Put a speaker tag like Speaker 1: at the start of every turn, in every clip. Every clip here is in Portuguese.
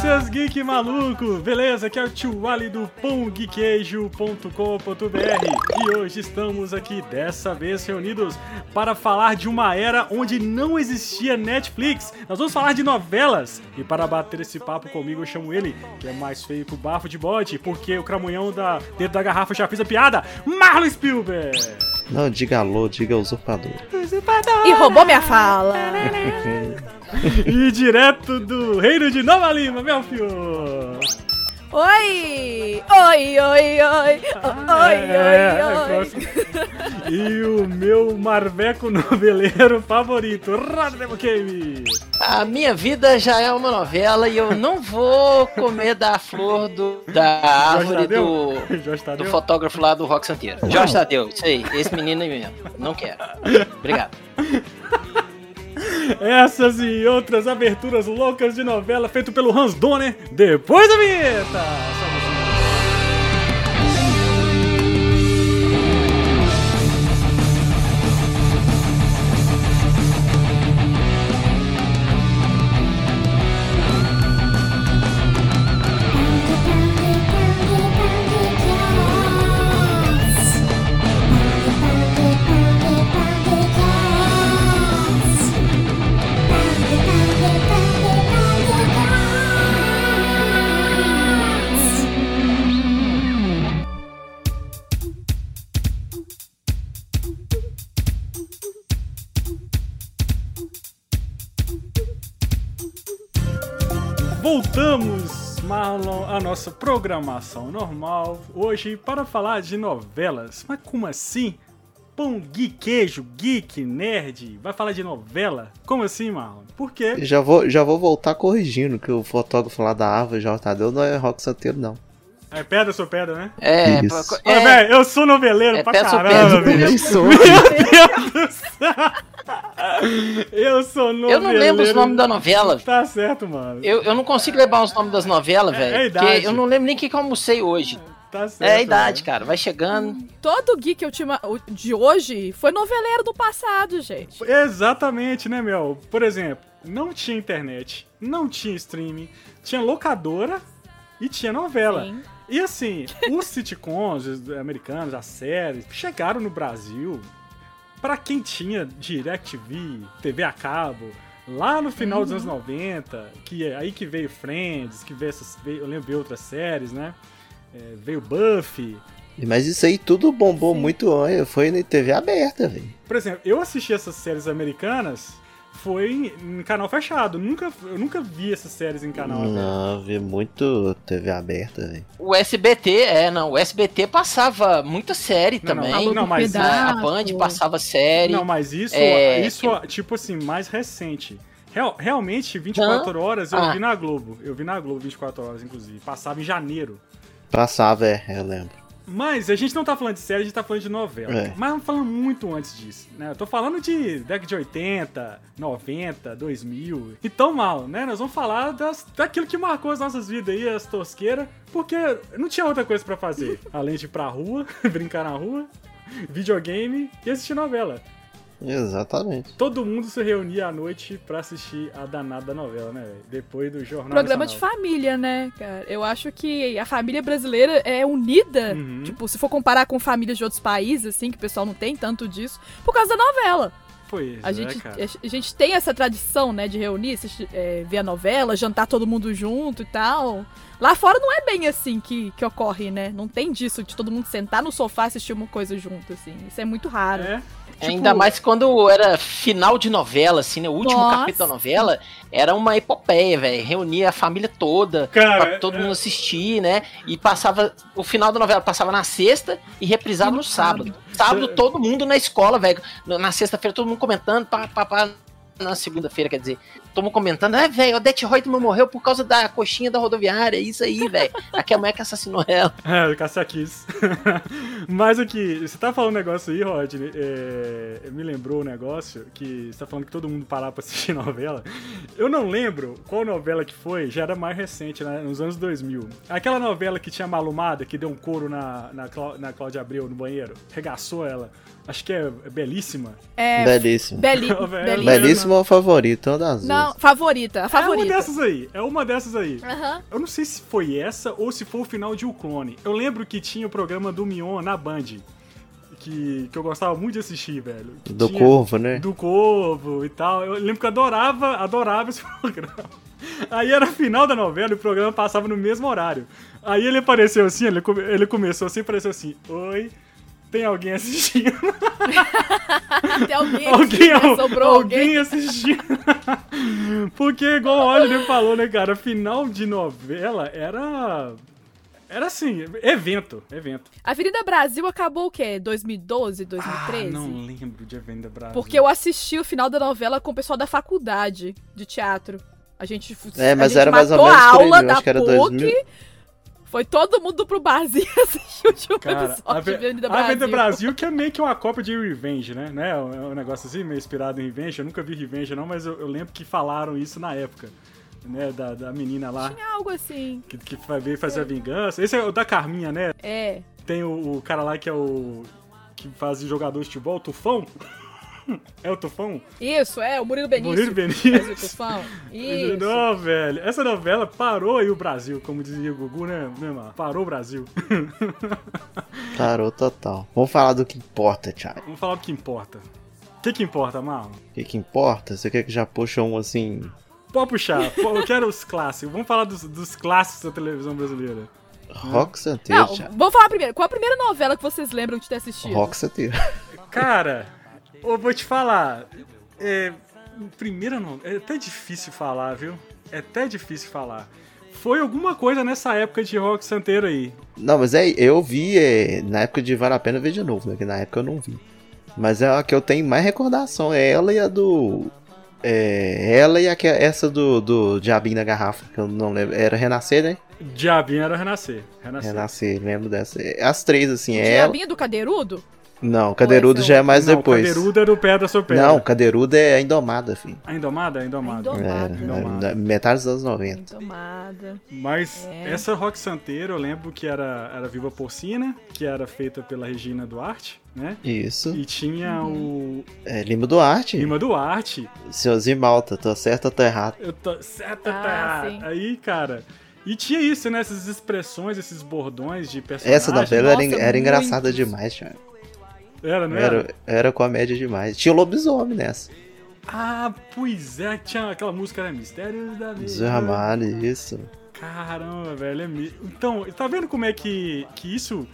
Speaker 1: seus geek maluco! Beleza? Aqui é o tio Ali do pãoguequeijo.com.br e hoje estamos aqui, dessa vez reunidos, para falar de uma era onde não existia Netflix. Nós vamos falar de novelas e para bater esse papo comigo eu chamo ele, que é mais feio que o bafo de bode, porque o cramunhão da, dentro da garrafa já fez a piada, Marlon Spielberg!
Speaker 2: Não, diga alô, diga usurpador.
Speaker 3: E roubou minha fala.
Speaker 1: e direto do reino de Nova Lima, meu filho!
Speaker 3: Oi! Oi, oi, oi!
Speaker 1: Ah,
Speaker 3: oi,
Speaker 1: É,
Speaker 3: oi, oi!
Speaker 1: oi. E o meu marveco noveleiro favorito, Rodrigo Game.
Speaker 4: A minha vida já é uma novela e eu não vou comer da flor do, da árvore do,
Speaker 1: Jorge
Speaker 4: do
Speaker 1: Tadeu?
Speaker 4: fotógrafo lá do Rock Santeiro. Jorge Tadeu, isso aí, esse menino aí mesmo. Não quero. Obrigado.
Speaker 1: Essas e outras aberturas loucas de novela feito pelo Hans Donner, depois da vinheta! Só você. Voltamos, Marlon, à nossa programação normal hoje para falar de novelas. Mas como assim? Pão geek, queijo, geek, nerd, vai falar de novela? Como assim, Marlon? Por quê?
Speaker 2: Já vou, já vou voltar corrigindo que o fotógrafo lá da árvore, Jorge Tadeu, não é rock santeiro, não.
Speaker 1: É pedra, sou pedra, né?
Speaker 4: É,
Speaker 2: Isso.
Speaker 4: pra-
Speaker 1: Ô,
Speaker 4: é,
Speaker 1: velho, eu sou noveleiro
Speaker 4: é
Speaker 1: pra
Speaker 4: peça ou
Speaker 1: caramba,
Speaker 4: pedra,
Speaker 1: velho.
Speaker 4: né?
Speaker 1: Meu Deus do céu! Eu sou noveleiro.
Speaker 4: eu não lembro os nomes da novela.
Speaker 1: Tá certo, mano.
Speaker 4: Eu, eu não consigo lembrar os nomes das novelas,
Speaker 1: É-
Speaker 4: velho.
Speaker 1: é a idade.
Speaker 4: porque eu não lembro nem o que que eu almocei hoje.
Speaker 1: Tá certo.
Speaker 4: É a idade,
Speaker 1: velho.
Speaker 4: cara. Vai chegando.
Speaker 3: Todo geek ultima- o- de hoje foi noveleiro do passado, gente.
Speaker 1: Exatamente, né, Mel? Por exemplo, não tinha internet, não tinha streaming, tinha locadora e tinha novela.
Speaker 3: Sim.
Speaker 1: E assim, os sitcoms os americanos, as séries, chegaram no Brasil pra quem tinha DirecTV, TV a cabo, lá no final dos anos 90, que é aí que veio Friends, que veio essas, veio- eu lembro de outras séries, né? É, veio Buffy.
Speaker 2: Mas isso aí tudo bombou muito, olha, foi na TV aberta, velho.
Speaker 1: Por exemplo, eu assisti essas séries americanas foi em, em canal fechado. Nunca, eu nunca vi essas séries em canal
Speaker 3: é
Speaker 1: aberto.
Speaker 2: Não, vi muito TV aberta, velho.
Speaker 4: O SBT, é, não. O SBT passava muita série
Speaker 1: Não, não,
Speaker 4: também. Né,
Speaker 1: não, mas-
Speaker 4: a, a Band passava série.
Speaker 1: Não, mas isso,
Speaker 4: É,
Speaker 1: isso tipo assim, mais recente. Real- realmente, 24 horas eu
Speaker 4: Ah.
Speaker 1: vi na Globo. Eu vi na Globo 24 horas, inclusive. Passava em janeiro.
Speaker 2: Passava, é, eu lembro.
Speaker 1: Mas a gente não tá falando de série, a gente tá falando de novela.
Speaker 2: É.
Speaker 1: Mas vamos falando muito antes disso, né? Eu tô falando de década de 80, 90, 2000. Então, mal, né? Nós vamos falar das, daquilo que marcou as nossas vidas aí, as tosqueiras, porque não tinha outra coisa pra fazer. Além de ir pra rua, brincar na rua, videogame e assistir novela.
Speaker 2: Exatamente.
Speaker 1: Todo mundo se reunia à noite pra assistir a danada novela, né? velho? Depois do Jornal
Speaker 3: Programa de
Speaker 1: Nacional.
Speaker 3: família, né, cara? Eu acho que a família brasileira é unida.
Speaker 1: Uhum.
Speaker 3: Tipo, se for comparar com famílias de outros países, assim, que o pessoal não tem tanto disso, por causa da novela.
Speaker 1: Pois
Speaker 3: A
Speaker 1: é,
Speaker 3: gente,
Speaker 1: cara.
Speaker 3: a gente tem essa tradição, né, de reunir, assistir, é, ver a novela, jantar todo mundo junto e tal. Lá fora não é bem assim que, que ocorre, né? Não tem disso de todo mundo sentar no sofá e assistir uma coisa junto, assim. Isso é muito raro.
Speaker 1: É.
Speaker 4: Ainda
Speaker 1: Tipo-
Speaker 4: mais quando era final de novela, assim, né? O último
Speaker 3: Nossa.
Speaker 4: capítulo da novela era uma epopeia, velho. Reunia a família toda
Speaker 1: Cara,
Speaker 4: pra Tá todo
Speaker 1: é-
Speaker 4: mundo assistir, né? E passava. O final da novela passava na sexta e reprisava no sábado. Sábado, todo mundo na escola, velho. Na sexta-feira, todo mundo comentando, pá, pá, pá. Na segunda-feira, quer dizer, todo mundo comentando, é, velho, Odete Reutemann morreu por causa da coxinha da rodoviária, É isso aí, velho. Aquela mulher que assassinou ela.
Speaker 1: É, do Cassiaquis. Mas aqui, você tá falando um negócio aí, Rodney, é, me lembrou um negócio que você tá falando que todo mundo parar pra assistir novela. Eu não lembro qual novela que foi, já era mais recente, né, nos anos 2000. Aquela novela que tinha a Malumada, que deu um couro na, na, Clá- na Cláudia Abreu no banheiro, regaçou ela. Acho que é Belíssima.
Speaker 3: É,
Speaker 2: Belíssimo.
Speaker 3: beli-
Speaker 1: Novela.
Speaker 3: belíssimo.
Speaker 2: Belíssimo é o favorito, é uma das duas.
Speaker 3: Não, favorita, a
Speaker 1: É uma
Speaker 3: favorita.
Speaker 1: dessas aí, é uma dessas aí.
Speaker 3: Aham.
Speaker 1: Eu não sei se foi essa ou se foi o final de O Clone. Eu lembro que tinha o programa do Mion na Band. Que, que eu gostava muito de assistir, velho. Que
Speaker 2: Do
Speaker 1: tinha-
Speaker 2: Corvo, né?
Speaker 1: Do Corvo e tal. Eu lembro que eu adorava, adorava esse programa. Aí era final da novela e o programa passava no mesmo horário. Aí ele apareceu assim, ele, come- ele começou assim, apareceu assim, oi, tem alguém assistindo?
Speaker 3: Tem alguém, aqui,
Speaker 1: Alguém,
Speaker 3: né? sobrou
Speaker 1: alguém,
Speaker 3: alguém.
Speaker 1: assistiu. Porque, igual o Oliver falou, né, cara? Final de novela era. Era assim, evento. Evento.
Speaker 3: Avenida Brasil acabou o quê? 2012, 2013?
Speaker 1: Ah, não lembro de Evento Brasil.
Speaker 3: Porque eu assisti o final da novela com o pessoal da faculdade de teatro. A gente fu-
Speaker 2: É,
Speaker 3: a
Speaker 2: mas
Speaker 3: gente
Speaker 2: era mais ou
Speaker 3: matou
Speaker 2: menos
Speaker 3: a
Speaker 2: por aí,
Speaker 3: aula
Speaker 2: eu
Speaker 3: da
Speaker 2: acho que era
Speaker 3: PUC.
Speaker 2: 2000.
Speaker 3: Foi todo mundo pro barzinho assistir o último
Speaker 1: Cara,
Speaker 3: episódio
Speaker 1: a
Speaker 3: de Avenida Brasil.
Speaker 1: Avenida Brasil, que é meio que uma cópia de Revenge, né? né? É um é um negócio assim, meio inspirado em Revenge. Eu nunca vi Revenge, não, mas eu, eu lembro que falaram isso na época. Né? Da, da menina lá,
Speaker 3: Tinha algo assim.
Speaker 1: que, que vai- veio fazer a vingança. Esse é o da Carminha, né?
Speaker 3: É.
Speaker 1: Tem o, o cara lá que é o. que faz de jogador de futebol, o Tufão? É o Tufão?
Speaker 3: Isso, é, o Murilo Benício.
Speaker 1: Murilo
Speaker 3: Faz o
Speaker 1: Benício.
Speaker 3: tufão. Isso.
Speaker 1: Não, velho. Essa novela parou aí o Brasil, como dizia o Gugu, né, né Mar? Parou o Brasil.
Speaker 2: Parou total. Vamos falar do que importa, Thiago.
Speaker 1: Vamos falar do que importa. O que, que importa, Marlon?
Speaker 2: O que, que importa? Você quer que já puxa um assim.
Speaker 1: Pode puxar. pô, Eu quero os clássicos. Vamos falar dos, dos clássicos da televisão brasileira.
Speaker 2: Rock Santeiro,
Speaker 3: Não,
Speaker 2: Thiago.
Speaker 3: vamos falar primeiro. Qual a primeira novela que vocês lembram de ter assistido?
Speaker 2: Rock Santeiro.
Speaker 1: Cara, eu vou te falar. É, primeira não. É até difícil falar, viu? É até difícil falar. Foi alguma coisa nessa época de rock santeiro aí.
Speaker 2: Não, mas é, eu vi é, na época de Vale a Pena ver de novo, né? Que na época eu não vi. Mas é a que eu tenho mais recordação. É ela e a do. É, ela e a, que- essa do, do Diabinho na Garrafa, que eu não lembro. Era Renascer, né?
Speaker 1: Diabinho era renascer. Renascer.
Speaker 2: Renascer, lembro dessa. É, As três, assim, é ela.
Speaker 3: Diabinho do Cadeirudo?
Speaker 2: Não, Cadeirudo
Speaker 3: esse é
Speaker 2: já é mais
Speaker 1: não, é
Speaker 2: depois.
Speaker 1: Cadeirudo era o pedra sobre pedra.
Speaker 2: Não, Cadeirudo é a Indomada, filho.
Speaker 1: A Indomada? A Indomada.
Speaker 3: A Indomada.
Speaker 2: Era,
Speaker 1: Ah, Indomada.
Speaker 2: era metade dos anos 90.
Speaker 3: Tomada.
Speaker 1: Mas
Speaker 3: É.
Speaker 1: essa rock santeiro eu lembro que era, era Viva Porcina, que era feita pela Regina Duarte, né?
Speaker 2: Isso.
Speaker 1: E tinha o
Speaker 2: É, Lima Duarte.
Speaker 1: Lima Duarte.
Speaker 2: Seu Zimalta, tô certo ou tô errado?
Speaker 1: Eu tô. Certa,
Speaker 3: Ah,
Speaker 1: tá.
Speaker 3: sim.
Speaker 1: Aí, cara. E tinha isso, né? Essas expressões, esses bordões de personagem.
Speaker 2: Essa da Bela era,
Speaker 3: nossa,
Speaker 2: era engraçada
Speaker 3: muitos.
Speaker 2: demais, cara.
Speaker 1: Era, não era?
Speaker 2: Era, era comédia demais. Tinha lobisomem nessa.
Speaker 1: Ah, pois é, tinha aquela música, né? Mistérios da Vida.
Speaker 2: Zé Ramalho, isso.
Speaker 1: Caramba, velho. É me... Então, tá vendo como é que, que isso.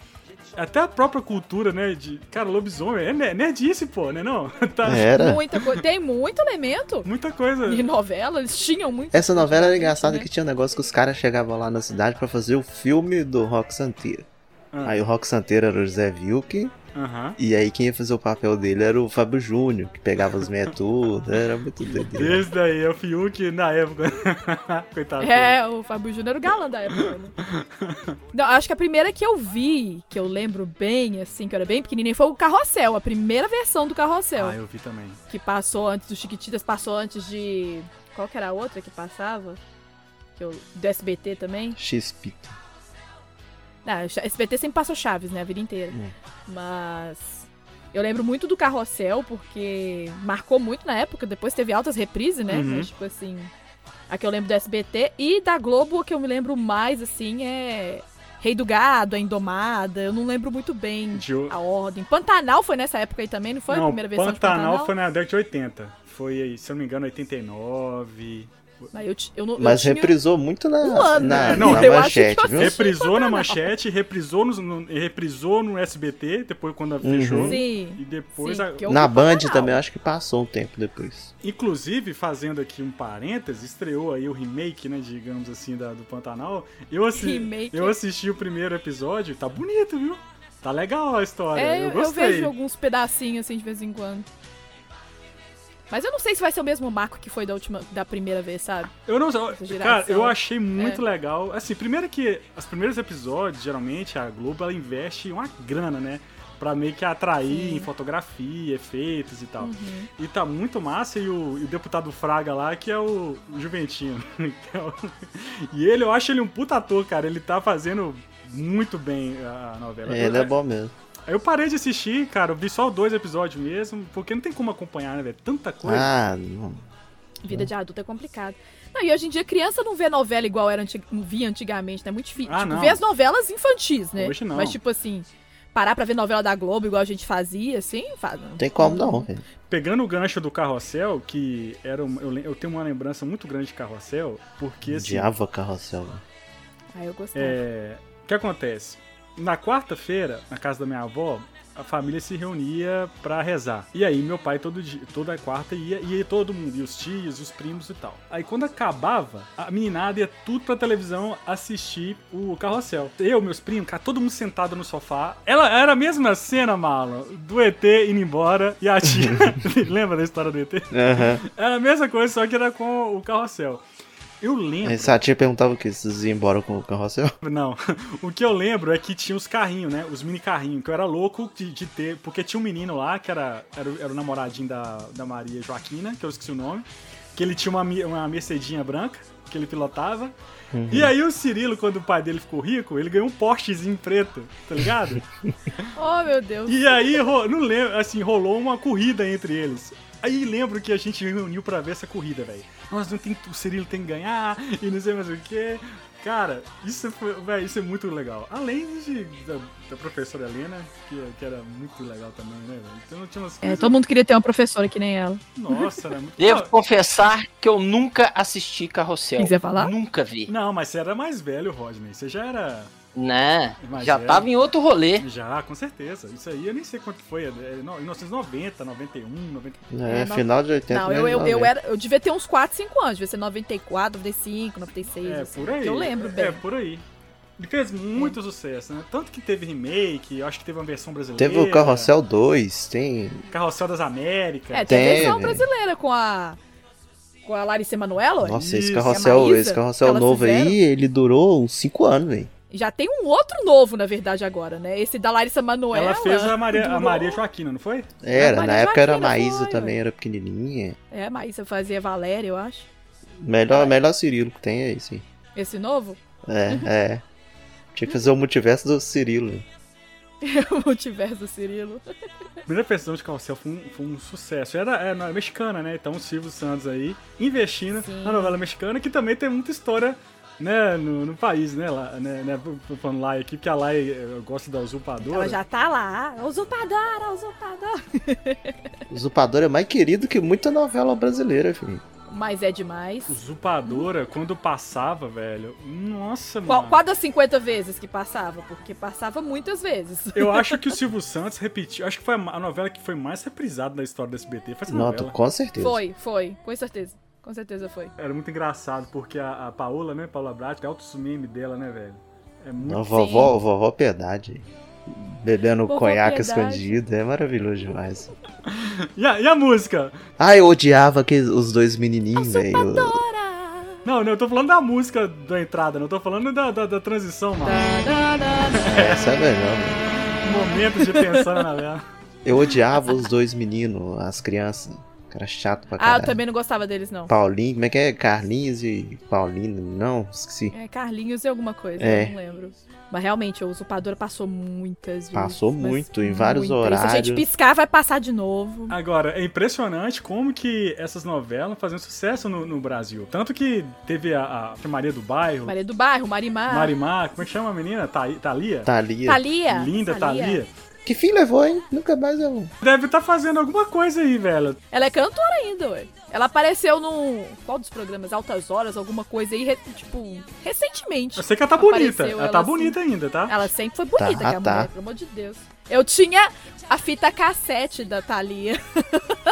Speaker 1: Até a própria cultura, né? De, cara, lobisomem é ne- nerdice, pô, né? Não? Tá
Speaker 2: Era.
Speaker 3: Muita coisa. Tem muito elemento.
Speaker 1: muita coisa.
Speaker 3: De novela, eles tinham muito.
Speaker 2: Essa novela era engraçada
Speaker 3: né?
Speaker 2: que tinha um negócio que os caras chegavam lá na cidade pra fazer o filme do Rock Santeiro.
Speaker 1: Ah.
Speaker 2: Aí o Rock Santeiro era o José Vilke,
Speaker 1: Aham.
Speaker 2: e aí quem ia fazer o papel dele era o Fábio Júnior, que pegava os meias tudo, era muito doideira.
Speaker 1: Esse daí é o Fiuk na época. Coitado.
Speaker 3: É, o Fábio Júnior era o galã da época. Né? Não, acho que a primeira que eu vi, que eu lembro bem, assim, que eu era bem pequenininha, foi o Carrossel, a primeira versão do Carrossel.
Speaker 1: Ah, eu vi também.
Speaker 3: Que passou antes do Chiquititas, passou antes de. Qual que era a outra que passava? Que eu- Do SBT também?
Speaker 2: XP.
Speaker 3: Ah, Cha- SBT sempre passou Chaves, né? A vida inteira.
Speaker 2: É.
Speaker 3: Mas. Eu lembro muito do Carrossel, porque marcou muito na época, depois teve altas reprises, né?
Speaker 1: Uhum.
Speaker 3: Mas, tipo assim. A que eu lembro do SBT e da Globo, a que eu me lembro mais, assim, é. Rei do Gado, a Indomada. Eu não lembro muito bem
Speaker 1: De o-
Speaker 3: a ordem. Pantanal foi nessa época aí também, não foi a primeira versão
Speaker 1: Pantanal
Speaker 3: de Pantanal?
Speaker 1: foi na década de 80. Foi aí, se eu não me engano, 89.
Speaker 3: Mas eu, ti- eu não- eu
Speaker 2: Mas
Speaker 3: tinha-
Speaker 2: reprisou muito na,
Speaker 3: um ano,
Speaker 2: na,
Speaker 1: né? Não,
Speaker 2: na
Speaker 3: eu acho que
Speaker 2: manchete,
Speaker 3: eu
Speaker 2: viu?
Speaker 3: assisti.
Speaker 1: reprisou na
Speaker 3: Pantanal.
Speaker 1: manchete, reprisou no, no- reprisou no SBT, depois quando fechou. E
Speaker 3: Sim.
Speaker 1: depois,
Speaker 3: Sim,
Speaker 1: a-
Speaker 3: que eu-
Speaker 2: Na
Speaker 3: vi
Speaker 2: Band
Speaker 3: Pantanal.
Speaker 2: também, eu acho que passou um tempo depois.
Speaker 1: inclusive, fazendo aqui um parêntese, estreou aí o remake, né, digamos assim, da- do Pantanal. Eu, assi-
Speaker 3: Remake.
Speaker 1: eu assisti o primeiro episódio, tá bonito, viu? Tá legal a história,
Speaker 3: É,
Speaker 1: eu
Speaker 3: eu,
Speaker 1: gostei.
Speaker 3: vejo alguns pedacinhos assim de vez em quando. Mas eu não sei se vai ser o mesmo marco que foi da última, da primeira vez, sabe?
Speaker 1: Eu não sei.
Speaker 3: geração.
Speaker 1: Cara, eu achei muito legal. Assim, primeiro que os primeiros episódios, geralmente, a Globo ela investe uma grana, né? Pra meio que atrair em fotografia, efeitos e tal. E tá muito massa. E o, e o deputado Fraga lá, que é o, o Juventino. Então, e ele, eu acho ele um puta ator, cara. Ele tá fazendo muito bem a a novela.
Speaker 2: É, ele é bom mesmo.
Speaker 1: Eu parei de assistir, cara. Eu vi só dois episódios mesmo. Porque não tem como acompanhar, né, velho? Tanta coisa.
Speaker 2: Ah, não.
Speaker 3: Vida de adulto é complicado. Não, e hoje em dia criança não vê novela igual era antig não via antigamente, né? Muito difícil.
Speaker 1: Ah,
Speaker 3: tipo,
Speaker 1: não.
Speaker 3: vê as novelas infantis, né?
Speaker 1: Hoje não.
Speaker 3: Mas tipo assim, parar pra ver novela da Globo igual a gente fazia, assim, faz.
Speaker 2: Não tem como não, velho.
Speaker 1: Pegando o gancho do carrossel, que era um- eu, lem- eu tenho uma lembrança muito grande de carrossel, porque assim,
Speaker 2: Diabo carrossel, né? velho.
Speaker 3: Aí Ah, eu gostava.
Speaker 1: É, o que acontece? Na quarta-feira, na casa da minha avó, a família se reunia pra rezar. E aí meu pai todo dia, toda quarta ia, ia todo mundo, e os tios, os primos e tal. Aí quando acabava, a meninada ia tudo pra televisão assistir o carrossel. Eu, meus primos, cara, todo mundo sentado no sofá. Ela era a mesma cena, mala, do ET indo embora e a tia. Lembra da história do ET?
Speaker 2: Aham.
Speaker 1: Era a mesma coisa, só que era com o carrossel. Eu lembro.
Speaker 2: Aí sua tia perguntava o que vocês iam embora com o carrossel?
Speaker 1: Não. O que eu lembro é que tinha os carrinhos, né? Os mini carrinhos, que eu era louco de, de ter. Porque tinha um menino lá, que era, era, o- era o namoradinho da, da Maria Joaquina, que eu esqueci o nome. Que ele tinha uma, mi- uma Mercedinha branca, que ele pilotava. E aí o Cirilo, quando o pai dele ficou rico, ele ganhou um Porschezinho preto, tá ligado?
Speaker 3: Oh, meu Deus.
Speaker 1: E aí, ro- não lembro, assim, rolou uma corrida entre eles. Aí lembro que a gente reuniu pra ver essa corrida, velho. Nossa, não tem, o Cirilo tem que ganhar e não sei mais o que. Cara, isso, foi, véi, isso é muito legal. Além de, da, da professora Helena, que, que era muito legal também, né, velho? Então tinha umas
Speaker 3: É,
Speaker 1: coisas.
Speaker 3: todo mundo queria ter uma professora que nem ela.
Speaker 1: Nossa, era muito
Speaker 4: Devo confessar que eu nunca assisti Carrossel.
Speaker 3: Quem quiser falar?
Speaker 4: Nunca vi.
Speaker 1: Não, mas você era mais velho, Rodney. Você já era.
Speaker 4: Né?
Speaker 1: Mas
Speaker 4: Já
Speaker 1: é.
Speaker 4: tava em outro rolê.
Speaker 1: Já, com certeza. Isso aí eu nem sei quanto foi. É, no- 1990, 91, 90.
Speaker 2: É,
Speaker 3: É, não-
Speaker 2: final de 80.
Speaker 3: Não,
Speaker 2: né,
Speaker 3: eu, eu, eu,
Speaker 2: 90.
Speaker 3: era, eu devia ter uns 4, 5 anos. Devia ser 94, 95, 96.
Speaker 1: É,
Speaker 3: assim,
Speaker 1: por aí.
Speaker 3: que Eu lembro
Speaker 1: É,
Speaker 3: bem.
Speaker 1: É, por aí. Ele fez muito sucesso, né? Tanto que teve remake, eu acho que teve uma versão brasileira.
Speaker 2: né? Teve o Carrossel 2, tem.
Speaker 1: Carrossel das Américas.
Speaker 3: É, tem a
Speaker 2: Tem, né?
Speaker 3: versão
Speaker 2: velho.
Speaker 3: brasileira com a. Com a Larissa Manoela.
Speaker 2: Nossa,
Speaker 1: Isso,
Speaker 2: esse
Speaker 1: é
Speaker 2: carrossel,
Speaker 3: Maísa,
Speaker 2: esse
Speaker 3: que
Speaker 2: carrossel
Speaker 3: elas
Speaker 2: novo
Speaker 3: fizeram.
Speaker 2: aí, ele durou uns 5 anos, velho.
Speaker 3: Já tem um outro novo, na verdade, agora, né? Esse da Larissa Manoela. né?
Speaker 1: Ela fez a Maria, a
Speaker 3: durou-
Speaker 1: Maria Joaquina, não foi?
Speaker 2: Era,
Speaker 3: A
Speaker 2: na
Speaker 3: Maria
Speaker 2: época era a
Speaker 3: Joaquina
Speaker 2: Maísa
Speaker 3: foi,
Speaker 2: também, era pequenininha.
Speaker 3: É, a Maísa fazia Valéria, eu acho.
Speaker 2: Melhor, melhor Cirilo que tem é esse. aí.
Speaker 3: Esse novo? Uhum.
Speaker 2: É, é. Tinha que fazer o multiverso do Cirilo. velho.
Speaker 3: o multiverso do Cirilo.
Speaker 1: A primeira versão de Carrossel foi um, foi um sucesso. Era, era mexicana, né? Então o Silvio Santos aí investindo
Speaker 3: Sim.
Speaker 1: na novela mexicana, que também tem muita história né, no, no país, né? Lá, né, né tô falando Lai aqui, porque a Lai eh, gosta da usurpadora.
Speaker 3: Ela já tá lá. Usurpadora, usurpadora.
Speaker 2: O Zupador é mais querido que muita novela brasileira, filho.
Speaker 3: Mas é demais.
Speaker 1: Usurpadora, quando passava, velho. Nossa,
Speaker 3: Qual,
Speaker 1: mano.
Speaker 3: qual das 50 vezes que passava? Porque passava muitas vezes.
Speaker 1: Eu acho que o Silvio Santos repetiu. Acho que foi a a novela que foi mais reprisada da história do SBT. Foi essa
Speaker 2: Nota,
Speaker 1: novela.
Speaker 2: com certeza.
Speaker 3: Foi, foi. Com certeza. Com certeza foi.
Speaker 1: Era muito engraçado, porque a, a Paola, né? Paola Brat, altos meme dela, né, velho? É muito.
Speaker 2: Não, vovó, vovó Piedade. Bebendo
Speaker 3: Vovó
Speaker 2: conhaque
Speaker 3: Piedade.
Speaker 2: escondido, é maravilhoso demais.
Speaker 1: E a, e a música?
Speaker 2: Ah, eu odiava aqueles, os dois menininhos,
Speaker 3: tá
Speaker 2: velho.
Speaker 3: Usurpadora!
Speaker 1: Não, não, eu tô falando da música da entrada, não eu tô falando da, da, da transição, mano.
Speaker 2: Ah,
Speaker 3: Ah,
Speaker 2: Essa é a melhor, velho.
Speaker 1: Momentos de pensar na novela.
Speaker 2: Eu odiava os dois meninos, as crianças. Cara chato pra
Speaker 3: Ah,
Speaker 2: caralho.
Speaker 3: eu também não gostava deles, não.
Speaker 2: Paulinho, como é que é? Carlinhos e Paulino? Não, esqueci.
Speaker 3: É, Carlinhos e alguma coisa,
Speaker 2: É.
Speaker 3: eu não lembro. Mas realmente, o usurpador passou muitas vezes.
Speaker 2: Passou
Speaker 3: mas
Speaker 2: muito, em vários
Speaker 3: Se a gente
Speaker 2: horários.
Speaker 3: piscar, vai passar de novo.
Speaker 1: Agora, é impressionante como que essas novelas faziam sucesso no, no Brasil. Tanto que teve a, a Maria do Bairro,
Speaker 3: Maria do Bairro, Marimar.
Speaker 1: Marimar, como é que chama a menina? Thaí- Thalia?
Speaker 2: Thalia.
Speaker 3: Thalia.
Speaker 1: Linda Thalia.
Speaker 2: Que fim levou, hein? Nunca mais eu.
Speaker 1: Deve estar fazendo alguma coisa aí, velho.
Speaker 3: Ela é cantora ainda, ué. Ela apareceu num. Qual dos programas? Altas Horas, alguma coisa aí, re- tipo, recentemente.
Speaker 1: Eu sei que ela tá
Speaker 3: Apareceu
Speaker 1: bonita. Ela, tá
Speaker 3: ela, assim.
Speaker 1: bonita ainda, tá?
Speaker 3: Ela sempre foi bonita,
Speaker 2: Tá,
Speaker 3: que é a
Speaker 2: tá.
Speaker 3: mulher, pelo amor de Deus. Eu tinha a fita cassete da Thalia.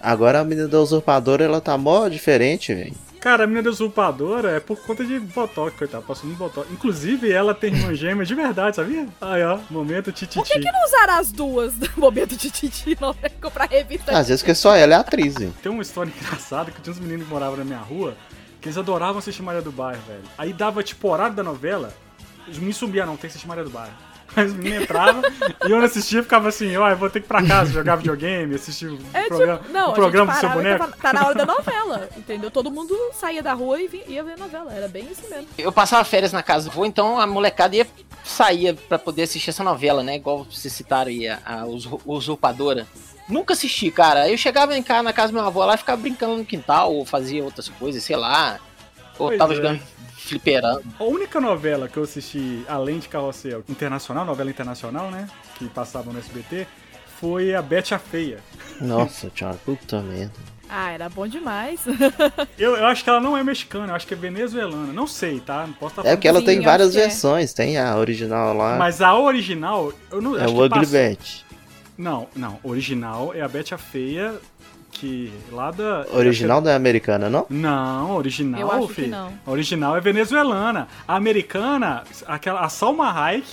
Speaker 2: Agora a menina da usurpadora, ela tá mó diferente, velho.
Speaker 1: Cara, a menina da usurpadora é por conta de Botox, coitada. Passou muito Botox. Inclusive, ela tem irmã gêmea de verdade, sabia? Aí, ó. Momento tititi.
Speaker 3: Por que, que não usaram as duas no momento de Titi? Não né? comprar revista
Speaker 2: Às vezes que só ela é atriz, velho.
Speaker 1: Tem uma história engraçada que tinha uns meninos que moravam na minha rua que eles adoravam assistir Maria do Bairro, velho. Aí dava, tipo, horário da novela. Os meninos subiam, "Ah, não, tem que assistir Maria do Bairro. Aí os meninos entravam e eu não assistia ficava assim, ó, eu vou ter que ir pra casa jogar videogame, assistir o
Speaker 3: É
Speaker 1: programa,
Speaker 3: tipo, não,
Speaker 1: o
Speaker 3: a
Speaker 1: programa do
Speaker 3: gente
Speaker 1: seu
Speaker 3: parava e
Speaker 1: boneco.
Speaker 3: tava- tá na hora da novela, entendeu? Todo mundo saía da rua e vi- ia ver novela, era bem isso mesmo.
Speaker 4: Eu passava férias na casa do vô, então a molecada ia saía pra poder assistir essa novela, né? Igual vocês citaram aí, a, a usu- usurpadora. Nunca assisti, cara. Eu chegava em casa, na casa da minha avó lá e ficava brincando no quintal, ou fazia outras coisas, sei lá. Ou
Speaker 1: Pois
Speaker 4: tava
Speaker 1: é.
Speaker 4: jogando fliperando.
Speaker 1: A única novela que eu assisti, além de Carrossel, internacional, novela internacional, né? Que passava no SBT, foi a Bete a Feia.
Speaker 2: Nossa, Thiago, puta merda.
Speaker 3: Ah, era bom demais.
Speaker 1: Eu, eu acho que ela não é mexicana, eu acho que é venezuelana. Não sei, tá? Não posso estar
Speaker 2: É porque ela
Speaker 3: Sim,
Speaker 2: tem
Speaker 3: eu
Speaker 2: várias
Speaker 3: acho que é.
Speaker 2: versões, tem a original lá,
Speaker 1: Mas a original, eu não
Speaker 2: é
Speaker 1: acho
Speaker 2: o
Speaker 1: que
Speaker 2: Ugly
Speaker 1: passa-
Speaker 2: Betty.
Speaker 1: Não, não. Original é a Bete a Feia, que lá da.
Speaker 2: Original da americana, não?
Speaker 1: Não, original,
Speaker 3: Eu acho que
Speaker 1: filho.
Speaker 3: não.
Speaker 1: A original é venezuelana. A americana, aquela, a Salma Hayek,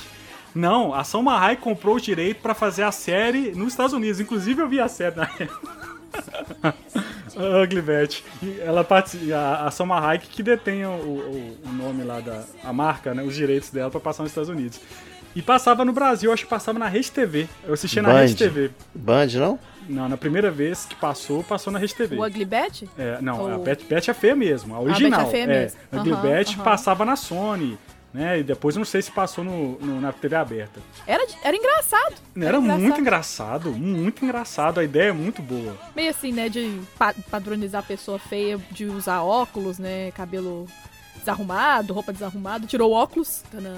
Speaker 1: não, a Salma Hayek comprou o direito pra fazer a série nos Estados Unidos. Inclusive eu vi a série na época. A Ugly Betty. E Ela partici- a, a Salma Hayek que detém o, o- o nome lá da a marca, né, os direitos dela pra passar nos Estados Unidos. E passava no Brasil, acho que passava na Rede TV. Eu assisti na
Speaker 2: Band.
Speaker 1: Rede TV.
Speaker 2: Band, não?
Speaker 1: Não, na primeira vez que passou, passou na Rede TV.
Speaker 3: o Ugly Betty?
Speaker 1: É, não, a
Speaker 3: Ou-
Speaker 1: Betty Bet é feia mesmo, a original.
Speaker 3: Betty é feia mesmo.
Speaker 1: A Ugly
Speaker 3: Aham,
Speaker 1: Bet
Speaker 3: aham.
Speaker 1: passava na Sony, né? E depois eu não sei se passou no, no- na TV aberta.
Speaker 3: Era, de- era engraçado.
Speaker 1: Era muito engraçado, muito engraçado, a ideia é muito boa.
Speaker 3: Meio assim, né, de pa- padronizar a pessoa feia, de usar óculos, né, cabelo desarrumado, roupa desarrumada. Tirou o óculos, tanã.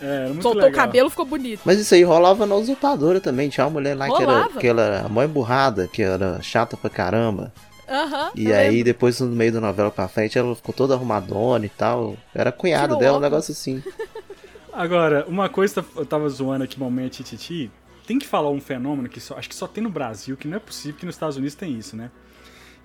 Speaker 1: É, era muito
Speaker 3: soltou
Speaker 1: legal.
Speaker 3: o cabelo, ficou bonito.
Speaker 2: Mas isso aí rolava na usurpadora também. Tinha uma mulher lá que era,
Speaker 3: Rolava.
Speaker 2: que era a mãe burrada, que era chata pra caramba.
Speaker 3: Aham.
Speaker 2: E
Speaker 3: eu
Speaker 2: aí,
Speaker 3: lembro.
Speaker 2: depois, no meio da novela pra frente, ela ficou toda arrumadona e tal. Era cunhado
Speaker 3: Tirou
Speaker 2: dela, um
Speaker 3: óculos.
Speaker 2: negócio assim.
Speaker 1: Agora, uma coisa que eu tava zoando aqui, momento e Titi, tem que falar um fenômeno que só, acho que só tem no Brasil, que não é possível que nos Estados Unidos tem isso, né?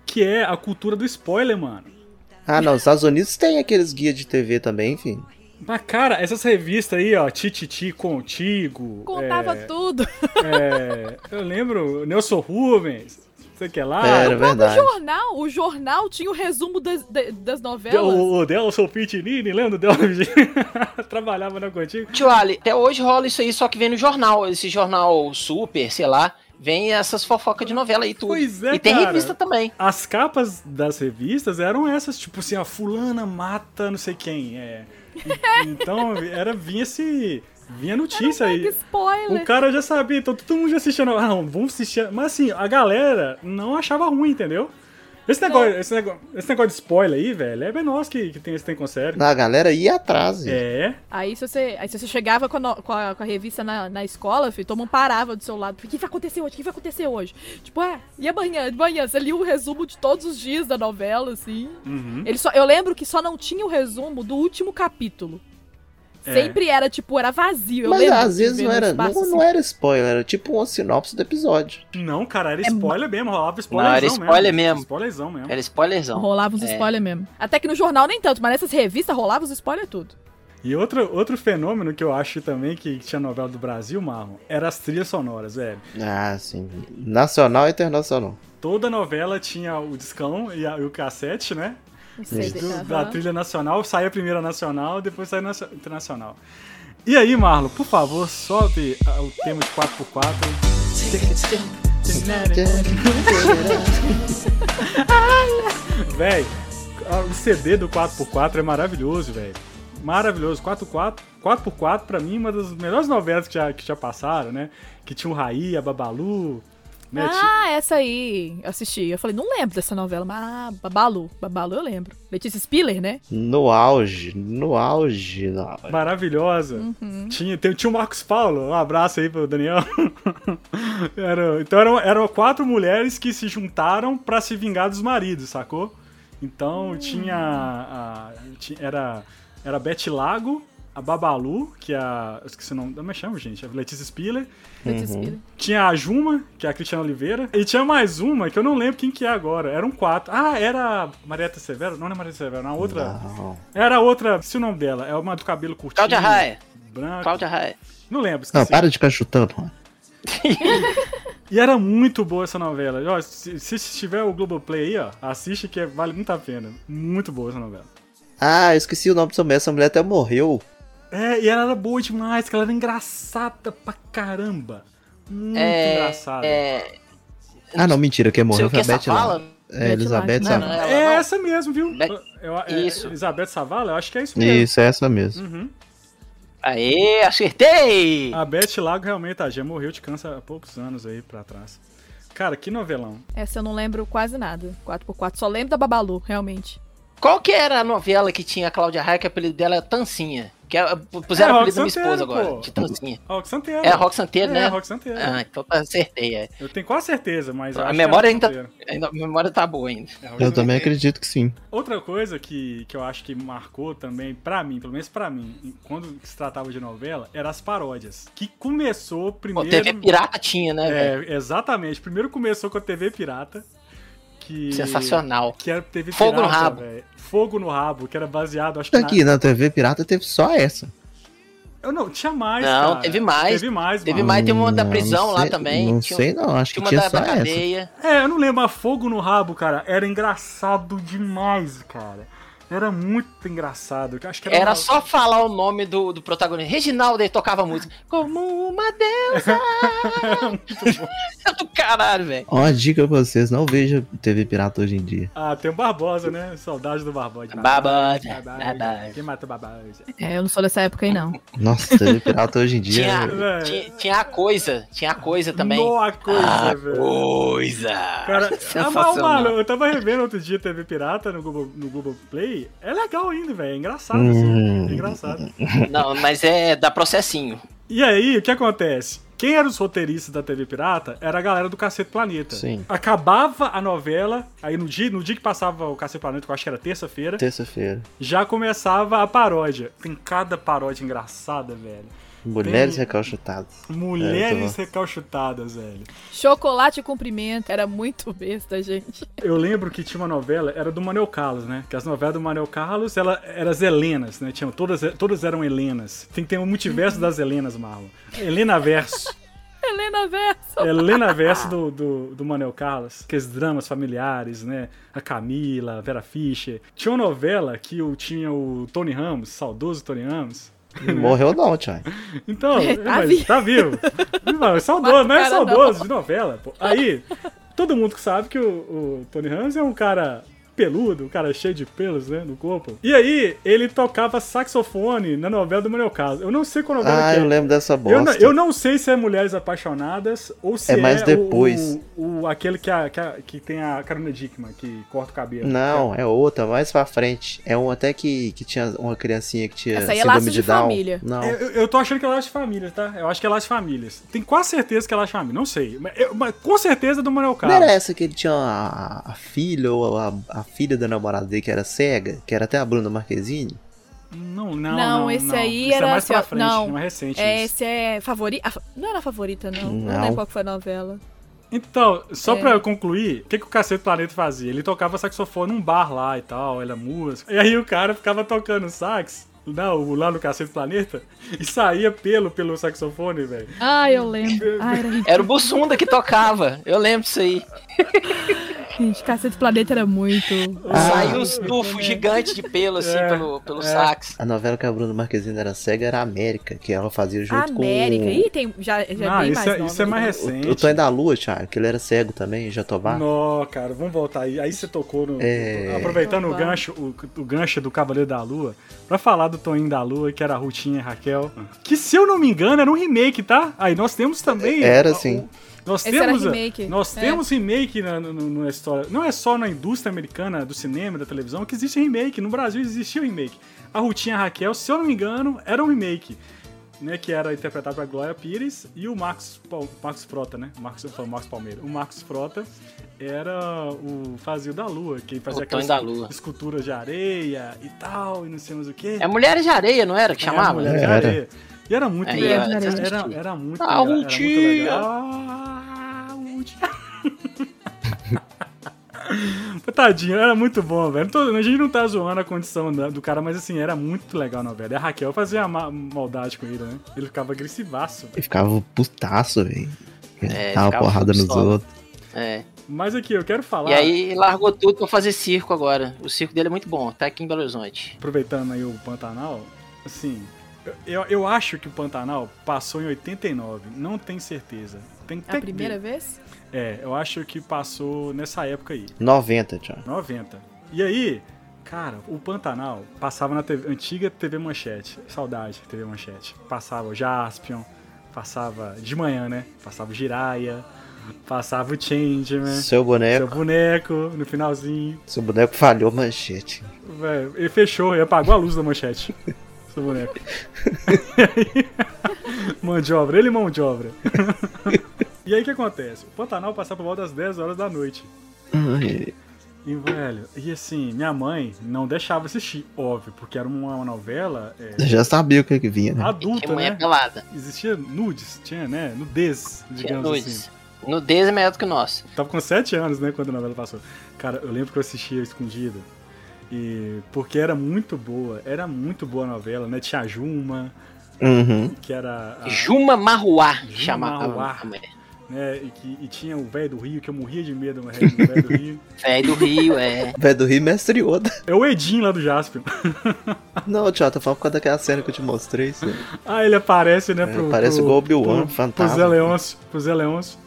Speaker 1: Que é a cultura do spoiler, mano.
Speaker 2: Ah, não, os Estados Unidos tem aqueles guias de TV também, enfim.
Speaker 1: Mas, cara, essas revistas aí, ó, Tititi Contigo.
Speaker 3: Contava
Speaker 1: é,
Speaker 3: tudo.
Speaker 1: É, eu lembro, Nelson Rubens, não sei o que lá.
Speaker 2: É, era verdade.
Speaker 3: O jornal, o jornal tinha o resumo das, de- das
Speaker 1: Del-
Speaker 3: novelas.
Speaker 1: o, o Delson Pitinini, lembra do Delson? Trabalhava na Contigo.
Speaker 4: Tio Ali, até hoje rola isso aí, só que vem no jornal, esse jornal super, sei lá, vem essas fofocas de novela aí tudo.
Speaker 1: Pois é,
Speaker 4: e tem
Speaker 1: cara.
Speaker 4: revista também.
Speaker 1: As capas das revistas eram essas, tipo assim, a fulana mata não sei quem. É. E- Então, era, vinha esse... Vinha notícia
Speaker 3: Ai, que
Speaker 1: aí. O
Speaker 3: spoiler.
Speaker 1: cara já sabia, então todo mundo já assistia. no- Ah, não, vamos assistir. Mas assim, a galera não achava ruim, entendeu? Esse negócio, esse negócio, esse negócio de spoiler aí, velho, é bem nós que, que tem esse tem com sério.
Speaker 2: Não, a galera ia atrás. gente.
Speaker 1: É,
Speaker 3: Aí se você, aí se você chegava com a, no- com a- com a revista na, na escola, filho, todo mundo parava do seu lado. O que vai acontecer hoje? O que vai acontecer hoje? Tipo, ah, e amanhã? E Amanhã? Você lia o resumo de todos os dias da novela, assim. Ele só, eu lembro que só não tinha o resumo do último capítulo.
Speaker 1: É.
Speaker 3: Sempre era, tipo, era vazio. Eu
Speaker 2: Mas
Speaker 3: lembro
Speaker 2: às
Speaker 3: de
Speaker 2: vezes
Speaker 3: ver
Speaker 2: não
Speaker 3: no
Speaker 2: era, não,
Speaker 3: espaço,
Speaker 2: não
Speaker 3: assim.
Speaker 2: era spoiler, era tipo uma sinopse do episódio.
Speaker 1: Não, cara, era spoiler mesmo, rolava spoilerzão
Speaker 4: Não, era spoiler mesmo.
Speaker 1: Spoilerzão mesmo.
Speaker 4: Era spoilerzão.
Speaker 3: Rolava uns
Speaker 4: É.
Speaker 3: spoilers mesmo. Até que no jornal nem tanto, mas nessas revistas rolava os spoilers tudo.
Speaker 1: E outro, outro fenômeno que eu acho também que tinha novela do Brasil, Marlon, era as trilhas sonoras, velho.
Speaker 2: Ah, sim. Nacional e internacional.
Speaker 1: Toda novela tinha o discão e, a- e o cassete, né?
Speaker 3: Não sei.
Speaker 1: Do-
Speaker 3: aham.
Speaker 1: Da trilha nacional, saía a primeira nacional, depois saía nacio- internacional. E aí, Marlon, por favor, sobe ah, o tema de
Speaker 2: É
Speaker 1: 4x4. Véi, ah, o CD do 4x4 é maravilhoso, velho. Maravilhoso. 4x4, 4x4 pra mim, é uma das melhores novelas que já, que já passaram, né? Que tinha o Raí, a Babalu. Né? Ti-
Speaker 3: Ah, essa aí. Eu assisti. Eu falei, não lembro dessa novela, mas ah, Babalu. Babalu eu lembro. Letícia Spiller, né?
Speaker 2: No auge, no auge. na-
Speaker 1: Maravilhosa. Tinha, tem- tinha o Marcos Paulo. Um abraço aí pro Daniel. Era- então eram, eram quatro mulheres que se juntaram pra se vingar dos maridos, sacou? Então tinha, a- ti- Era. Era a Beth Lago, a Babalu, que é a. Eu esqueci o nome. Como é que chama, gente? A Letícia Spiller. Uhum.
Speaker 3: Letícia
Speaker 2: É,
Speaker 3: Spiller.
Speaker 1: Tinha a Juma, que é a Cristiana Oliveira. E tinha mais uma que eu não lembro quem que é agora. Eram quatro. Ah, era a Marieta Severo? Não, não é Marieta Severo, na outra.
Speaker 2: Não.
Speaker 1: Era outra. Se o nome dela. É uma do cabelo curtinho.
Speaker 4: Cláudia Raia.
Speaker 1: Branco.
Speaker 4: Cláudia Raia.
Speaker 1: Não lembro,
Speaker 2: Não,
Speaker 1: esqueci.
Speaker 2: para de ficar chutando. mano.
Speaker 1: E era muito boa essa novela. Ó, se, se tiver o Globoplay aí, ó, assiste que é- vale muito a pena. Muito boa essa novela.
Speaker 2: Ah, eu esqueci o nome dessa mulher. Essa mulher até morreu.
Speaker 1: É, e ela era boa demais, que ela era engraçada pra caramba. Muito
Speaker 4: É,
Speaker 1: engraçada. É,
Speaker 4: É,
Speaker 2: Ah, não, mentira, quem
Speaker 4: não sei
Speaker 2: morreu
Speaker 4: o que
Speaker 2: foi a
Speaker 4: essa
Speaker 2: Beth
Speaker 4: fala.
Speaker 2: Lago. É, Elizabeth
Speaker 3: Não,
Speaker 4: Não,
Speaker 2: Lago.
Speaker 4: não, ela não.
Speaker 1: É essa mesmo, viu?
Speaker 4: Be-
Speaker 1: Eu- é-
Speaker 4: Isso.
Speaker 1: Elizabeth Savala, eu acho que é isso mesmo.
Speaker 2: Isso, é essa mesmo.
Speaker 1: Uhum.
Speaker 4: Aê, acertei!
Speaker 1: A Beth Lago realmente, a já morreu de câncer há poucos anos aí pra trás. Cara, que novelão.
Speaker 3: Essa eu não lembro quase nada. 4x4. Só lembro da Babalu, realmente.
Speaker 4: Qual que era a novela que tinha a Cláudia Raia, que o apelido dela é Tancinha? Que era, puseram
Speaker 1: É,
Speaker 4: o
Speaker 1: Rock
Speaker 4: apelido da minha
Speaker 1: Santeiro,
Speaker 4: esposa agora,
Speaker 1: pô.
Speaker 4: de Tancinha.
Speaker 1: Ah, Rock Santeiro.
Speaker 4: É a Rock Santeiro,
Speaker 1: É,
Speaker 4: né?
Speaker 1: Rock Santeiro.
Speaker 4: Ah, então acertei. É.
Speaker 1: Eu tenho quase certeza, mas. eu
Speaker 4: A
Speaker 1: acho
Speaker 4: memória
Speaker 1: que é Rock
Speaker 4: ainda, tá
Speaker 1: Santeiro.
Speaker 4: ainda- A memória tá boa ainda.
Speaker 1: É, Rock
Speaker 2: Eu
Speaker 1: Santeiro.
Speaker 2: também acredito que sim.
Speaker 1: Outra coisa que, que eu acho que marcou também, pra mim, pelo menos pra mim, quando se tratava de novela, eram as paródias. Que começou
Speaker 4: Pô,
Speaker 1: primeiro.
Speaker 4: TV Pirata tinha, né? velho?
Speaker 1: É, exatamente. Primeiro começou com a TV Pirata. Que,
Speaker 4: Sensacional.
Speaker 1: Que era TV
Speaker 4: Fogo no
Speaker 1: Pirata,
Speaker 4: rabo.
Speaker 1: velho. Fogo no rabo, que era baseado, acho que. na-
Speaker 2: Tá Aqui né? na TV Pirata teve só essa.
Speaker 1: Eu não, tinha mais.
Speaker 4: Não,
Speaker 1: cara.
Speaker 4: teve mais.
Speaker 1: Teve mais,
Speaker 4: Teve
Speaker 1: mano.
Speaker 4: mais, tem uma da
Speaker 2: Ah, Não,
Speaker 4: prisão
Speaker 2: não
Speaker 4: lá
Speaker 2: sei-
Speaker 4: também.
Speaker 2: Não
Speaker 4: Tinha-
Speaker 2: sei não, acho que
Speaker 4: Tinha uma
Speaker 2: tinha
Speaker 4: da,
Speaker 2: só
Speaker 4: da
Speaker 2: essa.
Speaker 4: cadeia.
Speaker 1: É, eu não lembro, mas Fogo no Rabo, cara, era engraçado demais, cara. Era muito engraçado. Eu Acho que era,
Speaker 4: Era
Speaker 1: uma-
Speaker 4: só falar o nome do, do protagonista. Reginaldo, ele tocava a música. Como uma deusa. do caralho, velho.
Speaker 2: Ó, uma dica pra vocês, não veja TV Pirata hoje em dia.
Speaker 1: Ah, tem o Barbosa, né? Saudade do Barbosa.
Speaker 4: Barbosa,
Speaker 1: Barbosa.
Speaker 4: Barbosa.
Speaker 1: Quem mata Barbosa?
Speaker 3: É, eu não sou dessa época aí, não.
Speaker 2: Nossa, TV Pirata hoje em dia.
Speaker 4: Tinha,
Speaker 1: velho.
Speaker 4: tinha, tinha a coisa. Tinha a coisa também.
Speaker 1: Noa coisa,
Speaker 4: a
Speaker 1: velho.
Speaker 4: coisa.
Speaker 1: Cara, ah, mas, mano,
Speaker 4: Sensacional.
Speaker 1: eu tava revendo outro dia TV Pirata no Google, no Google Play. É legal ainda, velho. É engraçado,
Speaker 2: Hum.
Speaker 1: assim. É engraçado.
Speaker 4: Não, mas é da processinho.
Speaker 1: E aí, o que acontece? Quem era os roteiristas da TV Pirata era a galera do Cacete Planeta.
Speaker 2: Sim.
Speaker 1: Acabava a novela, aí no dia, no dia que passava o Cacete Planeta, que eu acho que era terça-feira,
Speaker 2: é Terça-feira.
Speaker 1: já começava a paródia. Tem cada paródia engraçada, velho.
Speaker 2: Mulheres
Speaker 1: Tem-
Speaker 2: recalchutadas.
Speaker 1: Mulheres
Speaker 2: É, tô-
Speaker 1: recalchutadas, velho.
Speaker 3: Chocolate e cumprimento. Era muito besta, gente.
Speaker 1: Eu lembro que tinha uma novela, era do Manuel Carlos, né? Que as novelas do Manuel Carlos, ela, eram as Helenas, né? Tinham, todas, todas eram Helenas. Tem que ter um multiverso das Helenas, Marlon. Helena Verso.
Speaker 3: Helena Verso.
Speaker 1: Helena Verso do, do, do Manuel Carlos. Aqueles dramas familiares, né? A Camila, a Vera Fischer. Tinha uma novela que eu tinha o Tony Ramos, saudoso Tony Ramos.
Speaker 2: Morreu não, Tchai.
Speaker 1: Então,
Speaker 3: É,
Speaker 1: mas
Speaker 3: tá
Speaker 1: tá,
Speaker 3: vivo.
Speaker 1: vivo. Não, é saudoso,
Speaker 3: Mata o
Speaker 1: não é
Speaker 3: cara,
Speaker 1: saudoso, de novela. pô. Aí, todo mundo sabe que o, o Tony Ramos é um cara peludo, um cara cheio de pelos, né, no corpo. E aí, ele tocava saxofone na novela do Manuel Carlos. Eu não sei qual novela
Speaker 2: Ah,
Speaker 1: que é.
Speaker 2: eu lembro dessa bosta.
Speaker 1: Eu não, eu não sei se é Mulheres Apaixonadas ou se é,
Speaker 2: É mais
Speaker 1: o-
Speaker 2: depois.
Speaker 1: O, o- aquele que, a- que, a- que tem a Carolina Dickman, que corta o cabelo.
Speaker 2: Não, é outra, mais pra frente. É um até que, que tinha uma criancinha que tinha
Speaker 3: Essa aí é
Speaker 2: síndrome
Speaker 3: laço
Speaker 2: de
Speaker 3: de
Speaker 2: Down.
Speaker 3: família.
Speaker 2: Não.
Speaker 1: Eu, eu- eu tô achando que ela é de famílias, tá? Eu acho que ela é de famílias. Tenho quase certeza que ela é de família, não sei. Mas, eu- mas com certeza é do Manuel
Speaker 2: Não
Speaker 1: Carlos.
Speaker 2: era essa que ele tinha a, a filha ou a, a filha da namorada dele que era cega, que era até a Bruna Marquezine?
Speaker 1: Não, não, não.
Speaker 3: Não, esse aí
Speaker 1: Isso
Speaker 3: era
Speaker 1: é mais pra
Speaker 3: assim, ó,
Speaker 1: frente,
Speaker 3: não.
Speaker 1: não é recente
Speaker 3: É,
Speaker 1: isso.
Speaker 3: esse é favorita. Não era favorita, não. Não,
Speaker 2: Não.
Speaker 3: lembro qual que foi a novela.
Speaker 1: Então, só
Speaker 3: É.
Speaker 1: pra eu concluir, o que, que o Cacete Planeta fazia? Ele tocava saxofone num bar lá e tal, era música. E aí o cara ficava tocando sax, não, lá no Cacete Planeta, e saía pelo, pelo saxofone, velho.
Speaker 3: Ah, eu lembro. Ah, era
Speaker 4: Era o Bussunda que tocava. Eu lembro disso aí.
Speaker 1: É.
Speaker 3: Gente, Cacete Planeta era muito.
Speaker 4: Saiu um estufo gigante de pelo, assim,
Speaker 1: Ah, É,
Speaker 4: pelo, pelo sax.
Speaker 2: A novela que a Bruna Marquezine era cega era América, que ela fazia junto
Speaker 3: América.
Speaker 2: com.
Speaker 3: Ih, tem, já, já é
Speaker 1: não,
Speaker 3: bem
Speaker 1: isso,
Speaker 3: mais
Speaker 1: é,
Speaker 3: nova,
Speaker 1: isso é mais
Speaker 3: né?
Speaker 1: recente.
Speaker 2: O Tonho da Lua, Thiago, que ele era cego também, Jatobá.
Speaker 1: Não, cara, vamos voltar aí. Aí você tocou no.
Speaker 2: É.
Speaker 1: Aproveitando o
Speaker 3: Opa.
Speaker 1: gancho, o, o gancho do Cavaleiro da Lua, pra falar do Toninho da Lua, que era a Rutinha e a Raquel. Que se eu não me engano, era um remake, tá? Aí nós temos também.
Speaker 2: Era,
Speaker 1: o-
Speaker 2: sim.
Speaker 1: Nós
Speaker 3: Esse
Speaker 1: temos,
Speaker 3: era remake,
Speaker 1: Nós
Speaker 3: é.
Speaker 1: temos remake na, no- no- na história. Não é só na indústria americana do cinema, da televisão, que existe remake. No Brasil existia o remake. A Rutinha e a Raquel, se eu não me engano, era um remake. Né, que era interpretado pela Glória Pires e o Marcos, Pal- Marcos Frota, né? Marcos, eu falo Marcos Palmeira. O Marcos Frota era o fazia o da Lua, que fazia
Speaker 4: O Tonho
Speaker 1: aquelas
Speaker 4: da Lua.
Speaker 1: esculturas de areia e tal, e não sei mais o que.
Speaker 4: É Mulheres de Areia, não
Speaker 1: É,
Speaker 4: era que chamava?
Speaker 1: Mulher de
Speaker 2: Era.
Speaker 1: Areia. né? E era muito
Speaker 4: É,
Speaker 1: legal.
Speaker 3: era-
Speaker 1: Era, era, muito
Speaker 4: Ah,
Speaker 1: legal. Era
Speaker 4: o
Speaker 1: muito
Speaker 4: tio.
Speaker 1: legal. Ah, o tio. Tadinho, era muito bom, velho. Não tô- A gente não tá zoando a condição da- do cara, mas assim, era muito legal a novela. E a Raquel fazia ma- maldade com ele, né? Ele ficava agressivaço. velho.
Speaker 2: E ficava putaço, velho.
Speaker 4: É,
Speaker 2: Tava
Speaker 4: ficava
Speaker 2: porrada nos
Speaker 4: pistola.
Speaker 2: outros.
Speaker 4: É.
Speaker 1: Mas aqui, eu quero falar.
Speaker 4: E aí largou tudo pra fazer circo agora. O circo dele é muito bom, tá aqui em Belo Horizonte.
Speaker 1: aproveitando aí o Pantanal, assim, eu, eu acho que o Pantanal passou em 89, não tenho certeza. Tem que
Speaker 3: A
Speaker 1: ter-
Speaker 3: primeira vez?
Speaker 1: É, eu acho que passou nessa época aí,
Speaker 2: 90, Thiago.
Speaker 1: 90. E aí, cara, o Pantanal passava na TV antiga TV Manchete. Saudade, TV Manchete. Passava o Jaspion, passava de manhã, né? Passava o Jiraya, Passava o change, né?
Speaker 2: Seu boneco.
Speaker 1: Seu boneco, no finalzinho.
Speaker 2: Seu boneco falhou manchete.
Speaker 1: Velho, ele fechou, ele apagou a luz da manchete. Seu boneco. mão de obra, ele mão de obra. e aí o que acontece? O Pantanal passava por volta das 10 horas da noite.
Speaker 2: Ai,
Speaker 1: E, velho, e assim, minha mãe não deixava assistir, óbvio, porque era uma novela é,
Speaker 2: já sabia o que, que vinha, né?
Speaker 4: Que
Speaker 1: adulta,
Speaker 4: mãe é
Speaker 1: né?
Speaker 4: pelada.
Speaker 1: Existia nudes, tinha, né? Nudez,
Speaker 4: Tinha
Speaker 1: digamos assim.
Speaker 4: nudes. Nudez é melhor do que o nosso.
Speaker 1: Tava com 7 anos, né, quando a novela passou. Cara, eu lembro que eu assistia escondido. E porque era muito boa, era muito boa a novela, né? Tinha a Juma,
Speaker 2: Uhum.
Speaker 1: que era a,
Speaker 4: Juma Marruá,
Speaker 1: Ah. Juma
Speaker 4: chamava
Speaker 1: Marruá.
Speaker 4: a mulher.
Speaker 1: né, e, que, e tinha o velho do Rio, que eu morria de medo, mas do velho do Rio.
Speaker 4: Velho do Rio, é.
Speaker 2: Velho do Rio, mestre Oda.
Speaker 1: É o Edinho lá do Jaspion.
Speaker 2: Não, Tio, tô falando por causa daquela cena que eu te mostrei. Sim.
Speaker 1: Ah, ele aparece, né?
Speaker 2: É,
Speaker 1: Pro,
Speaker 2: parece
Speaker 1: pro,
Speaker 2: o Obi-Wan,
Speaker 1: pro-
Speaker 2: fantasma.
Speaker 1: Pro Zé Leôncio. Pro Zé Leôncio.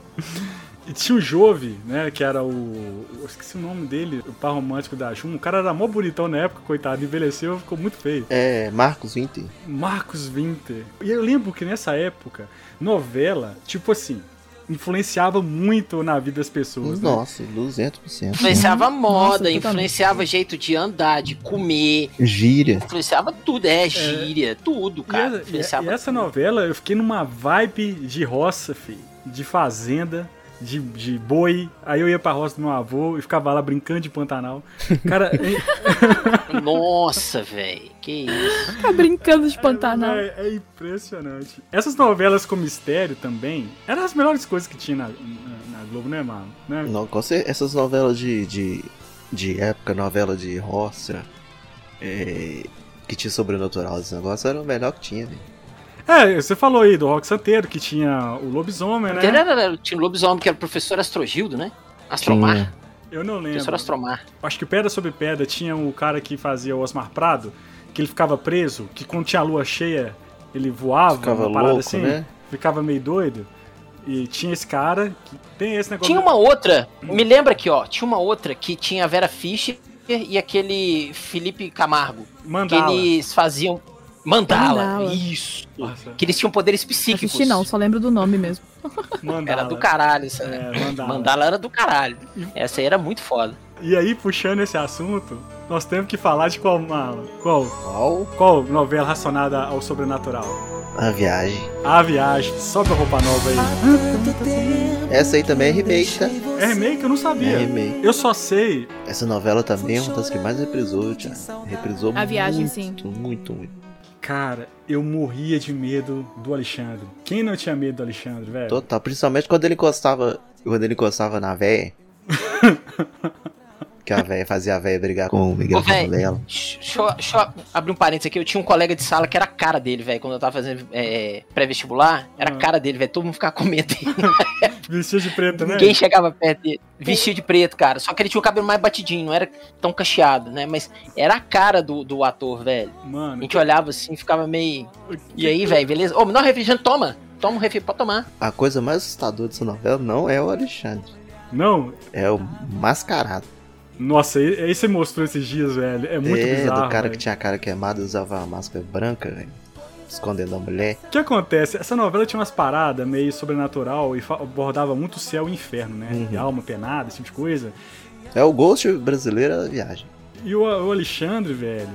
Speaker 1: E tinha o Jove, né? Que era o. Eu esqueci o nome dele, o par romântico da Juma. O cara era mó bonitão na época, coitado. Envelheceu, ficou muito feio.
Speaker 2: É, Marcos Winter.
Speaker 1: Marcos Winter. E eu lembro que nessa época, novela, tipo assim, influenciava muito na vida das pessoas. né?
Speaker 2: Nossa, é 200%.
Speaker 4: Influenciava a
Speaker 1: Uhum.
Speaker 4: moda,
Speaker 3: totalmente.
Speaker 4: influenciava jeito de andar, de comer,
Speaker 2: né? Gíria.
Speaker 4: influenciava tudo, é, gíria, tudo,
Speaker 1: E
Speaker 4: cara.
Speaker 1: essa- E, e
Speaker 4: influenciava
Speaker 1: essa
Speaker 4: tudo.
Speaker 1: novela, eu fiquei numa vibe de roça, fi, de fazenda, de, de boi. Aí eu ia pra roça do meu avô e ficava lá brincando de Pantanal. Cara, é,
Speaker 4: Nossa, velho, que isso.
Speaker 3: Ficar brincando de Pantanal.
Speaker 1: é, é impressionante. Essas novelas com mistério também eram as melhores coisas que tinha na, na- na Globo, né, mano? Né?
Speaker 2: Não, com cer- essas novelas de, de, de época, novela de roça, é, que tinha sobrenatural, esses negócios, era o melhor que tinha, né? velho.
Speaker 1: É, você falou aí do Rock Santeiro, que tinha o lobisomem, né?
Speaker 4: Então, Era- Tinha o lobisomem que era o professor Astrogildo, né? Astromar.
Speaker 2: Tinha.
Speaker 1: Eu não lembro.
Speaker 4: Professor Astromar.
Speaker 1: Acho que Pedra sobre Pedra tinha o cara que fazia o Osmar Prado, que ele ficava preso, que quando tinha a lua cheia, ele voava,
Speaker 2: Ficava
Speaker 1: uma parada
Speaker 2: louco,
Speaker 1: assim,
Speaker 2: né?
Speaker 1: ficava meio doido. E tinha esse cara que tem esse negócio.
Speaker 4: Tinha uma outra, me lembra aqui, ó. Tinha uma outra que tinha a Vera Fischer e aquele Felipe Camargo.
Speaker 1: Mandala.
Speaker 4: Que eles faziam. Mandala,
Speaker 3: Mandala.
Speaker 4: isso.
Speaker 1: Nossa,
Speaker 4: Que eles tinham poderes psíquicos.
Speaker 3: Assisti não, só lembro do nome mesmo.
Speaker 1: mandala.
Speaker 4: Era do caralho, essa, né?
Speaker 1: É, mandala.
Speaker 4: Mandala era do caralho. Essa aí era muito foda.
Speaker 1: E aí, puxando esse assunto, nós temos que falar de qual, Marlon? Qual?
Speaker 2: Qual
Speaker 1: Qual novela relacionada ao sobrenatural?
Speaker 2: a viagem?
Speaker 1: A Viagem. Sobe a roupa nova
Speaker 4: Ah,
Speaker 1: aí.
Speaker 2: Essa aí também é remake, tá?
Speaker 1: É remake? Eu não
Speaker 2: É
Speaker 1: sabia.
Speaker 2: remake.
Speaker 1: Eu só sei
Speaker 2: Essa novela também é uma das que mais reprisou, já. Reprisou
Speaker 3: A viagem,
Speaker 2: muito,
Speaker 3: sim.
Speaker 2: muito, muito.
Speaker 1: Cara, eu morria de medo do Alexandre. Quem não tinha medo do Alexandre, velho?
Speaker 2: Total, principalmente quando ele encostava, quando ele encostava na véia. que a véia fazia a véia brigar com o Miguel
Speaker 4: Ô, véi.
Speaker 2: Favela.
Speaker 4: Deixa deixa eu- deixa eu abrir um parênteses aqui. Eu tinha um colega de sala que era a cara dele, velho. Quando eu tava fazendo é, pré-vestibular, era a
Speaker 1: Ah.
Speaker 4: cara dele, velho. Todo mundo ficava com medo dele.
Speaker 1: Vestido de preto, né?
Speaker 4: Ninguém chegava perto dele. Vestido de preto, cara. Só que ele tinha o cabelo mais batidinho, não era tão cacheado, né? Mas era a cara do, do ator, velho. A
Speaker 1: Mano,
Speaker 4: gente olhava assim, ficava meio. E aí, velho, beleza? Ô, menor refrigerante, toma. Toma um refri, pode tomar.
Speaker 2: A coisa mais assustadora dessa novela não é o Alexandre.
Speaker 1: não.
Speaker 2: É o mascarado.
Speaker 1: Nossa, e- aí você mostrou esses dias, velho. É muito
Speaker 2: é,
Speaker 1: bizarro.
Speaker 2: do cara que
Speaker 1: velho.
Speaker 2: tinha a cara queimada e usava a máscara branca, velho. Escondendo a mulher.
Speaker 1: O que acontece? Essa novela tinha umas paradas meio sobrenatural e fa- abordava muito o céu e o inferno, né?
Speaker 2: Uhum.
Speaker 1: E alma penada, esse tipo de coisa.
Speaker 2: É o Ghost brasileiro da viagem.
Speaker 1: E o, o Alexandre, velho,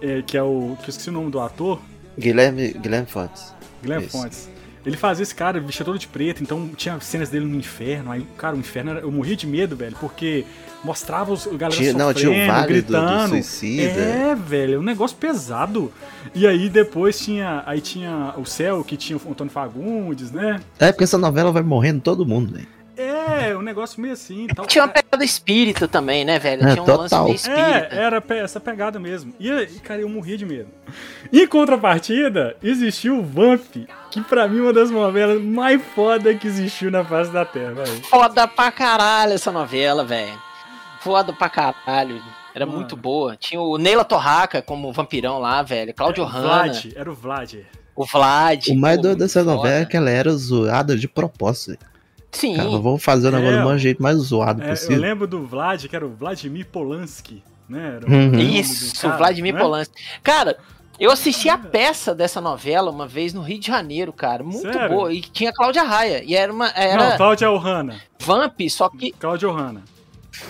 Speaker 1: é, que é o. que eu esqueci o nome do ator,
Speaker 2: Guilherme, Guilherme Fontes.
Speaker 1: Guilherme
Speaker 2: Isso.
Speaker 1: Fontes. Ele fazia esse cara vestia todo de preto, então tinha cenas dele no inferno. Aí, cara, o inferno era, eu morria de medo, velho, porque mostrava os a galera
Speaker 2: Tinha-
Speaker 1: sofrendo,
Speaker 2: não, tinha o Vale do- do
Speaker 1: gritando.
Speaker 2: Suicida.
Speaker 1: É, velho, um negócio pesado. E aí depois tinha, aí tinha o céu que tinha o Antônio Fagundes, né?
Speaker 2: É porque essa novela vai morrendo todo mundo, velho.
Speaker 1: É, um negócio meio assim, e tal.
Speaker 4: Tinha uma pegada espírita também, né, velho?
Speaker 2: É,
Speaker 4: Tinha um lance
Speaker 2: total.
Speaker 4: meio
Speaker 1: É,
Speaker 4: espírita.
Speaker 1: era pe- essa pegada mesmo. E, e, cara, eu morria de medo. Em contrapartida, existiu o Vamp, que pra mim é uma das novelas mais foda que existiu na face da Terra, velho.
Speaker 4: Foda pra caralho essa novela, velho. Foda pra caralho. Era
Speaker 1: Mano.
Speaker 4: muito boa. Tinha o Neila Torraca como vampirão lá, velho. Claudio Hanna,
Speaker 1: Vlad, era É, o Vlad.
Speaker 4: o Vlad.
Speaker 1: Tipo,
Speaker 2: O mais
Speaker 4: pô, muito
Speaker 2: doido dessa
Speaker 4: foda.
Speaker 2: novela é que ela era zoada de propósito, velho.
Speaker 4: Sim,
Speaker 2: Cara, vamos fazer o negócio
Speaker 1: É.
Speaker 2: do maior jeito mais zoado
Speaker 1: É, eu
Speaker 2: possível.
Speaker 1: lembro do Vlad, que era o Vladimir Polanski, né? Era
Speaker 2: Uhum.
Speaker 1: nome do
Speaker 4: isso,
Speaker 1: cara,
Speaker 4: Vladimir
Speaker 1: né?
Speaker 4: Polanski. Cara, Eu assisti a peça dessa novela uma vez no Rio de Janeiro, cara. Muito
Speaker 1: Sério?
Speaker 4: boa. E tinha Cláudia Raia. E era uma.
Speaker 1: Não, é
Speaker 4: Era
Speaker 1: Cláudia Ohana.
Speaker 4: Vamp, só que
Speaker 1: Cláudia Ohana.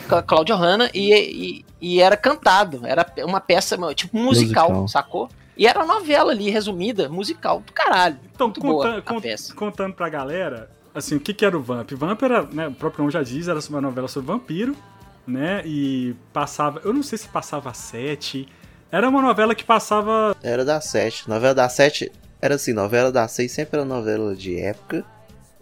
Speaker 4: com a Cláudia Hanna e, e, e era cantado. Era uma peça, tipo, musical,
Speaker 2: Musical.
Speaker 4: sacou? E era uma novela ali, resumida, musical do caralho.
Speaker 1: Então,
Speaker 4: Muito boa
Speaker 1: contan-
Speaker 4: a
Speaker 1: con-
Speaker 4: peça.
Speaker 1: contando pra galera, assim, o que, que era o Vamp? Vamp era, né, o próprio nome já diz, era uma novela sobre vampiro, né? E passava, eu não sei se passava às sete. Era uma novela que passava.
Speaker 2: Era da 7. Novela da 7 era assim, novela da 6 sempre era novela de época.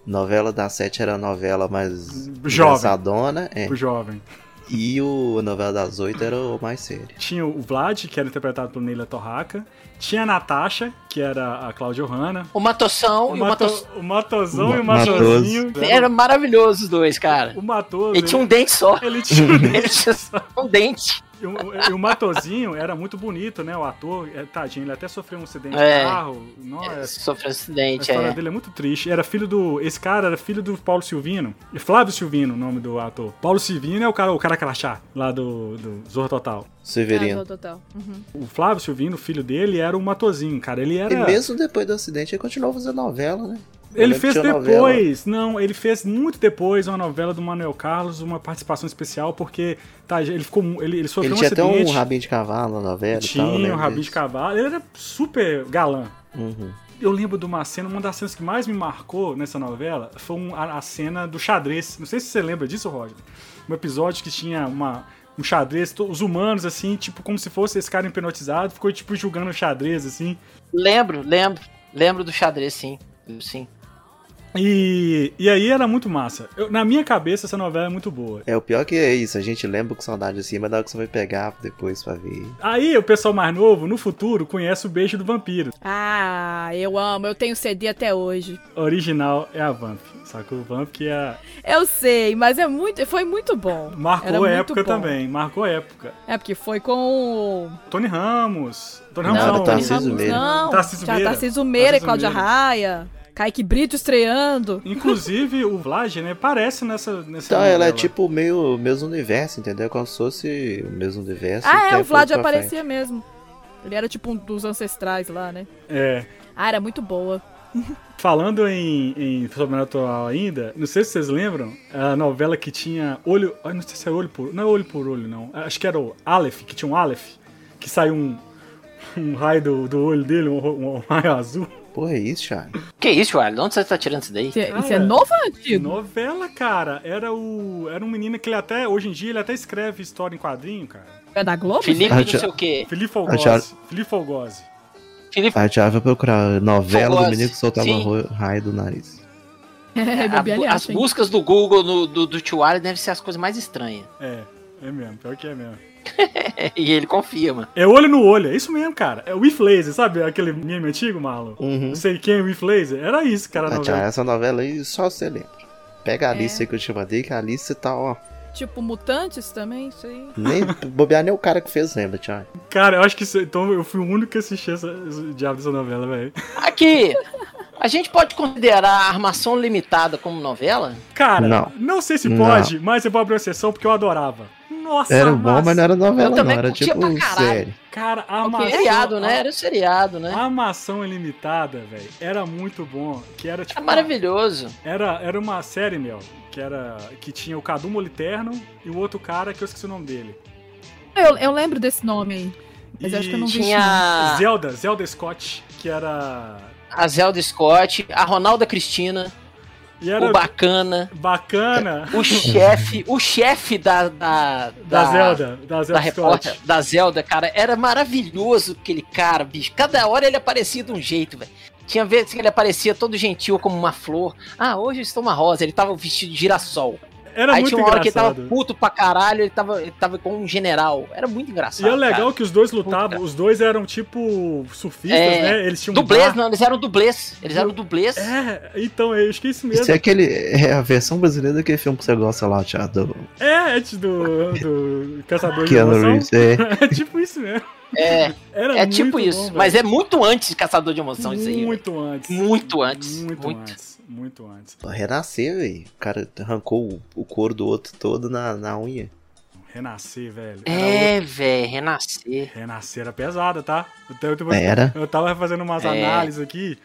Speaker 2: Novela da 7 era novela mais
Speaker 1: Jovem.
Speaker 2: engraçadona. É.
Speaker 1: pro jovem.
Speaker 2: E o, a novela das 8 era o mais sério.
Speaker 1: Tinha o Vlad, que era interpretado por Neila Torraca. Tinha a Natasha, que era a Cláudia Ohana.
Speaker 4: O Matoção
Speaker 1: O,
Speaker 4: e o
Speaker 1: Mato-
Speaker 4: Matoção.
Speaker 1: o Matosão
Speaker 2: Ma-
Speaker 1: e o Matosinho.
Speaker 4: Era maravilhoso os dois, cara.
Speaker 1: O Matoso.
Speaker 4: Ele tinha um dente só.
Speaker 1: ele tinha um
Speaker 4: Ele tinha só um dente.
Speaker 1: E o, e o Matozinho era muito bonito, né? O ator, é, tadinho, ele até sofreu um acidente
Speaker 4: É.
Speaker 1: de carro.
Speaker 4: É,
Speaker 1: Nossa,
Speaker 4: Sofreu um
Speaker 1: a
Speaker 4: acidente,
Speaker 1: história
Speaker 4: é.
Speaker 1: dele é muito triste. Era filho do. Esse cara era filho do Paulo Silvino. E Flávio Silvino, o nome do ator. Paulo Silvino é o cara, o cara crachá, lá do, do Zorro Total.
Speaker 2: Severino.
Speaker 3: Ah, total. Uhum.
Speaker 1: O Flávio Silvino, o filho dele, era o Matozinho, cara. Ele era.
Speaker 2: E mesmo depois do acidente, ele continuou fazendo novela, né? Eu
Speaker 1: Ele
Speaker 2: lembro
Speaker 1: fez
Speaker 2: que tinha novela-
Speaker 1: depois, não, ele fez muito depois uma novela do Manuel Carlos, uma participação especial, porque tá, ele ficou. mu- Ele, ele sofreu
Speaker 2: Ele tinha até
Speaker 1: um acidente.
Speaker 2: um rabinho de cavalo na novela. e tal, né, eu
Speaker 1: tinha
Speaker 2: lembro
Speaker 1: um rabinho de
Speaker 2: disso.
Speaker 1: cavalo. Ele era super galã.
Speaker 2: Uhum.
Speaker 1: Eu lembro de uma cena, uma das cenas que mais me marcou nessa novela foi um- a, a cena do xadrez. Não sei se você lembra disso, Roger. Um episódio que tinha uma, um xadrez, to- os humanos, assim, tipo, como se fosse esse cara hipnotizado, ficou, tipo, julgando o xadrez, assim.
Speaker 4: Lembro, lembro. Lembro do xadrez, sim. Sim.
Speaker 1: E, e aí era muito massa. Eu- na minha cabeça, essa novela é muito boa.
Speaker 2: É, o pior que é isso, a gente lembra com saudade assim, mas na hora que você vai pegar depois pra ver.
Speaker 1: Aí o pessoal mais novo, no futuro, conhece o Beijo do Vampiro.
Speaker 3: Ah, eu amo. Eu tenho CD até hoje.
Speaker 1: A original é a Vamp. Sacou? O Vamp que é a...
Speaker 3: Eu sei, mas é muito, foi muito bom. Era
Speaker 1: Marcou
Speaker 3: muito
Speaker 1: época
Speaker 3: bom.
Speaker 1: também. Marcou época.
Speaker 3: É porque foi com o-
Speaker 1: Tony Ramos. Tony
Speaker 2: Não,
Speaker 1: Ramos
Speaker 2: era
Speaker 1: não,
Speaker 2: Tarcísio
Speaker 3: Ramos,
Speaker 2: Meira.
Speaker 3: Não,
Speaker 1: Tarcísio
Speaker 3: tinha
Speaker 1: Meira.
Speaker 3: Tarcísio Meira e
Speaker 1: Tarcísio
Speaker 3: Cláudia
Speaker 1: Meira.
Speaker 3: Raia. Kaique Brito estreando.
Speaker 1: Inclusive, o Vlad, né, parece nessa. nessa
Speaker 2: Então ela é
Speaker 1: novela.
Speaker 2: tipo meio mesmo universo, entendeu? É Como se fosse o mesmo universo. um
Speaker 3: ah, é, o
Speaker 2: tempo
Speaker 3: Vlad
Speaker 2: pra frente.
Speaker 3: aparecia mesmo. Ele era tipo um dos ancestrais lá, né?
Speaker 1: É.
Speaker 3: Ah, era muito boa.
Speaker 1: Falando em, em sobrenatural ainda, não sei se vocês lembram, a novela que tinha olho. ah, Não sei se é olho por. Não é olho por olho, não. Acho que era o Aleph, que tinha um Aleph, que saiu um, um raio do, do olho dele, um, ro- um raio azul.
Speaker 2: Porra, é isso, Charlie?
Speaker 4: Que isso, Arlen? De onde você tá tirando isso daí?
Speaker 3: Isso, é-
Speaker 1: Cara,
Speaker 3: isso é novo ou antigo?
Speaker 1: Novela, cara, era o. Era um menino que ele até. Hoje em dia ele até escreve história em quadrinho, cara.
Speaker 3: É da Globo?
Speaker 4: Felipe
Speaker 2: Ah,
Speaker 4: não
Speaker 2: tchau.
Speaker 4: sei o quê.
Speaker 1: Felipe
Speaker 2: Acharam-
Speaker 1: Folgose. Felipe Folgose.
Speaker 4: Felipe
Speaker 2: A Charlie vai procurar novela do
Speaker 4: Fogose,
Speaker 2: menino que soltava
Speaker 4: sim.
Speaker 2: ro- raio do nariz.
Speaker 3: É,
Speaker 4: A-
Speaker 3: bebê, ele
Speaker 4: as
Speaker 3: acha, hein?
Speaker 4: buscas do Google no- do, do tio Ali devem ser as coisas mais estranhas.
Speaker 1: É, é mesmo, pior que é mesmo.
Speaker 4: E ele confirma.
Speaker 1: É olho no olho, é isso mesmo, cara. É o If Laser, sabe aquele meme antigo, Marlon?
Speaker 2: Uhum.
Speaker 1: Não sei quem, é o If Laser. Era isso, cara, a
Speaker 2: A Charlie,
Speaker 1: novela.
Speaker 2: essa novela aí só você lembra. Pega a
Speaker 3: É.
Speaker 2: lista aí que eu te mandei, que a lista tá, ó.
Speaker 3: Tipo, mutantes também, isso aí.
Speaker 2: Nem bobear nem o cara que fez lembra, Charlie.
Speaker 1: Cara, eu acho que isso- então eu fui o único que assisti essa esse diabo dessa novela, velho.
Speaker 4: Aqui, a gente pode considerar a Armação Limitada como novela?
Speaker 1: Cara, não,
Speaker 2: Não.
Speaker 1: sei se
Speaker 2: Não.
Speaker 1: pode, mas eu vou abrir uma sessão porque eu adorava. Nossa,
Speaker 2: Era bom,
Speaker 1: massa.
Speaker 2: mas não era novela, não.
Speaker 4: também
Speaker 2: Era
Speaker 4: curtia
Speaker 2: tipo
Speaker 4: pra caralho.
Speaker 2: série.
Speaker 1: Cara, a
Speaker 4: Era
Speaker 1: maçã.
Speaker 4: seriado, né? Era um seriado, né?
Speaker 1: A maçã ilimitada, velho, era muito bom. Que era tipo.
Speaker 4: Era É maravilhoso.
Speaker 1: Era, era uma série, meu, que era. Que tinha o Cadu Moliterno e o outro cara que eu esqueci o nome dele.
Speaker 3: Eu, eu lembro desse nome aí. Mas
Speaker 1: e
Speaker 3: acho que eu não vi isso, não.
Speaker 4: Tinha
Speaker 1: Zelda, Zelda Scott, que era.
Speaker 4: a Zelda Scott, a Ronalda Cristina,
Speaker 1: E era
Speaker 4: o Bacana,
Speaker 1: bacana
Speaker 4: o chefe, o chefe da, da,
Speaker 1: da, Zelda, da
Speaker 4: da
Speaker 1: Zelda Scott.
Speaker 4: repórter da Zelda, cara, era maravilhoso aquele cara, bicho. Cada hora ele aparecia de um jeito, velho. Tinha vezes que ele aparecia todo gentil como uma flor. Ah, hoje eu estou uma rosa. Ele tava vestido de girassol.
Speaker 1: Era
Speaker 4: Aí
Speaker 1: muito
Speaker 4: tinha uma hora que ele tava
Speaker 1: engraçado.
Speaker 4: puto pra caralho, ele tava, ele tava com um general. Era muito engraçado.
Speaker 1: E é legal
Speaker 4: cara.
Speaker 1: que os dois lutavam, os dois eram tipo surfistas,
Speaker 4: É,
Speaker 1: né? Eles tinham um
Speaker 4: Dublês,
Speaker 1: bar.
Speaker 4: não, eles eram dublês. Eles eram dublês.
Speaker 1: É, então, eu esqueci mesmo.
Speaker 2: Isso é aquele. É a versão brasileira daquele filme que você gosta lá, Charlie. Do
Speaker 1: É, é de- do, do Caçador de
Speaker 2: Keanu
Speaker 1: Emoção.
Speaker 2: Reeves. É.
Speaker 1: É tipo isso mesmo.
Speaker 4: É,
Speaker 1: Era
Speaker 4: é tipo isso. mas é muito antes de Caçador de Emoção isso aí.
Speaker 1: muito antes.
Speaker 4: Muito antes,
Speaker 1: Muito,
Speaker 4: muito.
Speaker 1: antes. Muito antes.
Speaker 2: Renascer, velho. O cara arrancou o, o couro do outro todo na, na unha.
Speaker 1: Renascer, velho. Era outra.
Speaker 4: É, velho, renascer.
Speaker 1: Renascer era pesada, tá? Então, eu, tava-
Speaker 2: Era.
Speaker 1: eu tava fazendo umas
Speaker 4: É.
Speaker 1: análises aqui.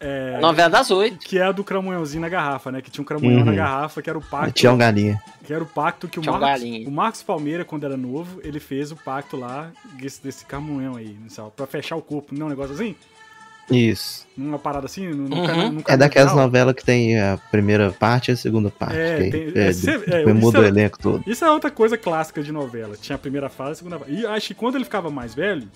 Speaker 1: é,
Speaker 4: Novela das oito.
Speaker 1: que é a do cramunhãozinho na garrafa, né? Que tinha um cramunhão na
Speaker 2: Uhum.
Speaker 1: garrafa, Ah, que era o pacto.
Speaker 2: Tião um Galinha.
Speaker 1: Que era o pacto que o
Speaker 4: Tinha um
Speaker 1: Marcos,
Speaker 4: galinho.
Speaker 1: o Marcos Palmeira, quando era novo, ele fez o pacto lá desse, desse camunhão aí, não sei, pra fechar o corpo, não é um negócio assim?
Speaker 2: Isso.
Speaker 1: Numa parada assim? Num, num
Speaker 4: Uhum.
Speaker 1: caminho- num
Speaker 2: É
Speaker 1: caminho
Speaker 2: daquelas
Speaker 1: final?
Speaker 2: novelas que tem a primeira parte e a segunda parte.
Speaker 1: É,
Speaker 2: que aí,
Speaker 1: tem-
Speaker 2: é,
Speaker 1: é, cê- é,
Speaker 2: tipo,
Speaker 1: isso
Speaker 2: muda o
Speaker 1: é-
Speaker 2: elenco todo.
Speaker 1: Isso é outra coisa clássica de novela. Tinha a primeira fase, a segunda fase. E acho que quando ele ficava mais velho,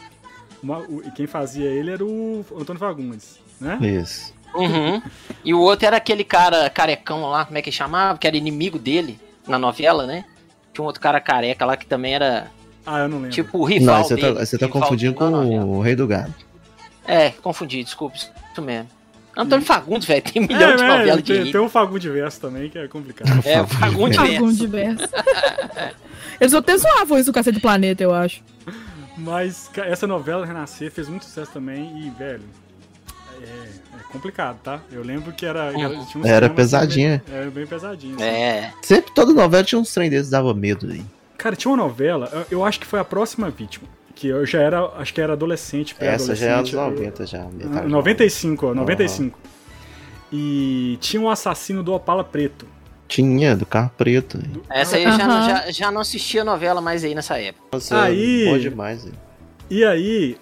Speaker 1: uma- o- e quem fazia ele era o Antônio Fagundes, né?
Speaker 2: Isso.
Speaker 4: Uhum. E o outro era aquele cara carecão lá, como é que chamava? Que era inimigo dele na novela, né? Tinha um outro cara careca lá que também era
Speaker 1: Ah, eu não lembro.
Speaker 4: tipo o rival
Speaker 2: Não, você tá,
Speaker 4: dele,
Speaker 2: você tá
Speaker 4: rival
Speaker 2: confundindo
Speaker 4: dele
Speaker 2: com
Speaker 4: na novela.
Speaker 2: o Rei do Gado.
Speaker 4: É, confundi, desculpa, isso mesmo. Antônio Fagundes, velho, tem
Speaker 1: Hum. É,
Speaker 4: um milhão de
Speaker 1: é,
Speaker 4: novelas de
Speaker 1: tem,
Speaker 4: rico.
Speaker 1: tem o Fagundes verso também, que é complicado.
Speaker 4: É, o Fagundes
Speaker 3: Algum
Speaker 4: mesmo.
Speaker 3: diverso. Eles até zoavam isso do Cacete do Planeta, eu acho.
Speaker 1: Mas ca- essa novela Renascer fez muito sucesso também e, velho, é, é complicado, tá? Eu lembro que era.
Speaker 4: Uhum.
Speaker 1: Era, tinha um
Speaker 2: Era
Speaker 1: cinema,
Speaker 2: pesadinha.
Speaker 1: assim, bem- Era bem pesadinha. assim.
Speaker 4: É,
Speaker 2: Sempre toda novela tinha uns trem desses, dava medo, hein?
Speaker 1: Cara, tinha uma novela, eu- eu acho que foi a próxima vítima. Que eu já era, acho que era adolescente,
Speaker 2: Essa já é anos
Speaker 1: pré-adolescente. eu-
Speaker 2: 90 tá, já. metade
Speaker 1: Ah, 95, ó, 95. E tinha um assassino do Opala Preto.
Speaker 2: Tinha, do carro preto. hein?
Speaker 4: essa aí eu já,
Speaker 3: Aham.
Speaker 4: já, já não assistia novela mais aí nessa época.
Speaker 2: Nossa,
Speaker 1: Aí-
Speaker 2: bom demais. hein?
Speaker 1: E aí,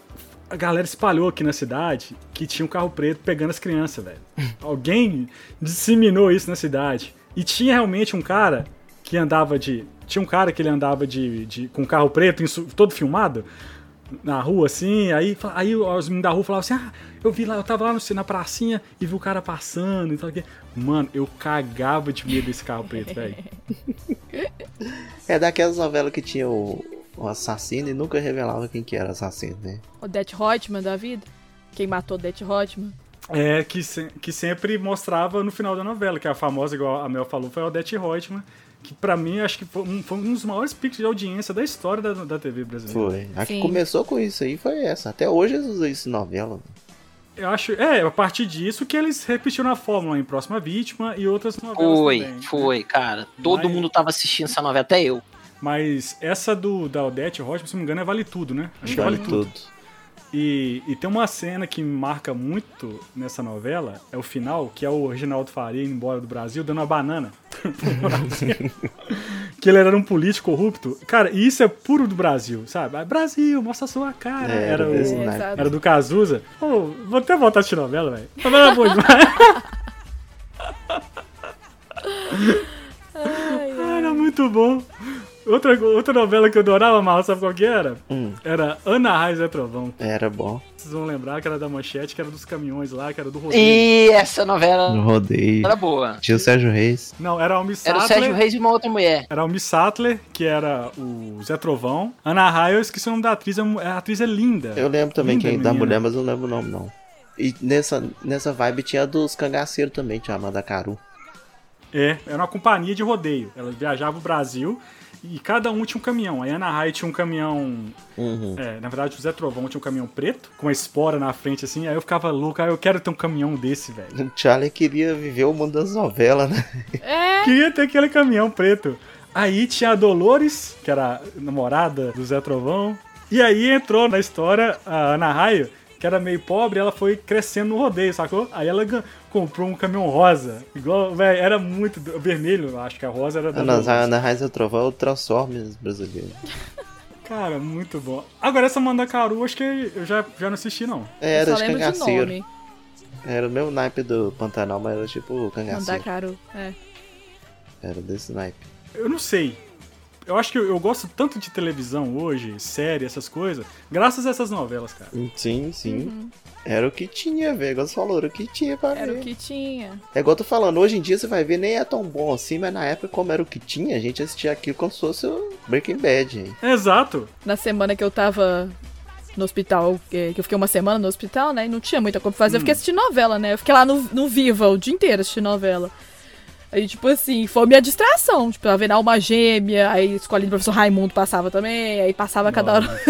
Speaker 1: a galera espalhou aqui na cidade que tinha um carro preto pegando as crianças, velho. Alguém disseminou isso na cidade. E tinha realmente um cara que andava de. Tinha um cara que ele andava de, de- com um carro preto, em su- todo filmado, na rua, assim. Aí, fa- aí os meninos da rua falavam assim: Ah, eu vi lá, eu tava lá no, na pracinha e vi o cara passando e tal. que- Mano, eu cagava de medo desse carro preto, velho.
Speaker 2: É daquelas novelas que tinha o, o assassino e nunca revelava quem que era o assassino, né?
Speaker 3: O Det Hotman da vida. Quem matou o Det Hotman.
Speaker 1: É, que, se- que sempre mostrava no final da novela, que é a famosa, igual a Mel falou, foi a Odete Reutemann, que pra mim acho que foi um, foi um dos maiores picos de audiência da história da, da TV brasileira.
Speaker 2: Foi. A que
Speaker 3: Sim.
Speaker 2: começou com isso aí foi essa. Até hoje eles usam isso em novela.
Speaker 1: Eu acho, é, a partir disso que eles repetiram a fórmula em Próxima Vítima e outras novelas
Speaker 4: Foi,
Speaker 1: também. né?
Speaker 4: foi, cara. Todo
Speaker 1: Mas-
Speaker 4: mundo tava assistindo essa novela, até eu.
Speaker 1: Mas essa do, da Odete Reutemann, se não me engano, é Vale Tudo, né? Acho que é Vale
Speaker 2: Vale
Speaker 1: Tudo.
Speaker 2: tudo.
Speaker 1: E, e tem uma cena que me marca muito nessa novela, é o final, que é o Reginaldo Faria indo embora do Brasil, dando uma banana pro Brasil. que ele era um político corrupto. Cara, e isso é puro do Brasil, sabe? Ah, Brasil, mostra a sua cara.
Speaker 2: É,
Speaker 1: era,
Speaker 2: era
Speaker 1: o-
Speaker 2: desse-
Speaker 1: era do Cazuza. Pô, vou até voltar a assistir novela, velho. Novela é boa demais. Era muito bom. Outra, outra novela que eu adorava, mal, sabe qual que era?
Speaker 2: Hum,
Speaker 1: Era Ana Raiz é Trovão.
Speaker 2: era bom.
Speaker 1: Vocês vão lembrar que era da manchete, que era dos caminhões lá, que era do Rodrigo.
Speaker 4: E essa novela
Speaker 2: No rodeio.
Speaker 4: era boa.
Speaker 2: Tinha o Sérgio Reis.
Speaker 1: Não, era o Miss
Speaker 4: Era o Sérgio
Speaker 1: Sattler.
Speaker 4: Reis e uma outra mulher.
Speaker 1: Era o Miss Sattler, que era o Zé Trovão. Ana Raia, eu esqueci o nome da atriz. é mu- A atriz é linda.
Speaker 2: Eu lembro também
Speaker 1: Linda
Speaker 2: quem da
Speaker 1: menina.
Speaker 2: mulher, mas eu não lembro o nome, não. E nessa, nessa vibe tinha a dos cangaceiros também, tinha a Amanda Caru.
Speaker 1: É, era uma companhia de rodeio. Ela viajava o Brasil e cada um tinha um caminhão. Aí a Ana Raia tinha um caminhão.
Speaker 2: Uhum.
Speaker 1: é, na verdade, o Zé Trovão tinha um caminhão preto, com a espora na frente, assim. Aí eu ficava louco, ah, eu quero ter um caminhão desse, velho.
Speaker 2: O Charlie queria viver o mundo das novelas, né?
Speaker 3: É,
Speaker 1: Queria ter aquele caminhão preto. Aí tinha a Dolores, que era a namorada do Zé Trovão. E aí entrou na história a Ana Raio, que era meio pobre, ela foi crescendo no rodeio, sacou? Aí ela gan- comprou um caminhão rosa. Igual, velho, era muito. do- Vermelho, eu acho que a rosa era da
Speaker 2: Ana,
Speaker 1: Dolores.
Speaker 2: Ana Raiz do Trovão é o Transformers brasileiro.
Speaker 1: Cara, muito bom. Agora essa Mandacaru, acho que eu já, já não assisti, não.
Speaker 2: Era
Speaker 3: só
Speaker 2: de
Speaker 3: lembro de
Speaker 2: cangaceiro.
Speaker 3: nome.
Speaker 2: Era o mesmo naipe do Pantanal, mas era tipo
Speaker 3: Mandar
Speaker 2: cangaceiro.
Speaker 3: caro. É.
Speaker 2: Era desse naipe.
Speaker 1: Eu não sei. Eu acho que eu, eu gosto tanto de televisão hoje, série, essas coisas, graças a essas novelas, cara.
Speaker 2: Sim, sim. Era o que tinha, velho. Igual você falou, era o que tinha pra
Speaker 3: Uhum. Era
Speaker 2: ver.
Speaker 3: o que tinha.
Speaker 2: É igual eu tô falando, hoje em dia você vai ver, nem é tão bom assim, mas na época, como era o que tinha, a gente assistia aquilo como se fosse o Breaking Bad, hein?
Speaker 1: Exato.
Speaker 3: Na semana que eu tava no hospital, que que eu fiquei uma semana no hospital, né? E não tinha muita coisa pra fazer. Eu
Speaker 1: Hum.
Speaker 3: fiquei assistindo novela, né? Eu fiquei lá no, no Viva o dia inteiro assistindo novela. Aí, tipo assim, foi minha distração. Tipo, tava vendo Alma Gêmea, aí escolhendo o professor Raimundo passava também, aí passava cada hora.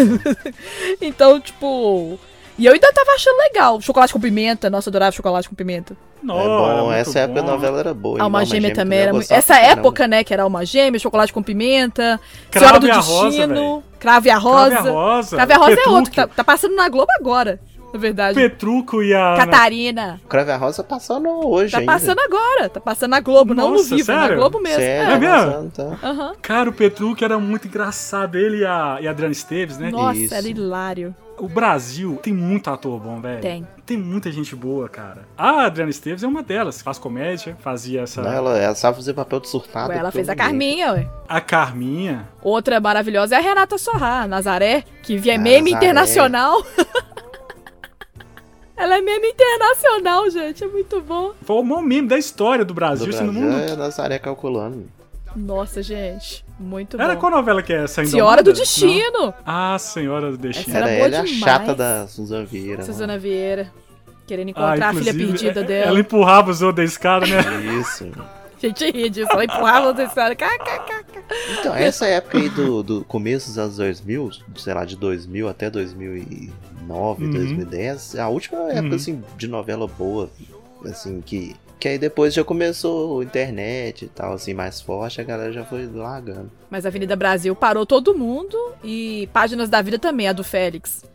Speaker 3: então, tipo, E eu ainda tava achando legal. Chocolate com pimenta. Nossa, eu adorava chocolate com pimenta.
Speaker 1: Não,
Speaker 2: É
Speaker 1: era
Speaker 2: bom,
Speaker 1: muito
Speaker 2: essa época
Speaker 1: bom.
Speaker 2: a novela era boa.
Speaker 3: A Alma Gêmea Ah, também era muito.
Speaker 2: muito.
Speaker 3: Essa época, né, que era Alma Gêmea, Chocolate com Pimenta,
Speaker 1: Cravo
Speaker 3: Senhora do
Speaker 1: e a Rosa,
Speaker 3: Destino,
Speaker 1: velho.
Speaker 3: Crave
Speaker 1: Crave a
Speaker 3: a Rosa.
Speaker 1: Rosa.
Speaker 3: Crave a Rosa é
Speaker 1: Petrucci.
Speaker 3: outro, que tá, tá passando na Globo agora, na verdade.
Speaker 1: Petruco e a.
Speaker 3: Catarina.
Speaker 2: O Crave a Rosa passou no hoje
Speaker 3: Tá
Speaker 2: ainda.
Speaker 3: passando agora, tá passando na Globo, não no
Speaker 1: Nossa,
Speaker 3: vivo, na
Speaker 1: sério?
Speaker 3: Globo mesmo.
Speaker 2: Sério,
Speaker 1: É
Speaker 3: É.
Speaker 1: mesmo?
Speaker 2: passando, tá.
Speaker 3: Aham.
Speaker 1: Cara, o Petruco era muito engraçado. Ele e a, e a Adriana Esteves, né?
Speaker 3: Nossa,
Speaker 2: Isso.
Speaker 3: era hilário.
Speaker 1: O Brasil tem muito ator bom, velho.
Speaker 3: Tem.
Speaker 1: Tem muita gente boa, cara. A Adriana Esteves é uma delas. Faz comédia, fazia essa.
Speaker 2: Não, ela, ela sabe fazer papel de surtada.
Speaker 3: Ela fez a
Speaker 2: todo mundo.
Speaker 3: Carminha, ué.
Speaker 1: A Carminha.
Speaker 3: Outra maravilhosa é a Renata Sorrá, Nazaré, que via
Speaker 2: Ah,
Speaker 3: meme
Speaker 2: Nazaré.
Speaker 3: internacional. Ela é meme internacional, gente. É muito bom.
Speaker 1: Foi o maior meme da história do
Speaker 2: Do
Speaker 1: Brasil, assim,
Speaker 2: Brasil,
Speaker 1: no mundo.
Speaker 2: é a Nazaré calculando.
Speaker 3: Nossa, gente. Muito
Speaker 1: Era
Speaker 3: bom.
Speaker 1: qual novela que é essa ainda?
Speaker 3: Senhora do
Speaker 1: Não?
Speaker 3: Destino.
Speaker 1: Ah, Senhora do Destino.
Speaker 3: Era
Speaker 2: Era,
Speaker 3: é boa
Speaker 2: ela e a
Speaker 3: demais.
Speaker 2: chata da Suzana Vieira.
Speaker 3: Suzana Vieira. Querendo
Speaker 1: Ah,
Speaker 3: encontrar a filha
Speaker 1: inclusive,
Speaker 3: perdida
Speaker 1: é-
Speaker 3: dela.
Speaker 1: Ela empurrava os outros desse cara, né?
Speaker 2: né? Isso.
Speaker 3: A gente ri disso. Ela empurrava outra história. Cá, cá, cá, cá.
Speaker 2: Então, essa época aí do, do começo dos anos 2000, sei lá, de 2000 até 2009,
Speaker 1: Uhum.
Speaker 2: 2010, a última época,
Speaker 1: Uhum.
Speaker 2: assim, de novela boa, assim, que... Que aí depois já começou a internet e tal, assim, mais forte, a galera já foi largando.
Speaker 3: Mas a Avenida Brasil parou todo mundo. E Páginas da Vida também, a do Félix.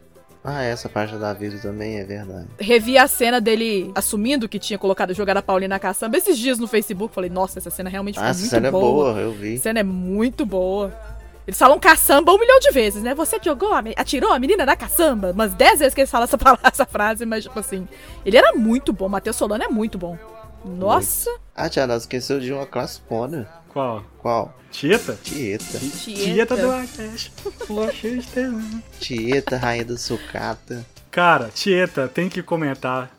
Speaker 2: Ah, essa página da vida também é verdade.
Speaker 3: Revi a cena dele assumindo que tinha colocado jogar a Paulina na caçamba esses dias no Facebook. Falei, nossa, essa cena realmente
Speaker 1: Tipo,
Speaker 3: foi
Speaker 2: Ah,
Speaker 3: muito
Speaker 2: essa cena é
Speaker 3: boa.
Speaker 2: boa, eu
Speaker 3: A
Speaker 2: vi.
Speaker 3: cena é muito boa. Eles falam caçamba um milhão de vezes, né? Você jogou, a me- atirou a menina na caçamba. Umas dez vezes que eles falam essa, palavra, essa frase, mas, tipo assim, ele era muito bom. Matheus Solano é muito bom. Nossa,
Speaker 2: Ah, tia, nós esqueceu de uma classicona.
Speaker 1: Qual?
Speaker 2: Qual?
Speaker 1: Tieta?
Speaker 2: Tieta.
Speaker 1: Tieta do Agreste. Flocheio de tesão.
Speaker 2: Tieta, rainha da sucata.
Speaker 1: Cara, Tieta tem que comentar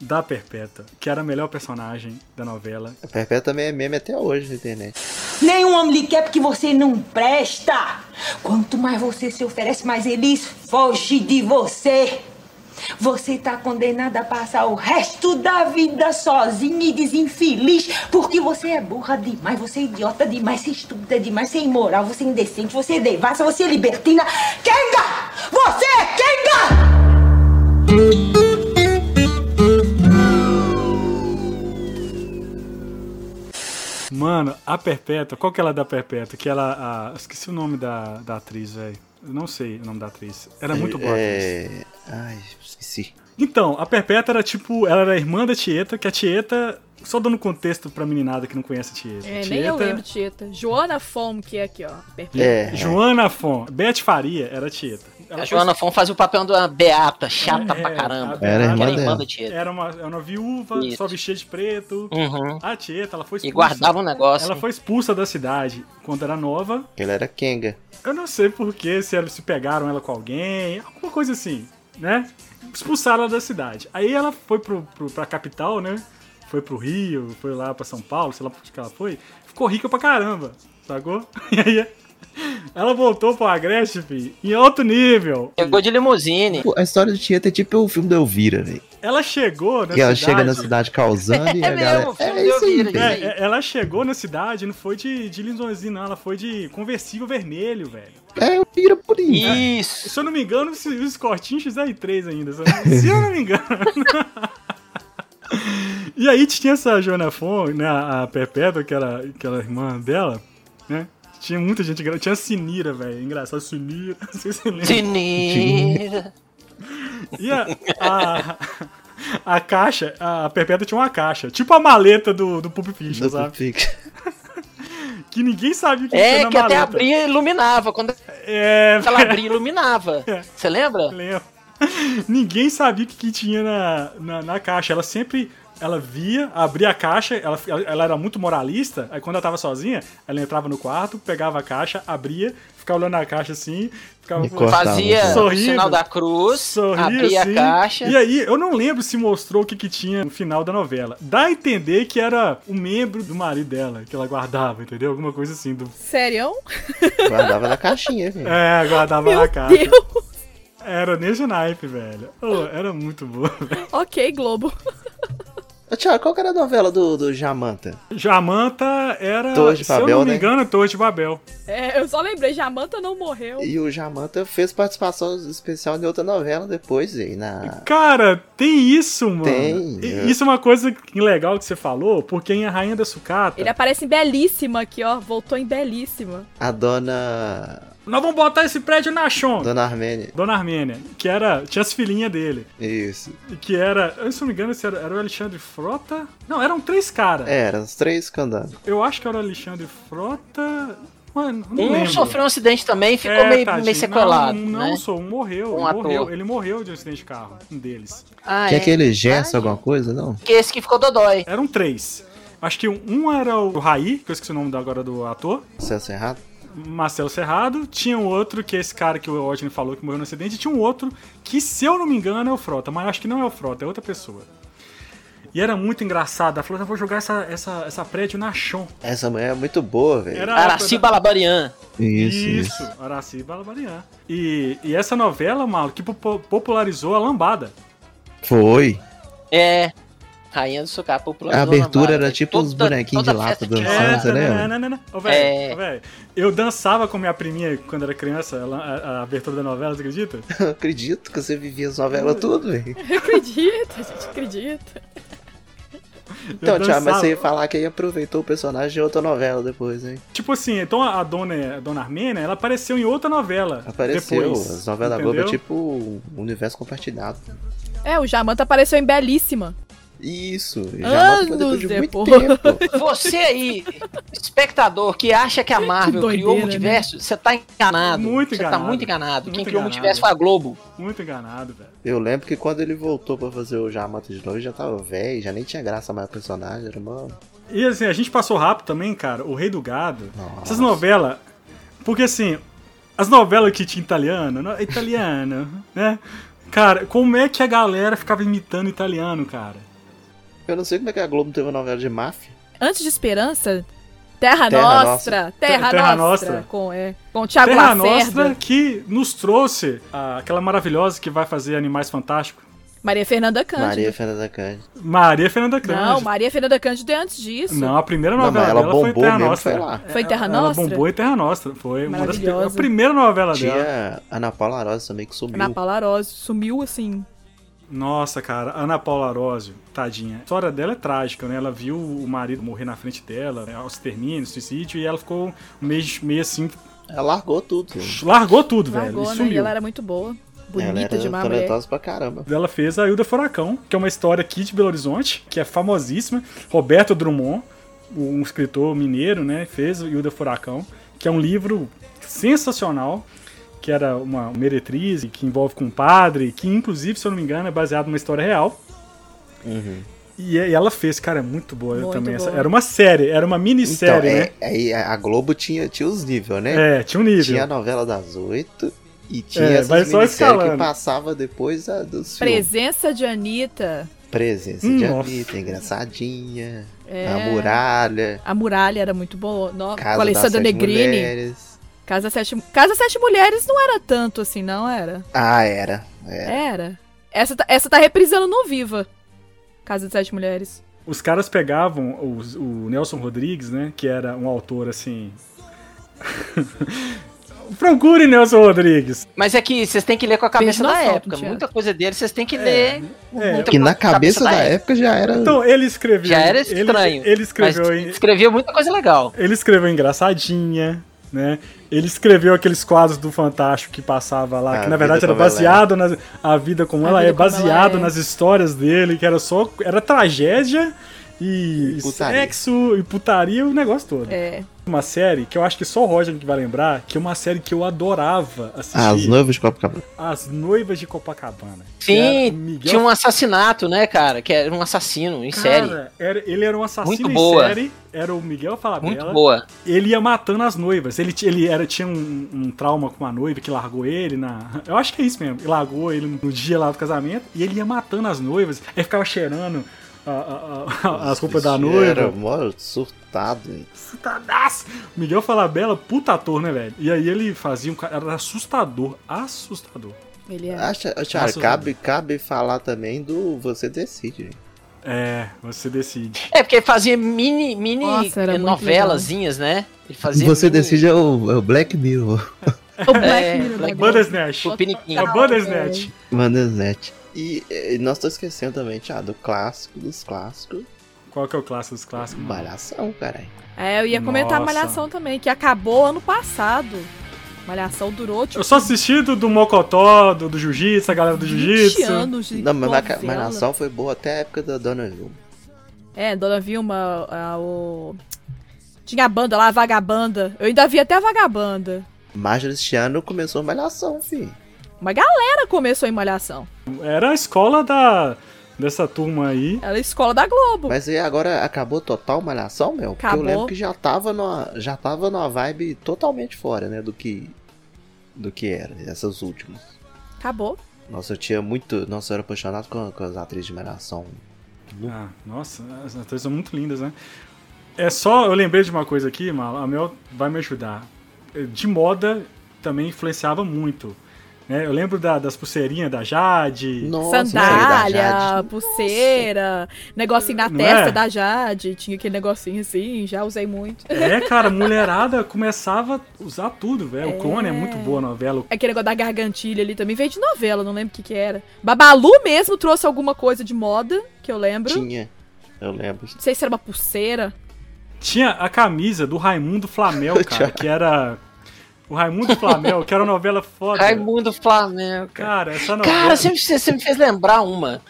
Speaker 1: da Perpétua, que era a melhor personagem da novela.
Speaker 2: A Perpétua também é meme até hoje na internet.
Speaker 5: Nenhum homem lhe quer porque você não presta. Quanto mais você se oferece, mais eles fogem de você. Você tá condenada a passar o resto da vida sozinha e desinfeliz porque você é burra demais, você é idiota demais, você é estúpida demais, você é imoral, você é indecente, você é devassa, você é libertina. Kenga! Você é Kenga!
Speaker 1: Mano, a Perpétua, qual que ela é da Perpétua? Que ela. a- esqueci o nome da, da atriz, velho. Eu Não sei o nome da atriz. Era muito boa a atriz.
Speaker 2: É... Ai, esqueci.
Speaker 1: Então, a Perpétua era tipo. Ela era a irmã da Tieta, que a Tieta. Só dando contexto pra meninada que não conhece a Tieta.
Speaker 3: É,
Speaker 1: Tieta
Speaker 3: nem eu lembro, Tieta. Joana Fom, que é aqui, ó. Perfeito.
Speaker 2: É,
Speaker 1: Joana Fon. Beth Faria era a Tieta. Ela
Speaker 4: A É Joana Fon fazia o papel de uma beata, chata
Speaker 1: É,
Speaker 4: pra caramba.
Speaker 1: a
Speaker 2: Era irmã
Speaker 4: Era
Speaker 2: dela.
Speaker 4: da Tieta.
Speaker 1: Era uma, era uma viúva,
Speaker 4: Isso.
Speaker 1: só vestia de preto.
Speaker 4: Uhum.
Speaker 1: A Tieta, ela foi
Speaker 4: E
Speaker 1: expulsa.
Speaker 4: guardava um negócio.
Speaker 1: Ela foi expulsa da cidade quando era nova.
Speaker 2: ele era Kenga.
Speaker 1: Eu não sei porquê, se eles se pegaram ela com alguém, alguma coisa assim, né? Expulsaram ela da cidade. Aí ela foi pro, pro, pra capital, né? Foi pro Rio, foi lá pra São Paulo, sei lá pra onde que ela foi. Ficou rica pra caramba, sacou? E aí ela voltou pro Agreste, filho, em alto nível.
Speaker 4: Chegou de limusine.
Speaker 2: Pô, A história de Tieta é tipo o filme da Elvira, velho.
Speaker 1: Ela chegou na
Speaker 2: Que ela
Speaker 1: cidade.
Speaker 2: chega na cidade causando e
Speaker 4: É
Speaker 2: a
Speaker 4: mesmo,
Speaker 2: galera...
Speaker 4: o filme
Speaker 2: é
Speaker 4: da
Speaker 2: isso aí,
Speaker 4: Elvira,
Speaker 2: velho.
Speaker 4: gente.
Speaker 1: É, é, ela chegou na cidade, não foi de, de limusine, não. Ela foi de conversível vermelho, velho.
Speaker 2: É Elvira purinha.
Speaker 4: Isso.
Speaker 1: Se eu não me engano, os, os cortinhos XR3 ainda. Se eu- se eu não me engano. e aí tinha essa Joana Fon, né, a Perpétua, que era, que era a irmã dela, né? Tinha muita gente engraçada. Tinha a Sinira, velho. Engraçado, Sinira. Não sei se você lembra.
Speaker 4: Sininho.
Speaker 1: E a, a, a caixa, a Perpétua tinha uma caixa. Tipo a maleta do, do Pulp Fiction,
Speaker 2: Do
Speaker 1: sabe?
Speaker 2: Pulp Fiction.
Speaker 1: Que ninguém sabia o que tinha
Speaker 4: É,
Speaker 1: na
Speaker 4: que até
Speaker 1: maleta.
Speaker 4: abria e iluminava. Quando
Speaker 1: É,
Speaker 4: ela abria, iluminava. Você lembra?
Speaker 1: lembro. Ninguém sabia o que, que tinha na, na, na caixa. Ela sempre. Ela via, abria a caixa, ela, ela- ela era muito moralista. Aí quando ela tava sozinha, ela entrava no quarto, pegava a caixa, abria, ficava olhando a caixa assim, ficava
Speaker 2: E corta.
Speaker 4: Fazia o
Speaker 1: Sorrindo.
Speaker 4: sinal da cruz,
Speaker 1: sorria
Speaker 4: abria
Speaker 1: assim.
Speaker 4: a caixa.
Speaker 1: E aí, eu não lembro se mostrou o que, que tinha no final da novela. Dá a entender que era um membro do marido dela, que ela guardava, entendeu? Alguma coisa assim. Do...
Speaker 3: Sério?
Speaker 2: Guardava na caixinha, velho.
Speaker 1: É, guardava
Speaker 3: Meu
Speaker 1: na caixa.
Speaker 3: Deus.
Speaker 1: Era nesse naipe, velho. Ô, era muito boa, velho.
Speaker 3: ok, Globo.
Speaker 2: Ô, Thiago, É. qual que era a novela do, do Jamanta?
Speaker 1: Jamanta era,
Speaker 2: Torre de
Speaker 1: se eu
Speaker 2: Babel,
Speaker 1: não me
Speaker 2: né?
Speaker 1: engano, Torre de Babel.
Speaker 3: É, eu só lembrei, Jamanta não morreu.
Speaker 2: E o Jamanta fez participação especial em outra novela depois, e na...
Speaker 1: Cara, tem isso, mano.
Speaker 2: Ah. Tem.
Speaker 1: E- Isso é uma coisa que- legal que você falou, porque em A Rainha da
Speaker 4: é-
Speaker 1: Sucata...
Speaker 3: Ele aparece em Belíssima aqui, ó. Voltou em Belíssima.
Speaker 2: A dona...
Speaker 1: Nós vamos botar esse prédio na chão.
Speaker 2: Dona Armênia.
Speaker 1: Dona Armênia, que era. Tinha as filhinhas dele.
Speaker 2: Isso.
Speaker 1: Que era. eu, Se não me engano, esse era, era o Alexandre Frota. Não, eram três caras.
Speaker 2: É, eram os três candando.
Speaker 1: Eu acho que era o Alexandre Frota. Mano, não
Speaker 4: Um
Speaker 1: lembro.
Speaker 4: sofreu um acidente também e ficou
Speaker 1: É,
Speaker 4: meio,
Speaker 1: tadinho.
Speaker 4: meio sequelado,
Speaker 1: Não,
Speaker 4: né?
Speaker 1: não sou, um morreu.
Speaker 4: Um
Speaker 1: ele
Speaker 4: ator.
Speaker 1: morreu. Ele morreu de um acidente de carro, um deles.
Speaker 4: Ah,
Speaker 2: Que
Speaker 4: é.
Speaker 2: aquele gesto, alguma coisa, não?
Speaker 4: Que esse que ficou dodói.
Speaker 1: Eram três. Acho que um era o Raí, que eu esqueci o nome agora do ator.
Speaker 2: Celso errado?
Speaker 1: Marcelo Serrado, tinha um outro que é esse cara que o Rodney falou que morreu no acidente, e tinha um outro que, se eu não me engano, é o Frota, mas eu acho que não é o Frota, é outra pessoa. E era muito engraçado, ela falou, eu vou jogar essa, essa, essa prédio na chão.
Speaker 2: Essa mulher é muito boa, velho.
Speaker 1: Era a época
Speaker 4: Araci
Speaker 1: da-
Speaker 4: Balabarian.
Speaker 2: Isso, isso.
Speaker 1: Isso, Araci Balabarian. E, e essa novela, maluco, que popo- popularizou a lambada.
Speaker 2: Foi.
Speaker 4: É. Rainha do Sucá, popular.
Speaker 2: A abertura era tipo uns bonequinhos de lata dançando.
Speaker 1: É,
Speaker 2: você lembra?
Speaker 1: tananana. Ô,
Speaker 4: É.
Speaker 1: velho, ô, velho, eu dançava com minha priminha quando era criança, ela- a, a abertura da novela, você acredita?
Speaker 2: Eu acredito que você vivia as novelas tudo, velho.
Speaker 3: Eu acredito, a gente acredita.
Speaker 1: Eu
Speaker 2: Então, Thiago, mas
Speaker 1: dançava.
Speaker 2: você ia falar que aí aproveitou o personagem de outra novela depois, hein?
Speaker 1: Tipo assim, então a dona, a dona Armênia, ela apareceu em outra novela.
Speaker 2: Apareceu.
Speaker 1: depois,
Speaker 2: as novelas da
Speaker 1: entendeu?
Speaker 2: Globo é tipo um universo compartilhado.
Speaker 3: É, o Jamanta apareceu em Belíssima.
Speaker 2: Isso. Já
Speaker 3: Anos
Speaker 2: mata depois de muito
Speaker 3: depois.
Speaker 2: tempo.
Speaker 4: Você aí, espectador, que acha que a Marvel
Speaker 3: doideira,
Speaker 4: criou o
Speaker 3: né?
Speaker 4: multiverso, você tá enganado.
Speaker 1: Muito
Speaker 4: Você tá
Speaker 1: enganado.
Speaker 4: muito enganado. Quem
Speaker 1: Muito
Speaker 4: criou o
Speaker 1: enganado.
Speaker 4: multiverso foi a Globo.
Speaker 1: Muito enganado, velho.
Speaker 2: Eu lembro que quando ele voltou pra fazer o Jamata de novo, já tava velho, já nem tinha graça mais o personagem, era mano.
Speaker 1: E assim, a gente passou rápido também, cara, O Rei do Gado.
Speaker 2: Nossa.
Speaker 1: Essas novelas. Porque assim, as novelas que tinha italiano, no- italiano, né? Cara, como é que a galera ficava imitando italiano, cara?
Speaker 2: Eu não sei como é que a Globo teve uma novela de máfia.
Speaker 3: Antes de Esperança, Terra,
Speaker 2: Terra
Speaker 3: Nostra,
Speaker 2: Nostra.
Speaker 3: Terra,
Speaker 1: Terra
Speaker 3: Nostra,
Speaker 1: Nostra.
Speaker 3: com é, com o Thiago
Speaker 1: Terra
Speaker 3: Lacerda,
Speaker 1: Nostra que nos trouxe a- aquela maravilhosa que vai fazer Animais Fantásticos.
Speaker 3: Maria Fernanda Cândido.
Speaker 2: Maria Fernanda Cândido.
Speaker 1: Maria Fernanda Cândido.
Speaker 3: Não, Maria Fernanda Cândido é antes disso.
Speaker 1: Não, a primeira
Speaker 2: Não,
Speaker 1: novela
Speaker 2: mas ela
Speaker 1: dela
Speaker 2: bombou
Speaker 1: foi Terra
Speaker 2: mesmo,
Speaker 1: Nostra.
Speaker 2: foi lá.
Speaker 3: Foi Terra
Speaker 1: ela,
Speaker 3: Nostra?
Speaker 1: Ela bombou em Terra Nostra. Foi uma das
Speaker 3: Maravilhosa.
Speaker 1: a primeira novela dela.
Speaker 2: Tinha a Ana Paula Arósio também que sumiu.
Speaker 3: Ana Paula Arósio sumiu assim.
Speaker 1: Nossa, cara, Ana Paula Arósio, tadinha. A história dela é trágica, né? Ela viu o marido morrer na frente dela, né? extermínio, suicídio, e ela ficou meio, meio assim.
Speaker 2: Ela largou tudo. velho.
Speaker 1: Largou tudo, velho.
Speaker 3: Largou,
Speaker 1: E
Speaker 3: né?
Speaker 1: sumiu.
Speaker 3: E ela era muito boa.
Speaker 2: ela
Speaker 3: Bonita
Speaker 2: era
Speaker 3: demais, a mulher.
Speaker 2: talentosa pra caramba.
Speaker 1: Ela fez a Hilda Furacão, que é uma história aqui de Belo Horizonte, que é famosíssima. Roberto Drummond, um escritor mineiro, né, fez o Hilda Furacão, que é um livro sensacional, que era uma meretriz, que envolve com um padre, que inclusive, se eu não me engano, é baseado numa história real. E e ela fez, cara, é muito boa
Speaker 3: Muito
Speaker 1: também. essa-
Speaker 3: boa.
Speaker 1: Era uma série, era uma
Speaker 2: Então,
Speaker 1: minissérie,
Speaker 2: é, aí a Globo tinha, tinha os níveis, né?
Speaker 1: né? É, tinha um nível.
Speaker 2: Tinha a novela das oito e tinha
Speaker 1: É,
Speaker 2: essas
Speaker 1: vai só
Speaker 2: minisséries que
Speaker 1: escalando.
Speaker 2: passava depois da, dos filmes.
Speaker 3: Presença de Anitta.
Speaker 2: Presença de
Speaker 1: Nossa.
Speaker 2: Anitta, Engraçadinha,
Speaker 3: É.
Speaker 2: A Muralha,
Speaker 3: A muralha era muito boa. No... Com
Speaker 2: Casa das
Speaker 3: Alessandra
Speaker 2: Sete
Speaker 3: Negrini.
Speaker 2: Mulheres.
Speaker 3: Casa Sete... Casa Sete Mulheres não era tanto assim, não era?
Speaker 2: Ah, era. era.
Speaker 3: Era. Essa tá, essa tá reprisando no Viva. Casa de Sete Mulheres.
Speaker 1: Os caras pegavam os- o Nelson Rodrigues, né? Que era um autor assim. Procure Nelson Rodrigues.
Speaker 4: Mas é que vocês têm que ler com a
Speaker 3: Fez
Speaker 4: cabeça
Speaker 3: no
Speaker 4: da
Speaker 3: assalto,
Speaker 4: época.
Speaker 3: Thiago.
Speaker 4: Muita coisa dele vocês têm que ler.
Speaker 1: é.
Speaker 3: Então,
Speaker 4: muita
Speaker 2: Que
Speaker 4: coisa
Speaker 2: na
Speaker 3: tá
Speaker 2: cabeça da época já era.
Speaker 1: Então, ele escreveu.
Speaker 4: Já era
Speaker 1: ele-
Speaker 4: estranho.
Speaker 1: Ele, escreveu.
Speaker 4: Mas
Speaker 1: em-
Speaker 4: escrevia muita coisa legal.
Speaker 1: ele escreveu Engraçadinha, né? Ele escreveu aqueles quadros do Fantástico que passava lá, que
Speaker 2: A
Speaker 1: na
Speaker 2: Vida
Speaker 1: verdade era
Speaker 2: Como Ela É.
Speaker 1: baseado na. A vida como
Speaker 3: A
Speaker 1: ela
Speaker 3: Vida
Speaker 1: é,
Speaker 3: Como Ela
Speaker 1: baseado
Speaker 3: É.
Speaker 1: nas histórias dele, que era só. Era tragédia e,
Speaker 2: E putaria.
Speaker 1: sexo e putaria, o negócio todo.
Speaker 3: É.
Speaker 1: Uma série que eu acho que só o Roger que vai lembrar, que é uma série que eu adorava assistir.
Speaker 2: As noivas de Copacabana.
Speaker 1: As Noivas de Copacabana. que era
Speaker 4: Sim,
Speaker 1: o Miguel
Speaker 4: tinha um assassinato, né, cara? Que era um assassino em série.
Speaker 1: Cara, era- ele era um assassino
Speaker 4: Muito
Speaker 1: em
Speaker 4: boa.
Speaker 1: série, era o Miguel Falabella.
Speaker 4: Muito boa.
Speaker 1: Ele ia matando as noivas. Ele, ti- ele era, tinha um, um trauma com uma noiva que largou ele na. Eu acho que é isso mesmo. Ele largou ele no dia lá do casamento e ele ia matando as noivas. Aí ficava cheirando a- a- a- as roupas da
Speaker 2: Esse Era
Speaker 1: noiva.
Speaker 2: mó surtado. hein?
Speaker 1: Assustadaço! Miguel Falabella, puta ator, né, velho? E aí ele fazia um cara. Era assustador, assustador.
Speaker 3: Ele é.
Speaker 2: Ah. Acha, acha,
Speaker 1: Nossa,
Speaker 2: cabe, cabe falar também do Você Decide. né?
Speaker 1: É, você decide.
Speaker 4: É, porque ele fazia mini, mini
Speaker 3: Nossa, era muito
Speaker 4: novelazinhas, né? Ele fazia
Speaker 2: Você
Speaker 4: mini-
Speaker 2: decide é o, é o Black Mirror,
Speaker 3: O Black
Speaker 4: É,
Speaker 3: Mirror.
Speaker 4: Black
Speaker 3: né?
Speaker 1: Bandersnatch.
Speaker 4: o Piniquinho.
Speaker 1: É Bandersnatch.
Speaker 2: Bandersnet. E, eh, nós estamos esquecendo também, Thiago, do clássico dos clássicos,
Speaker 1: Qual que é o clássico dos clássicos? mano?
Speaker 2: Malhação, caralho.
Speaker 3: É, eu ia comentar
Speaker 1: Nossa.
Speaker 3: Malhação também, que acabou ano passado. Malhação durou, tipo,
Speaker 1: Eu só assisti do, do Mocotó, do, do Jiu-Jitsu, a galera do
Speaker 3: 20
Speaker 1: Jiu-Jitsu.
Speaker 3: anos de
Speaker 2: Não, mas Malha-
Speaker 3: novela.
Speaker 2: Malhação foi boa até a época da Dona Vilma.
Speaker 3: É, Dona Vilma, a- o... Tinha a banda lá, a Vagabanda. Eu ainda vi até a Vagabanda.
Speaker 2: Mas este ano começou Malhação, filho.
Speaker 3: Uma galera começou em Malhação.
Speaker 1: Era a escola da, dessa turma aí.
Speaker 3: Era a é escola da Globo.
Speaker 2: Mas aí agora acabou total Malhação, meu? Porque
Speaker 3: Acabou.
Speaker 2: eu lembro que já tava, numa, já tava numa vibe totalmente fora, né, do que, do que era, essas últimas.
Speaker 3: Acabou.
Speaker 2: Nossa, eu tinha muito. Nossa, eu era apaixonado com, com as atrizes de Malhação.
Speaker 1: Ah, nossa, as atrizes são muito lindas, né? É só, eu lembrei de uma coisa aqui, Mal, a Mel vai me ajudar. De moda também influenciava muito. Né? Eu lembro da- das pulseirinhas da Jade.
Speaker 2: Nossa, né?
Speaker 3: Sandália,
Speaker 2: Jade.
Speaker 3: pulseira, negocinho na
Speaker 1: Não
Speaker 3: testa
Speaker 1: é?
Speaker 3: da Jade. Tinha aquele negocinho assim, já usei muito.
Speaker 1: É, cara, mulherada começava a usar tudo, velho. O Clone é
Speaker 3: É.
Speaker 1: muito boa a novela.
Speaker 3: Aquele negócio da gargantilha ali também veio de novela, não lembro o que que era. Babalu mesmo trouxe alguma coisa de moda, que eu lembro.
Speaker 2: Tinha. Eu lembro.
Speaker 3: Não sei se era uma pulseira.
Speaker 1: Tinha a camisa do Raimundo Flamel, cara, que era. O Raimundo Flamel, que era uma novela foda.
Speaker 4: Raimundo Flamengo, cara.
Speaker 1: Cara, essa novela.
Speaker 4: Cara, você me, você me fez lembrar uma.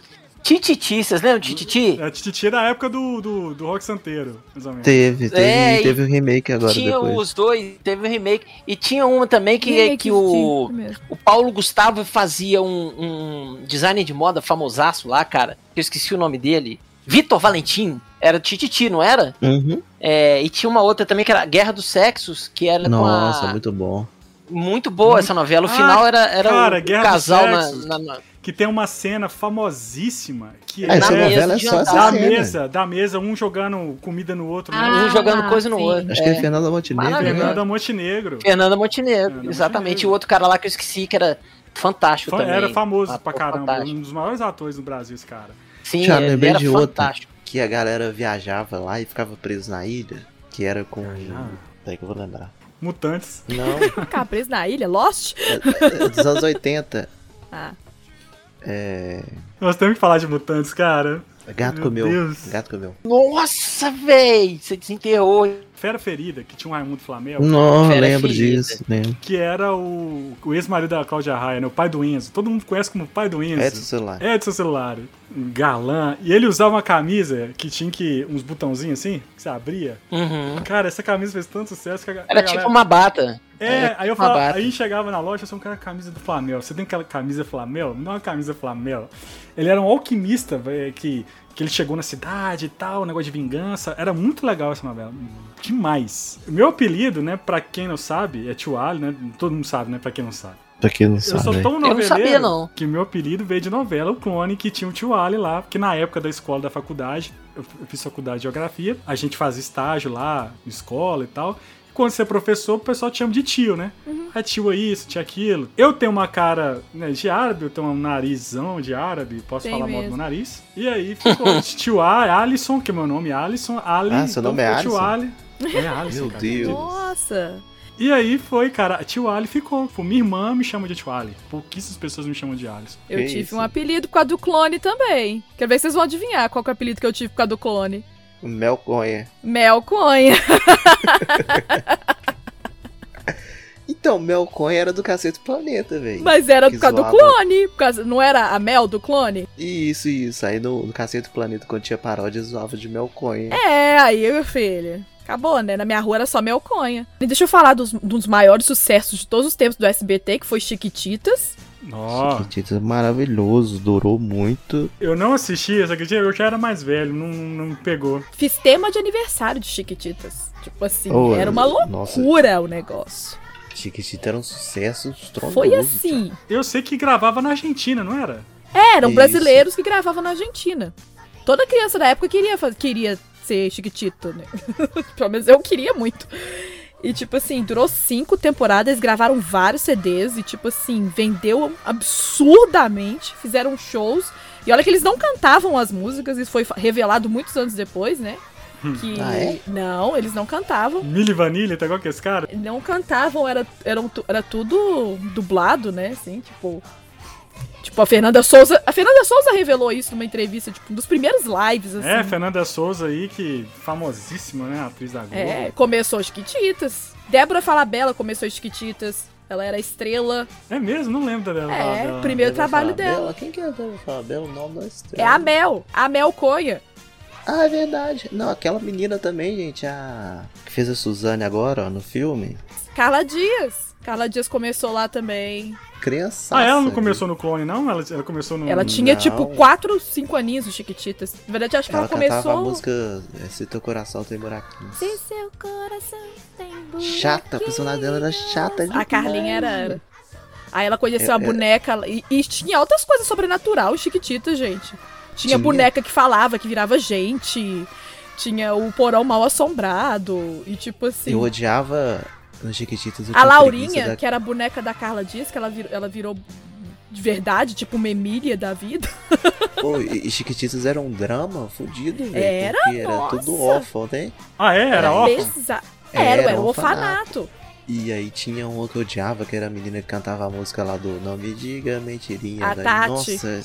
Speaker 4: Tititi, vocês lembram de Tititi?
Speaker 1: é, A Titi da época do, do, do rock santeiro, mais ou menos.
Speaker 2: Teve, teve,
Speaker 4: É, e
Speaker 2: teve um remake agora
Speaker 4: Tinha
Speaker 2: depois.
Speaker 4: os dois, teve um remake. E tinha uma também
Speaker 2: é
Speaker 4: que,
Speaker 3: Remake
Speaker 4: que
Speaker 3: de-
Speaker 4: o,
Speaker 3: mesmo.
Speaker 4: o Paulo Gustavo fazia um, um design de moda famosaço lá, cara. que Eu esqueci o nome dele. Vitor Valentim. Era Tititi, não era?
Speaker 2: Uhum.
Speaker 4: É, e tinha uma outra também que era Guerra dos Sexos, que era
Speaker 2: Nossa,
Speaker 4: com a...
Speaker 2: muito bom.
Speaker 4: Muito boa essa novela. O
Speaker 1: Ah,
Speaker 4: final era, era
Speaker 1: cara,
Speaker 4: o,
Speaker 1: Guerra
Speaker 4: o casal
Speaker 1: dos
Speaker 4: na,
Speaker 1: Sexos.
Speaker 4: na- na-
Speaker 1: Que tem uma cena famosíssima que
Speaker 2: Ah, essa
Speaker 4: mesa
Speaker 1: é
Speaker 2: novela é
Speaker 4: de
Speaker 2: só
Speaker 4: jantar.
Speaker 2: essa
Speaker 1: da
Speaker 2: cena.
Speaker 1: mesa, da mesa, um jogando comida no outro, né?
Speaker 4: um jogando coisa no
Speaker 3: sim.
Speaker 4: outro. É,
Speaker 2: Acho que é Fernanda Montenegro, né?
Speaker 1: Fernanda Montenegro.
Speaker 4: Fernanda Montenegro,
Speaker 1: Fernanda
Speaker 4: exatamente.
Speaker 1: Montenegro.
Speaker 4: E o outro cara lá que eu esqueci, que era fantástico
Speaker 1: Fa-
Speaker 4: também.
Speaker 1: Era famoso
Speaker 4: Ah,
Speaker 1: pra
Speaker 4: pô,
Speaker 1: caramba,
Speaker 4: fantástico.
Speaker 1: um dos maiores atores do Brasil, esse cara.
Speaker 4: Sim,
Speaker 2: Já
Speaker 4: ele
Speaker 2: lembrei
Speaker 4: era
Speaker 2: de outra.
Speaker 4: fantástico.
Speaker 2: Que a galera viajava lá e ficava preso na ilha. Que era com.
Speaker 1: Viajava?
Speaker 2: Peraí que eu vou lembrar.
Speaker 1: Mutantes.
Speaker 2: Não,
Speaker 3: Ficar preso na ilha, Lost?
Speaker 2: é- é dos anos 80.
Speaker 3: Ah.
Speaker 2: É.
Speaker 1: Nós temos que falar de mutantes, cara.
Speaker 2: Gato
Speaker 1: Meu
Speaker 2: comeu.
Speaker 1: Deus.
Speaker 2: Gato comeu.
Speaker 4: Nossa, véi! Você desenterrou.
Speaker 1: Fera Ferida, que tinha um Raimundo Flamel,
Speaker 2: Não,
Speaker 4: Fera
Speaker 2: lembro
Speaker 4: ferida.
Speaker 2: disso, lembro.
Speaker 1: que era o, o ex-marido da Cláudia Raia, né? O pai do Enzo. Todo mundo conhece como o pai do Enzo.
Speaker 2: É do celular.
Speaker 1: Edson celular, um galã. E ele usava uma camisa que tinha que uns botãozinhos assim, que você abria.
Speaker 4: Uhum.
Speaker 1: Cara, essa camisa fez tanto sucesso que a, que a
Speaker 4: Era
Speaker 1: galera...
Speaker 4: tipo uma bata.
Speaker 1: É, aí eu
Speaker 4: uma
Speaker 1: falava,
Speaker 4: bata.
Speaker 1: aí chegava na loja, eu sou um cara com camisa do Flamel. Você tem aquela camisa Flamel? Não é uma camisa Flamel. Ele era um alquimista, velho, que, que ele chegou na cidade e tal, negócio de vingança. Era muito legal essa novela. Demais. Meu apelido, né, pra quem não sabe, é Tio Ali, né? Todo mundo sabe, né? Pra quem não sabe.
Speaker 2: Pra quem não
Speaker 1: Eu sou
Speaker 2: sabe.
Speaker 1: tão
Speaker 4: não
Speaker 1: noveleiro
Speaker 4: sabia, não.
Speaker 1: que meu apelido veio de novela, o clone, que tinha o tio Ali lá, porque na época da escola, da faculdade, eu eu fiz faculdade de geografia, a gente fazia estágio lá, em escola e tal. E Quando você é professor, o pessoal te chama de tio, né?
Speaker 3: Uhum.
Speaker 1: Ah, tio é isso, tio é aquilo. Eu tenho uma cara né, de árabe, eu tenho um narizão de árabe, posso
Speaker 3: Tem
Speaker 1: falar mal do
Speaker 3: mesmo.
Speaker 1: meu nariz. E aí ficou tio Ali, Alisson, que é meu nome, Alisson, Ali.
Speaker 2: Ah, seu
Speaker 1: então
Speaker 2: nome é
Speaker 1: ficou Tio Ali.
Speaker 2: Alisson?
Speaker 1: É Alisson,
Speaker 2: Meu
Speaker 1: cara.
Speaker 2: Deus.
Speaker 3: Nossa.
Speaker 1: E aí foi, cara, tio Ali ficou. Pô, minha irmã me chama de tio Ali. Pouquíssimas pessoas me chamam de Alisson.
Speaker 3: Eu
Speaker 2: Que
Speaker 3: tive
Speaker 2: isso?
Speaker 3: um apelido com a do clone também. Quero ver se vocês vão adivinhar qual que é o apelido que eu tive com a do clone.
Speaker 2: Mel Conha.
Speaker 3: Mel Cunha.
Speaker 2: Então, Melconha era do Cacete Planeta, velho.
Speaker 3: Mas era
Speaker 2: Que
Speaker 3: por causa do
Speaker 2: zoava.
Speaker 3: clone. por causa- Não era a Mel do clone?
Speaker 2: E isso, e isso. Aí no, no Cacete Planeta, quando tinha paródia, zoava de Melconha.
Speaker 3: É, aí, meu filho. Acabou, né? Na minha rua era só Melconha. E deixa eu falar dos, dos maiores sucessos de todos os tempos do SBT, que foi Chiquititas.
Speaker 1: Nossa.
Speaker 2: Chiquititas maravilhoso, durou muito.
Speaker 1: Eu não assisti essa acredita? eu já era mais velho, não, não me pegou.
Speaker 3: Fiz tema de aniversário de Chiquititas. Tipo assim,
Speaker 2: Oh,
Speaker 3: era uma
Speaker 2: nossa.
Speaker 3: loucura o negócio.
Speaker 2: Chiquititas era um sucesso estrondoso.
Speaker 3: Foi assim.
Speaker 1: Eu sei que gravava na Argentina, não era?
Speaker 3: É, Eram
Speaker 2: Isso.
Speaker 3: brasileiros que gravavam na Argentina. Toda criança da época queria, fa- queria ser chiquitita, né? Pelo menos eu queria muito. E, tipo assim, durou cinco temporadas, gravaram vários CDs e, tipo assim, vendeu absurdamente, fizeram shows. E olha que eles não cantavam as músicas, isso foi revelado muitos anos depois, né? Que.
Speaker 2: Ah, é?
Speaker 3: Não, eles não cantavam.
Speaker 1: Milli Vanilli, tá igual que esse cara?
Speaker 3: Não cantavam, era, eram tu- era tudo dublado, né? Assim, tipo. Tipo, a Fernanda Souza. A Fernanda Souza revelou isso numa entrevista, tipo, dos primeiros lives, assim.
Speaker 1: É, Fernanda Souza aí, que famosíssima, né? Atriz da Globo.
Speaker 3: É, começou Chiquititas. Débora Falabella começou em Chiquititas. Ela era estrela.
Speaker 1: É mesmo? Não lembro
Speaker 2: Ah,
Speaker 1: da dela.
Speaker 3: É,
Speaker 1: dela.
Speaker 3: primeiro trabalho
Speaker 2: Falabella?
Speaker 3: dela.
Speaker 2: Quem que é a Débora Falabella? O nome da estrela.
Speaker 3: É a Mel, a Mel Coia.
Speaker 2: Ah, é verdade. Não, aquela menina também, gente, a... Que fez a Suzane agora, ó, no filme.
Speaker 3: Carla Dias. Carla Dias começou lá também.
Speaker 2: Criança.
Speaker 1: Ah, ela não começou no clone, não? Ela, ela começou no.
Speaker 3: Ela tinha
Speaker 2: Hum, não.
Speaker 3: tipo 4, 5 aninhos de Chiquititas. Na verdade, acho que
Speaker 2: Ela
Speaker 3: ela,
Speaker 2: cantava a
Speaker 3: começou.
Speaker 2: música é, Se Teu Coração Tem Buraquinhos.
Speaker 6: Se seu coração tem buraco.
Speaker 2: Chata, a personagem dela era chata demais.
Speaker 3: A Carlinha era. era. Aí ela conheceu
Speaker 2: É,
Speaker 3: a
Speaker 2: é.
Speaker 3: boneca e, e tinha outras coisas sobrenatural, em Chiquititas, gente. Tinha,
Speaker 2: Tinha.
Speaker 3: boneca que falava, que virava gente. Tinha o porão mal assombrado. E tipo assim.
Speaker 2: Eu odiava nos Chiquititas. eu
Speaker 3: A
Speaker 2: tinha
Speaker 3: Laurinha,
Speaker 2: preguiça da-
Speaker 3: que era a boneca da Carla Dias, que ela, vir- ela virou de verdade, tipo uma Emília da vida.
Speaker 2: Pô, e e Chiquititas era um drama fudido, velho.
Speaker 3: Era,
Speaker 2: porque era
Speaker 3: nossa.
Speaker 2: tudo órfão, né?
Speaker 1: Ah, é? Era ó.
Speaker 3: Exa- Era, era, um orfanato.
Speaker 2: E aí tinha um outro que eu odiava, que era a menina que cantava a música lá do Não Me Diga Mentirinha.
Speaker 3: A
Speaker 2: velho.
Speaker 3: Tati.
Speaker 2: Nossa,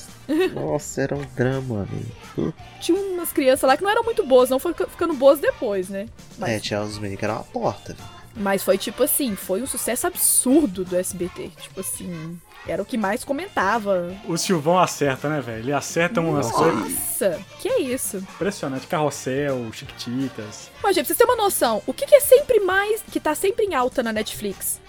Speaker 2: nossa, era um drama, velho.
Speaker 3: Tinha umas crianças lá que não eram muito boas, não foi fica- ficando boas depois, né? Mas,
Speaker 2: É, tinha uns meninos que era uma porta. velho.
Speaker 3: mas foi tipo assim, foi um sucesso absurdo do SBT. Tipo assim, era o que mais comentava.
Speaker 1: O Silvão acerta, né, velho? Ele acerta umas coisas
Speaker 3: Nossa, que é isso?
Speaker 1: impressionantes. Carrossel, Chiquititas.
Speaker 3: Mas, gente, pra vocês terem uma noção, o que, que é sempre mais, que tá sempre em alta na Netflix?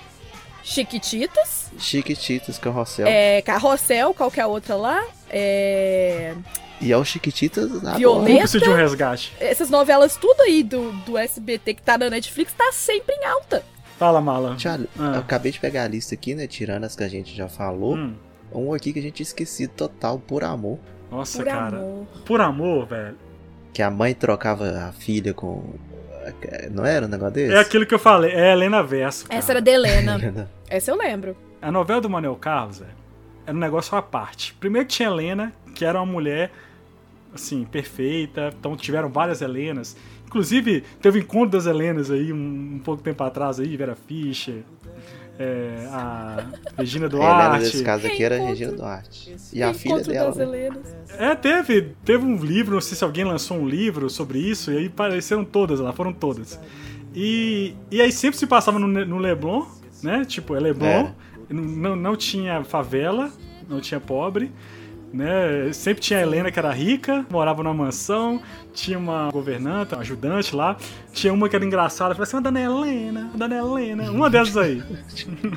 Speaker 3: Chiquititas,
Speaker 2: Chiquititas, Carrossel.
Speaker 3: É, Carrossel, qualquer outra lá. É,
Speaker 2: E é o Chiquititas agora.
Speaker 3: Violeta.
Speaker 1: Cúmplice de um resgate.
Speaker 3: essas novelas tudo aí do, do SBT que tá na Netflix tá sempre em alta.
Speaker 1: Fala, mala.
Speaker 2: Charlie,
Speaker 1: Ah.
Speaker 2: eu acabei de pegar a lista aqui, né? Tirando as que a gente já falou.
Speaker 1: Hum,
Speaker 2: Um aqui que a gente esqueci total, por amor.
Speaker 1: nossa,
Speaker 3: Por
Speaker 1: cara.
Speaker 3: amor.
Speaker 1: Por amor, velho.
Speaker 2: Que a mãe trocava a filha com. Não era um negócio desse?
Speaker 1: É aquilo que eu falei. É Helena Verso. cara.
Speaker 3: Essa era da Helena.
Speaker 2: Não.
Speaker 3: Essa eu lembro.
Speaker 1: A novela do Manuel Carlos, velho, era um negócio à parte. Primeiro que tinha Helena, que era uma mulher, assim, perfeita. Então tiveram várias Helenas. Inclusive, teve o encontro das Helenas aí, um, um pouco tempo atrás aí, Vera Fischer, é, a Regina
Speaker 2: A Helena
Speaker 1: Duarte.
Speaker 2: desse caso aqui era a
Speaker 3: Encontro-
Speaker 2: Regina Duarte. E a
Speaker 3: Encontro
Speaker 2: filha dela.
Speaker 3: das
Speaker 2: né?
Speaker 3: Helenas.
Speaker 1: É, teve, teve um livro, não sei se alguém lançou um livro sobre isso, e aí apareceram todas lá, foram todas. E, e aí sempre se passava no, Ne- no Leblon, né? Tipo, é Leblon,
Speaker 2: Era.
Speaker 1: não, não- não tinha favela, não tinha pobre, né? Sempre tinha a Helena que era rica, morava numa mansão, tinha uma governanta, uma ajudante lá, tinha uma que era engraçada, falava assim, "Ah, dona Helena, dona Helena, uma dessas aí.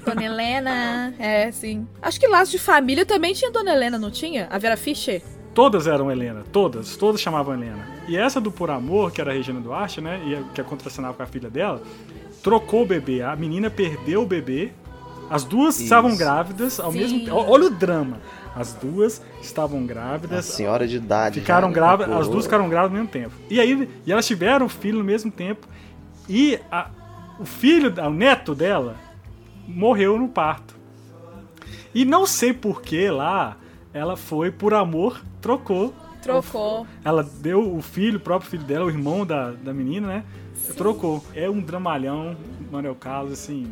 Speaker 3: Dona Helena. É, sim. Acho que Laço de Família também tinha Dona Helena, não tinha? A Vera Fischer?
Speaker 1: Todas eram Helena, todas, todas chamavam Helena. E essa do Por Amor, que era a Regina Duarte, né? E a- que a contracenava com a filha dela, trocou o bebê. A menina perdeu o bebê. As duas
Speaker 2: Isso.
Speaker 1: estavam grávidas ao
Speaker 3: Sim.
Speaker 1: mesmo tempo. Olha o drama. As duas estavam
Speaker 2: A
Speaker 1: grávidas.
Speaker 2: senhora de idade.
Speaker 1: Ficaram
Speaker 2: já, né?
Speaker 1: grávidas, as
Speaker 2: Pô,
Speaker 1: duas ficaram grávidas ao mesmo tempo. E aí, e elas tiveram filho no mesmo tempo. E a- o filho, o neto dela, morreu no parto. E não sei por que lá, ela foi, por amor, trocou.
Speaker 3: Trocou.
Speaker 1: Ela deu o filho, o próprio filho dela, o irmão da, da menina, né? Trocou. É um dramalhão, Manuel Carlos, assim.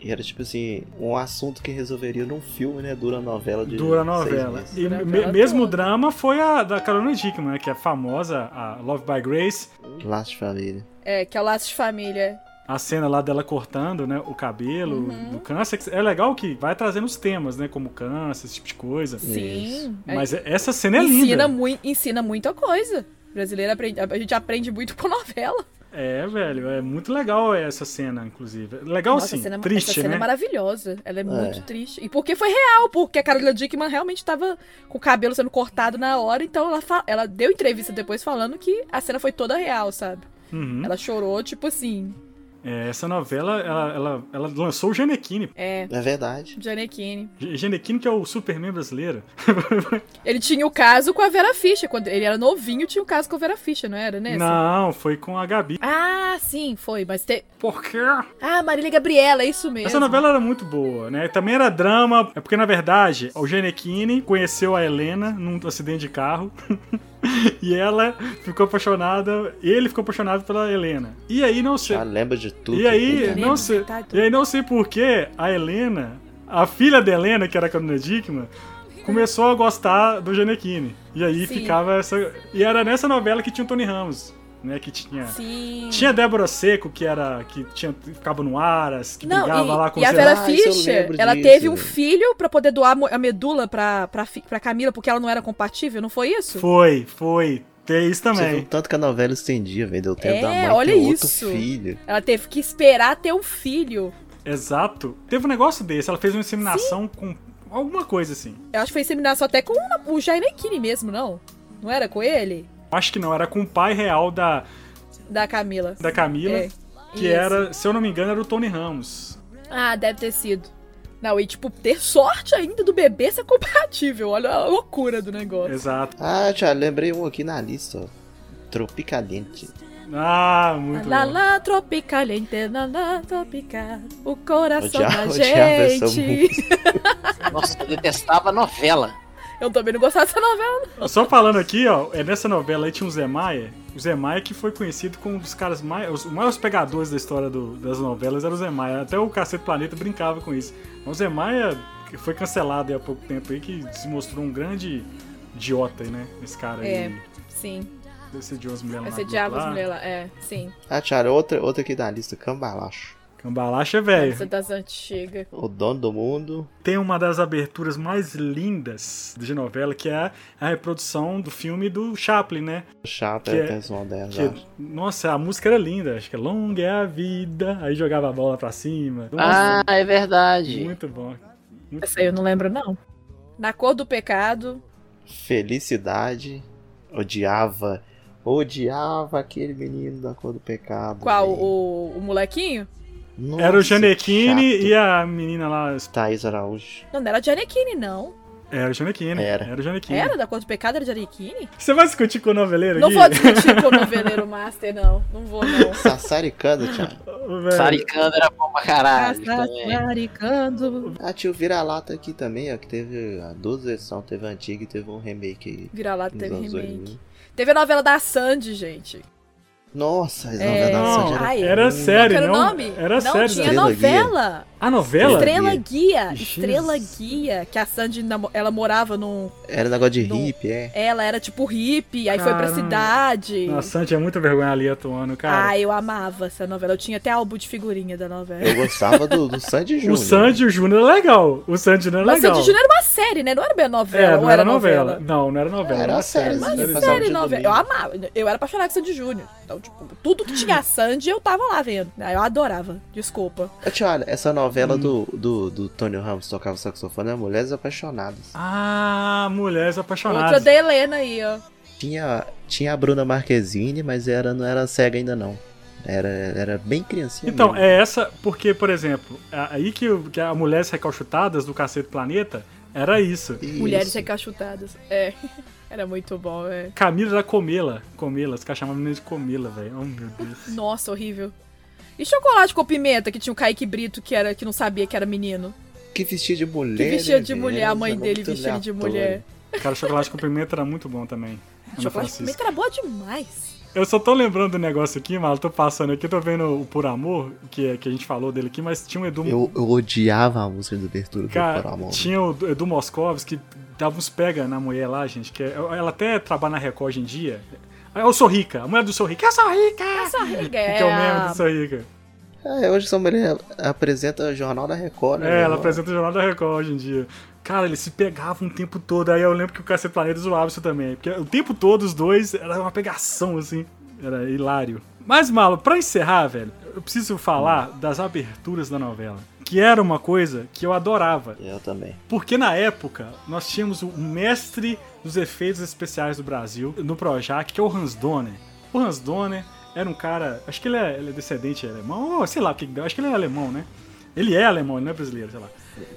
Speaker 2: E era tipo assim, um assunto que resolveria num filme, né? Dura novela de.
Speaker 1: Dura a
Speaker 2: seis
Speaker 1: novela.
Speaker 2: meses.
Speaker 1: E
Speaker 3: Dura a
Speaker 1: me-
Speaker 3: novela
Speaker 1: mesmo
Speaker 3: toda.
Speaker 1: drama foi a da Carolina Dickman, né? Que é a famosa, a Love by Grace.
Speaker 2: Laço de família.
Speaker 3: É, que é o Laço de Família.
Speaker 1: a cena lá dela cortando, né, o cabelo
Speaker 3: Uhum.
Speaker 1: do câncer. que É legal que vai trazendo os temas, né, como câncer, esse tipo de coisa.
Speaker 3: Sim. É.
Speaker 1: Mas essa cena é
Speaker 3: ensina,
Speaker 1: linda.
Speaker 3: mui- ensina muita coisa. Brasileira aprende, a gente aprende muito com novela.
Speaker 1: É, velho, é muito legal essa cena, inclusive. Legal
Speaker 3: Nossa,
Speaker 1: sim,
Speaker 3: a cena, essa
Speaker 1: triste,
Speaker 3: cena é
Speaker 1: né?
Speaker 3: maravilhosa. Ela é, muito triste. E porque foi real, porque a Carolina Dickman realmente tava com o cabelo sendo cortado na hora, então ela, fa- ela deu entrevista depois falando que a cena foi toda real, sabe?
Speaker 1: Uhum.
Speaker 3: Ela chorou, tipo assim,
Speaker 1: É, essa novela, ela, ela, ela lançou o Janequine.
Speaker 3: É,
Speaker 2: É verdade.
Speaker 3: Gianecchini.
Speaker 1: Janequine que é o Superman brasileiro.
Speaker 3: Ele tinha o caso com a Vera Fischer. Quando ele era novinho, tinha o caso com a Vera Fischer, não era, né?
Speaker 1: Não, foi com a Gabi.
Speaker 3: Ah, sim, foi, mas te...
Speaker 1: Por quê?
Speaker 3: Ah, Marília Gabriela, é isso mesmo.
Speaker 1: Essa novela era muito boa, né? Também era drama, é porque na verdade o Genequini conheceu a Helena num acidente de carro. e ela ficou apaixonada, ele ficou apaixonado pela Helena. E aí não sei.
Speaker 2: Já Ah, lembra de tudo.
Speaker 1: E aí, né,
Speaker 3: Helena,
Speaker 1: não sei.
Speaker 3: tá tudo.
Speaker 1: E aí não sei por que a Helena, a filha da Helena, que era a Carolina Dickman, começou a gostar do Genequini. E aí
Speaker 3: Sim.
Speaker 1: ficava essa. E era nessa novela que tinha o Tony Ramos, né? Que tinha.
Speaker 3: Sim.
Speaker 1: Tinha Débora Seco, que era. que tinha, ficava no Aras, que
Speaker 3: Não,
Speaker 1: brigava
Speaker 3: e,
Speaker 1: lá com
Speaker 3: e a
Speaker 1: sei lá.
Speaker 3: Vera
Speaker 2: Ah, isso eu
Speaker 3: Fischer,
Speaker 2: lembro
Speaker 3: ela
Speaker 2: disso,
Speaker 3: teve um
Speaker 2: velho.
Speaker 3: filho pra poder doar mo- a medula pra, pra, fi- pra Camila, porque ela não era compatível, não foi isso?
Speaker 1: Foi, foi. Tem isso
Speaker 2: Você viu
Speaker 1: também.
Speaker 2: o tanto que a novela estendia, velho. Deu tempo
Speaker 3: É,
Speaker 2: da mãe
Speaker 3: olha
Speaker 2: ter outro
Speaker 3: isso.
Speaker 2: filho.
Speaker 3: Ela teve que esperar ter um filho.
Speaker 1: Exato. Teve um negócio desse. Ela fez uma inseminação com alguma coisa assim.
Speaker 3: Eu acho que foi inseminação até com o- o Jainekini mesmo, não? Não era com ele?
Speaker 1: Acho que não, era com o pai real da,
Speaker 3: Da Camila.
Speaker 1: da Camila,
Speaker 3: É,
Speaker 1: que
Speaker 3: isso.
Speaker 1: era, se eu não me engano, era o Tony Ramos.
Speaker 3: Ah, deve ter sido. Não, e tipo, ter sorte ainda do bebê ser compatível. Olha a loucura do negócio.
Speaker 1: Exato.
Speaker 2: Ah, já lembrei um aqui na lista, ó. Tropicaliente.
Speaker 1: Ah,
Speaker 2: É
Speaker 1: muito
Speaker 3: lá,
Speaker 1: bom.
Speaker 3: lá, tropical, lá, lá, tropical, o coração
Speaker 2: Odiava-
Speaker 3: da
Speaker 2: odiava essa
Speaker 3: gente.
Speaker 4: Nossa, eu detestava a novela.
Speaker 3: Eu também não gostava dessa novela.
Speaker 1: Só falando aqui, ó, é nessa novela aí tinha o Zé Maia. O Zé Maia que foi conhecido como um dos caras mais. Os maiores pegadores da história do- das novelas era o Zé Maia. Até o Cacete Planeta brincava com isso. Mas O Zé Maia que foi cancelado aí há pouco tempo aí, que se mostrou um grande idiota aí, né? Esse cara
Speaker 3: É.
Speaker 1: aí.
Speaker 3: Sim,
Speaker 1: Esse Dios Mulher lá,
Speaker 3: essa
Speaker 1: blá,
Speaker 3: diabo
Speaker 1: blá.
Speaker 3: mulher lá. É, sim.
Speaker 2: Ah, Thiago, outra, outra aqui da lista, Cambalacho.
Speaker 1: Cambalacha é
Speaker 3: Essa
Speaker 1: velho.
Speaker 3: das antigas.
Speaker 2: O dono do mundo.
Speaker 1: Tem uma das aberturas mais lindas de novela, que é a reprodução do filme do Chaplin, né?
Speaker 2: O Chapo
Speaker 1: Que
Speaker 2: era
Speaker 1: é-
Speaker 2: a atenção dela.
Speaker 1: Que, nossa, a música era linda. Acho que é Longa é a Vida. Aí jogava a bola pra cima.
Speaker 4: Ah,
Speaker 1: Nossa,
Speaker 4: é verdade.
Speaker 1: muito bom. Muito
Speaker 3: Essa aí eu não lembro, não. Na cor do pecado.
Speaker 2: Felicidade. Odiava. Odiava aquele menino da cor do pecado.
Speaker 3: Qual?
Speaker 2: velho.
Speaker 3: O, o molequinho?
Speaker 2: Nossa,
Speaker 1: Era o
Speaker 2: que
Speaker 1: Janequine
Speaker 2: chato.
Speaker 1: e a menina lá.
Speaker 2: Thaís Araújo.
Speaker 3: Não, não era Janequine, não.
Speaker 1: Era o Janequine.
Speaker 2: Era.
Speaker 1: Era o Janequine.
Speaker 3: Era da cor do pecado, era Janequine?
Speaker 1: Você vai discutir com o noveleiro
Speaker 3: Não
Speaker 1: aqui?
Speaker 3: vou discutir com o noveleiro master, não. Não vou, não.
Speaker 2: Sassaricando, Tá Thiago.
Speaker 1: Ô, velho.
Speaker 4: Saricando era bom pra caralho. também.
Speaker 3: Saricando.
Speaker 2: Ah, tinha o Vira-Lata aqui também, ó. Que teve a duas versões. Teve a antiga e teve um remake aí.
Speaker 3: Vira lá,
Speaker 2: nos
Speaker 3: teve
Speaker 2: anos
Speaker 3: remake.
Speaker 2: 2000.
Speaker 3: Teve a novela da Sandy, gente.
Speaker 2: Nossa, as
Speaker 3: É,
Speaker 2: novelas
Speaker 1: Não,
Speaker 2: da Sandy
Speaker 3: ai,
Speaker 1: era série,
Speaker 3: Qual era
Speaker 1: não.
Speaker 3: o nome?
Speaker 1: Era
Speaker 3: não
Speaker 1: série.
Speaker 3: tinha
Speaker 1: né?
Speaker 2: Estrela Guia.
Speaker 3: novela.
Speaker 1: A novela?
Speaker 3: Estrela Guia.
Speaker 1: Jesus.
Speaker 3: Estrela Guia. Que a Sandy, namo- ela morava num...
Speaker 2: Era negócio de
Speaker 3: Não.
Speaker 2: hippie, é.
Speaker 3: Ela era tipo hippie, aí foi pra
Speaker 1: Caramba.
Speaker 3: cidade.
Speaker 1: Nossa, Santi é muito vergonha ali atuando, cara.
Speaker 3: Ah, eu amava essa novela. Eu tinha até álbum de figurinha da novela.
Speaker 1: É
Speaker 2: Eu gostava do, do Sandy Júnior.
Speaker 1: O Sandy e o Júnior é legal. O Sandy não é
Speaker 3: Mas
Speaker 1: legal.
Speaker 3: Sandy Júnior era uma série, né? Não era bem novela.
Speaker 1: é,
Speaker 3: ou
Speaker 1: não era novela. Não, não era novela.
Speaker 2: Era
Speaker 1: uma
Speaker 2: série,
Speaker 1: série.
Speaker 2: mas
Speaker 1: série.
Speaker 2: passava
Speaker 3: série,
Speaker 2: de
Speaker 3: novela.
Speaker 2: domingo.
Speaker 3: Eu amava. Eu era apaixonada por Sandy Júnior. Então, tipo, tudo que tinha a Sandy, eu tava lá vendo. Ah, Eu adorava. Desculpa.
Speaker 2: Ô, Tio, olha, essa
Speaker 1: Hum.
Speaker 2: novela do, do, do Tony Ramos tocava saxofone é Mulheres Apaixonadas.
Speaker 1: Ah, mulheres
Speaker 3: Outra
Speaker 1: apaixonadas.
Speaker 3: da Helena aí, ó.
Speaker 2: Tinha, tinha a Bruna Marquezine, mas era, não era cega ainda não. Era, era bem criancinha
Speaker 1: Então,
Speaker 2: mesmo.
Speaker 1: é essa, porque, por exemplo, a- aí que, o- que a Mulheres Recalchutadas do Cacete Planeta era isso.
Speaker 2: Isso.
Speaker 3: Mulheres recachutadas. É. Era muito bom, é.
Speaker 1: Camila era Comela. Comela, os caras chamavam a menina de Comela, velho. Oh, meu Deus.
Speaker 3: Nossa, horrível. E chocolate com pimenta, que tinha o Kaique Brito, que, era, que não sabia que era menino.
Speaker 2: Que vestido de mulher.
Speaker 3: é que vestia
Speaker 2: né,
Speaker 3: de
Speaker 2: velho?
Speaker 3: mulher, a
Speaker 2: Era
Speaker 3: mãe
Speaker 2: muito né?
Speaker 3: dele vestia ele de
Speaker 2: aleatório.
Speaker 3: mulher.
Speaker 1: Cara, chocolate com pimenta era muito bom também. Ana
Speaker 3: chocolate com
Speaker 1: Francisca.
Speaker 3: pimenta era boa demais.
Speaker 1: Eu só tô lembrando do negócio aqui, mal, tô passando aqui, tô vendo o Por Amor, que, é- que a gente falou dele aqui, mas tinha um Edu
Speaker 2: Eu, eu odiava a música de abertura do
Speaker 1: Cara,
Speaker 2: Por Amor.
Speaker 1: tinha o Edu Moskovski que dava uns pega na mulher lá, gente. Que é- ela até trabalha na Record hoje em dia. Ah, Eu sou rica, a mulher do sou rica, eu sou rica!
Speaker 3: Essa rica
Speaker 1: Que
Speaker 3: é.
Speaker 1: é o meme
Speaker 3: a-
Speaker 1: do sou rica.
Speaker 2: É, hoje essa mulher apresenta o Jornal da Record, né?
Speaker 1: É, ela
Speaker 2: Jornal-
Speaker 1: apresenta o Jornal da Record hoje em dia. Cara, eles se pegavam o tempo todo. Aí eu lembro que o Cacete Planeta zoava isso também. Porque o tempo todo, os dois, era uma pegação, assim. Era hilário. Mas, Malo, pra encerrar, velho, eu preciso falar das aberturas da novela. Que era uma coisa que eu adorava.
Speaker 2: Eu também.
Speaker 1: Porque na época nós tínhamos o mestre dos efeitos especiais do Brasil no Projac, que é o Hans Donner. O Hans Donner era um cara. Acho que ele é, ele é descendente alemão, ou sei lá o que que deu. Acho que ele é alemão, né? Ele é alemão, ele não é brasileiro, sei lá.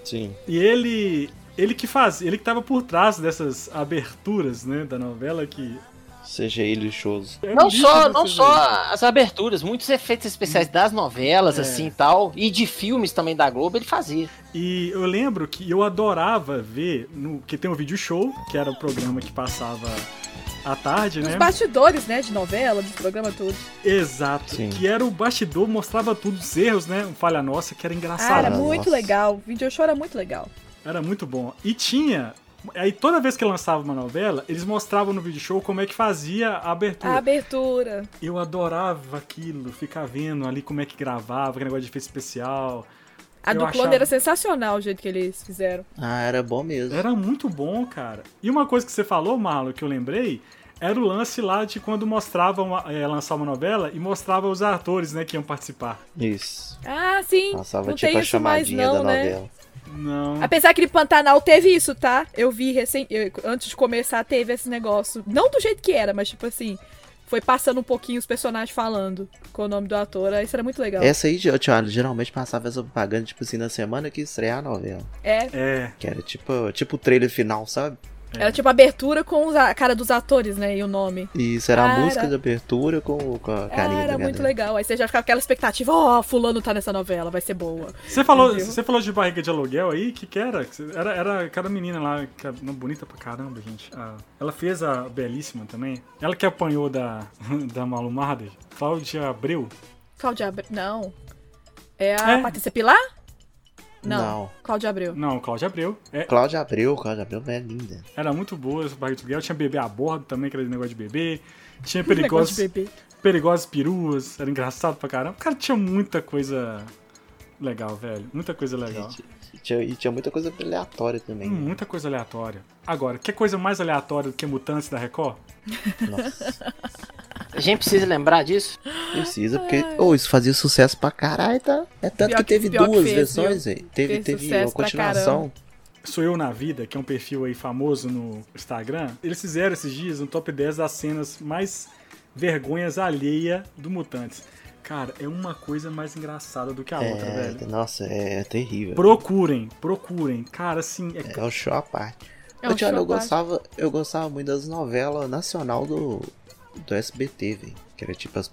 Speaker 2: Sim.
Speaker 1: E ele. Ele que faz. Ele que tava por trás dessas aberturas, né? Da novela que.
Speaker 2: CGI lixoso.
Speaker 1: é um
Speaker 4: Não
Speaker 1: lixo
Speaker 4: só,
Speaker 1: desse
Speaker 4: não
Speaker 1: jeito.
Speaker 4: só as aberturas, muitos efeitos especiais das novelas,
Speaker 1: É.
Speaker 4: assim e tal, e de filmes também da Globo, ele fazia.
Speaker 1: E eu lembro que eu adorava ver. No, que tem o vídeo show, que era o programa que passava à tarde,
Speaker 3: Os
Speaker 1: né?
Speaker 3: bastidores, né? De novela, de programa, tudo.
Speaker 1: Exato.
Speaker 2: Sim.
Speaker 1: Que era o bastidor, mostrava tudo, os erros, né? Um falha nossa, que era
Speaker 3: Ah,
Speaker 1: engraçado.
Speaker 3: era
Speaker 2: Nossa.
Speaker 3: muito legal. O vídeo show era muito legal.
Speaker 1: Era muito bom. E tinha. Aí toda vez que lançava uma novela, eles mostravam no vídeo show como é que fazia a abertura.
Speaker 3: A abertura.
Speaker 1: Eu adorava aquilo, ficar vendo ali como é que gravava, aquele negócio de efeito especial.
Speaker 3: A
Speaker 1: Eu
Speaker 3: do clone
Speaker 1: achava-
Speaker 3: era sensacional o jeito que eles fizeram.
Speaker 2: Ah, era bom mesmo.
Speaker 1: Era muito bom, cara. E uma coisa que você falou, Marlon, que eu lembrei, era o lance lá de quando mostrava uma, eh, lançar uma novela e mostrava os atores, né, que iam participar.
Speaker 2: Isso.
Speaker 3: Ah, sim.
Speaker 2: Passava
Speaker 3: não
Speaker 2: tipo
Speaker 3: tem
Speaker 2: a
Speaker 3: isso mais
Speaker 2: chamadinha
Speaker 3: não,
Speaker 2: da
Speaker 3: né?
Speaker 2: novela.
Speaker 1: Não.
Speaker 3: Apesar que ele Pantanal teve isso, tá? Eu vi recém, eu- antes de começar teve esse negócio. Não do jeito que era, mas tipo assim, foi passando um pouquinho os personagens falando com o nome do ator. aí Isso era muito legal. É,
Speaker 2: Essa aí, Thiago, geralmente passava essa propaganda, tipo assim, na semana que estrear a novela.
Speaker 1: É,
Speaker 2: Que era tipo, tipo o trailer final, sabe?
Speaker 3: era tipo abertura com os- a cara dos atores, né? E o nome.
Speaker 2: E isso era a
Speaker 3: Cara.
Speaker 2: música de abertura com, com a carinha tá
Speaker 3: Ah,
Speaker 2: da
Speaker 3: era muito
Speaker 2: galera.
Speaker 3: legal. Aí você já ficava com aquela expectativa, ó, fulano tá nessa novela, vai ser boa.
Speaker 1: Você falou,
Speaker 3: Entendeu?
Speaker 1: você falou de barriga de aluguel aí? Que que era? Era, era aquela menina lá, que é não, bonita pra caramba, gente. Ah, ela fez a Belíssima também. Ela que apanhou da, da Malu Marder. Cláudia Abreu.
Speaker 3: Cláudia Abreu. Não. É a
Speaker 1: É.
Speaker 3: Patrícia Pilar? Não.
Speaker 2: Não.
Speaker 3: Cláudia Abreu.
Speaker 1: Não, Cláudia Abreu. É,
Speaker 2: Cláudia Abreu, Cláudia Abreu é linda.
Speaker 1: era muito boa essa barriga de aluguel. Tinha bebê a bordo também, aquele negócio de bebê. Tinha
Speaker 3: Negócio
Speaker 1: perigosas,
Speaker 3: de bebê.
Speaker 1: perigosas peruas. Era engraçado pra caramba. Cara, tinha muita coisa legal, velho. Muita coisa legal.
Speaker 2: E tinha, e tinha muita coisa aleatória também.
Speaker 3: Hum.
Speaker 2: né?
Speaker 1: Muita coisa aleatória. Agora, que coisa mais aleatória do que Mutantes da Record?
Speaker 2: Nossa.
Speaker 4: A gente precisa lembrar disso.
Speaker 2: Precisa, porque. Ô, isso fazia sucesso pra caralho, tá? É tanto
Speaker 3: Pior
Speaker 2: que
Speaker 3: que-
Speaker 2: teve
Speaker 3: pior que
Speaker 2: duas
Speaker 3: fez,
Speaker 2: versões,
Speaker 3: viu?
Speaker 2: velho. Teve,
Speaker 3: Fez
Speaker 2: teve
Speaker 3: sucesso
Speaker 2: uma
Speaker 3: pra
Speaker 2: continuação.
Speaker 1: Sou Eu na Vida, que é um perfil aí famoso no Instagram, eles fizeram esses dias um top 10 das cenas mais vergonhas alheia do Mutantes. Cara, é uma coisa mais engraçada do que a outra,
Speaker 2: É,
Speaker 1: velho.
Speaker 2: nossa, é terrível.
Speaker 1: Procurem, procurem. Cara, assim, é,
Speaker 2: É o show à parte.
Speaker 3: É
Speaker 2: Ô,
Speaker 3: um
Speaker 2: Thiago,
Speaker 3: show
Speaker 2: eu
Speaker 3: à parte.
Speaker 2: gostava, eu gostava muito das novelas nacional do, do SBT, velho. Que era tipo as,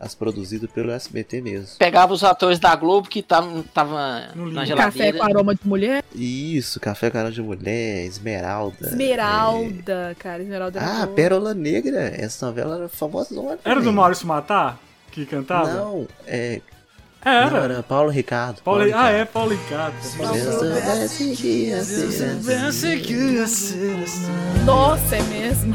Speaker 2: as produzidas pelo SBT mesmo.
Speaker 4: Pegava os atores da Globo que estavam tava
Speaker 1: No
Speaker 4: na
Speaker 1: livro.
Speaker 3: Café
Speaker 4: geladeira.
Speaker 3: com aroma de mulher.
Speaker 2: Isso, Café com Aroma de Mulher, Esmeralda. é.
Speaker 3: Esmeralda, cara. Esmeralda é era
Speaker 2: Ah,
Speaker 3: boa.
Speaker 2: Pérola Negra. Essa novela era famosa.
Speaker 1: era do
Speaker 2: velho.
Speaker 1: Maurício Matar que cantava?
Speaker 2: Não, é,
Speaker 1: É,
Speaker 2: não,
Speaker 1: era.
Speaker 2: era Paulo Ricardo.
Speaker 1: Paulo, ah,
Speaker 2: Ricardo.
Speaker 1: é, Paulo Ricardo. Paulo
Speaker 2: Se eu
Speaker 1: Ricardo.
Speaker 2: soubesse que ia ser
Speaker 3: Nossa, é mesmo.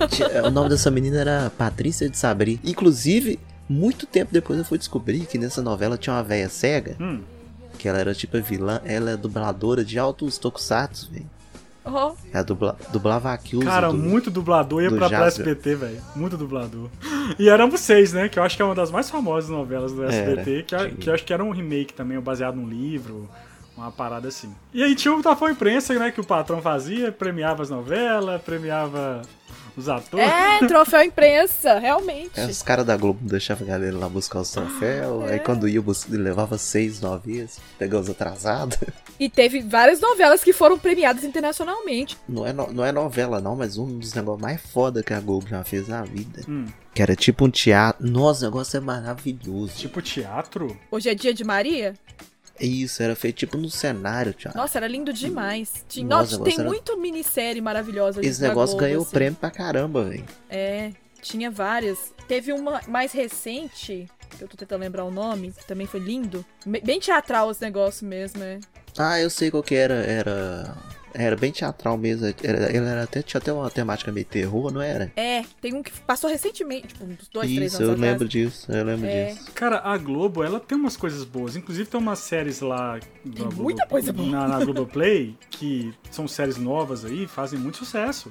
Speaker 2: assim. O nome dessa menina era Patrícia de Sabri. Inclusive, muito tempo depois eu fui descobrir que nessa novela tinha uma velha cega,
Speaker 1: Hum,
Speaker 2: que ela era tipo a vilã, ela é dubladora de altos tokusatsu, velho.
Speaker 3: Ó,
Speaker 2: Ela dubla, dublava aquilo.
Speaker 1: cara, muito dublador ia
Speaker 2: do
Speaker 1: pra, pra
Speaker 2: Jasper.
Speaker 1: SBT, velho. Muito dublador. E éramos seis, né? Que eu acho que é uma das mais famosas novelas do SBT, que, a-
Speaker 2: sim.
Speaker 1: que eu acho que era um remake também, baseado num livro, uma parada assim. E aí tinha o Tafão Imprensa, né? Que o patrão fazia, premiava as novelas, premiava os atores.
Speaker 3: É, troféu imprensa, realmente.
Speaker 2: É, Os caras da Globo deixavam a galera lá buscar os troféus,
Speaker 3: Ah, é.
Speaker 2: aí quando ia, bus- levava seis, nove vezes, pegava os atrasados.
Speaker 3: E teve várias novelas que foram premiadas internacionalmente.
Speaker 2: Não é, no- não é novela não, mas um dos negócios mais foda que a Globo já fez na vida.
Speaker 1: Hum.
Speaker 2: Que era tipo um teatro. Nossa, o negócio é maravilhoso. É
Speaker 1: Tipo teatro?
Speaker 3: Hoje é dia de Maria?
Speaker 2: Isso, era feito tipo num cenário, teatro.
Speaker 3: Nossa, era lindo demais. Tinha,
Speaker 2: Nossa,
Speaker 3: nossa,
Speaker 2: o
Speaker 3: tem
Speaker 2: negócio era-
Speaker 3: muito minissérie maravilhosa.
Speaker 2: Esse
Speaker 3: da
Speaker 2: negócio
Speaker 3: Globo,
Speaker 2: ganhou
Speaker 3: assim.
Speaker 2: prêmio pra caramba, velho.
Speaker 3: É, tinha várias. Teve uma mais recente, que eu tô tentando lembrar o nome, que também foi lindo. Me- Bem teatral esse negócio mesmo, é.
Speaker 2: Ah, eu sei qual que era. Era. Era bem teatral mesmo. Era, ele era até, tinha até uma temática meio terror, não era?
Speaker 3: É, tem um que passou recentemente, tipo, uns dois, três
Speaker 2: Isso,
Speaker 3: anos
Speaker 2: eu
Speaker 3: atrás.
Speaker 2: lembro disso, eu lembro
Speaker 3: É.
Speaker 2: disso.
Speaker 1: Cara, a Globo, ela tem umas coisas boas. Inclusive tem umas séries lá da Globo-
Speaker 3: muita coisa boa.
Speaker 1: Na, na Globoplay, que são séries novas aí, fazem muito sucesso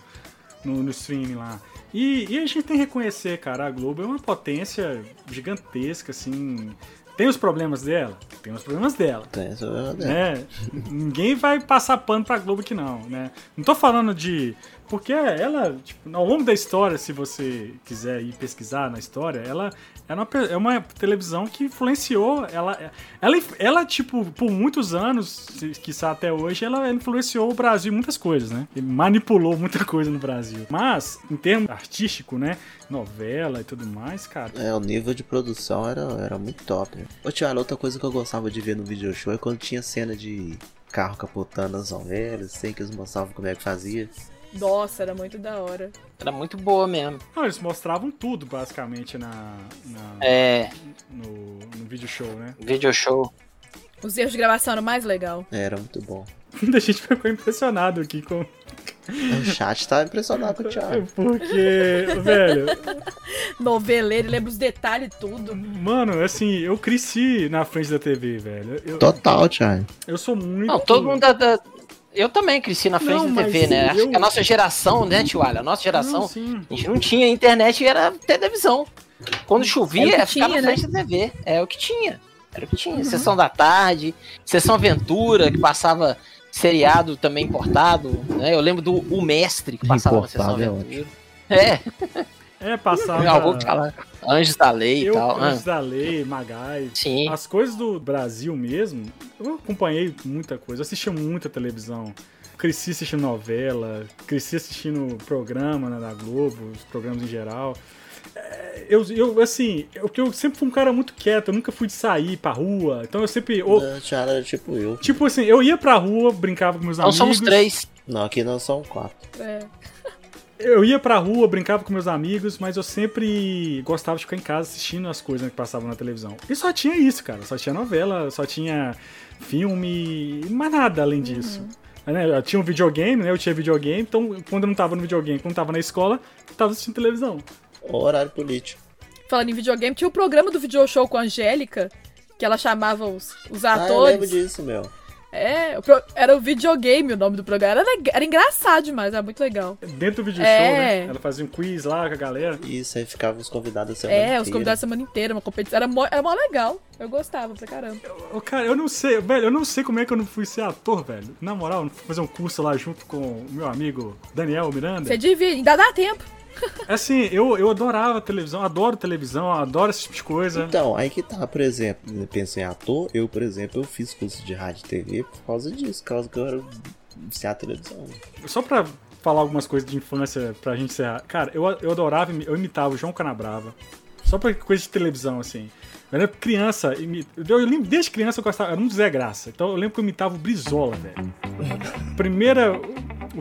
Speaker 1: no, no streaming lá. E, e a gente tem que reconhecer, cara, a Globo é uma potência gigantesca, assim. Tem os problemas dela? Tem os problemas dela.
Speaker 2: Tem isso, eu lembro.
Speaker 1: Né? Ninguém vai passar pano pra Globo que não, né? Não tô falando de Porque ela, tipo, ao longo da história, se você quiser ir pesquisar na história, ela é uma, pe- é uma televisão que influenciou. Ela, ela, ela, tipo, por muitos anos, se- quiçá até hoje, ela influenciou o Brasil em muitas coisas, né? E manipulou muita coisa no Brasil. Mas, em termos artístico, né? Novela e tudo mais, cara.
Speaker 2: É, o nível de produção era, era muito top. Né? Ô, Tiago, outra coisa que eu gostava de ver no video show é quando tinha cena de carro capotando as novelas, sei que eles mostravam como é que fazia.
Speaker 3: Nossa, era muito da hora.
Speaker 4: Era muito boa mesmo.
Speaker 1: Não, eles mostravam tudo, basicamente, na, na-
Speaker 4: É,
Speaker 1: no, no vídeo show, né?
Speaker 4: video show.
Speaker 3: Os erros de gravação eram mais legal.
Speaker 2: É, Era muito bom.
Speaker 1: Muita gente ficou impressionado aqui com.
Speaker 2: O chat tá impressionado com o Thiago.
Speaker 1: Porque, velho,
Speaker 3: Noveleiro, lembra os detalhes e tudo.
Speaker 1: mano, assim, eu cresci na frente da TV, velho. Eu,
Speaker 2: Total, Thiago.
Speaker 1: eu sou muito.
Speaker 4: Não, todo mundo da, da- Eu também cresci na frente
Speaker 1: Não,
Speaker 4: da
Speaker 1: mas
Speaker 4: TV, né? Acho
Speaker 1: eu-
Speaker 4: que a nossa geração, né, Tiwalha? A nossa geração,
Speaker 1: Não, sim.
Speaker 4: a gente não tinha internet e era televisão. Quando chovia,
Speaker 3: Era o
Speaker 4: era
Speaker 3: que
Speaker 4: ficar
Speaker 3: tinha,
Speaker 4: na
Speaker 3: né?
Speaker 4: frente da TV. É o que tinha. Era o que
Speaker 1: Uhum.
Speaker 4: tinha. Sessão da tarde, Sessão Aventura, que passava seriado também importado, né? Eu lembro do O Mestre, que passava na Sessão
Speaker 2: Importado é
Speaker 4: Aventura. É,
Speaker 1: É, passava.
Speaker 4: eu vou te falar. Anjos da Lei e
Speaker 1: Eu,
Speaker 4: tal. Ah,
Speaker 1: Anjos da Lei, Magás.
Speaker 4: sim.
Speaker 1: As coisas do Brasil mesmo, eu acompanhei muita coisa, eu assisti muita televisão. Cresci assistindo novela, cresci assistindo programa né, da Globo, os programas em geral. É, Eu, eu assim, eu, eu sempre fui um cara muito quieto, eu nunca fui de sair pra rua. Então eu sempre. ou-
Speaker 4: É.
Speaker 2: O Thiago era tipo eu.
Speaker 1: tipo assim, eu ia pra rua, brincava com meus
Speaker 4: Então
Speaker 1: amigos.
Speaker 4: somos três.
Speaker 2: Não, aqui não são quatro.
Speaker 3: É.
Speaker 1: Eu ia pra rua, brincava com meus amigos, mas eu sempre gostava de ficar em casa assistindo as coisas né, que passavam na televisão. E só tinha isso, cara. Só tinha novela, só tinha filme, mas nada além disso. Né, Eu tinha um videogame, né? Eu tinha videogame, então quando eu não tava no videogame, quando eu tava na escola, eu tava assistindo televisão.
Speaker 2: O horário político.
Speaker 3: Falando em videogame, tinha o programa do video show com a Angélica, que ela chamava os, os
Speaker 2: Ah, eu lembro
Speaker 3: atores.
Speaker 2: disso, meu.
Speaker 3: é, o pro- era o videogame o nome do programa. Era, leg- era engraçado demais, era muito legal.
Speaker 1: Dentro do video
Speaker 3: É.
Speaker 1: show, né? Ela fazia um quiz lá com a galera.
Speaker 2: Isso, aí ficavam os convidados a semana
Speaker 3: É, os
Speaker 2: inteira.
Speaker 3: convidados a semana inteira, uma competição. Era mó, era mó legal. Eu gostava pra caramba.
Speaker 1: Ô, cara, eu não sei, velho, eu não sei como é que eu não fui ser ator, velho. Na moral, eu não fui fazer um curso lá junto com o meu amigo Daniel Miranda.
Speaker 3: Você devia, ainda dá tempo.
Speaker 1: Assim, eu, eu adorava televisão, adoro televisão, adoro esse tipo de coisa.
Speaker 2: Então, aí que tá, por exemplo, eu penso em ator, eu, por exemplo, eu fiz curso de rádio e TV por causa disso, por causa que eu era viciado em televisão.
Speaker 1: Só pra falar algumas coisas de infância pra gente encerrar. Cara, eu, eu adorava, imi- eu imitava o João Canabrava. Só pra coisa de televisão, assim. Eu era criança, imi- eu lembro, desde criança eu gostava, era um Zé Graça. Então eu lembro que eu imitava o Brizola, velho. Primeira.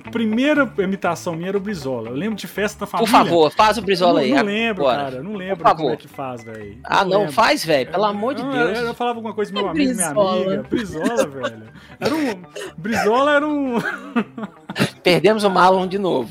Speaker 1: A primeira imitação minha era o Brizola. Eu lembro de festa da
Speaker 4: Por
Speaker 1: família.
Speaker 4: favor, faz o
Speaker 1: eu
Speaker 4: Brizola
Speaker 1: não,
Speaker 4: aí.
Speaker 1: não lembro,
Speaker 4: agora.
Speaker 1: cara. Eu não lembro
Speaker 4: Por
Speaker 1: como é
Speaker 4: favor.
Speaker 1: que faz, velho.
Speaker 4: Ah, não,
Speaker 1: lembro.
Speaker 4: faz, velho. Pelo amor de
Speaker 1: Não, é,
Speaker 4: Deus.
Speaker 1: Ah, Eu, eu falava alguma coisa pro meu
Speaker 3: É
Speaker 1: amigo,
Speaker 3: Brizola.
Speaker 1: minha amiga. Brizola, velho. Era um. Brizola era um. é.
Speaker 4: Perdemos o Marlon de novo.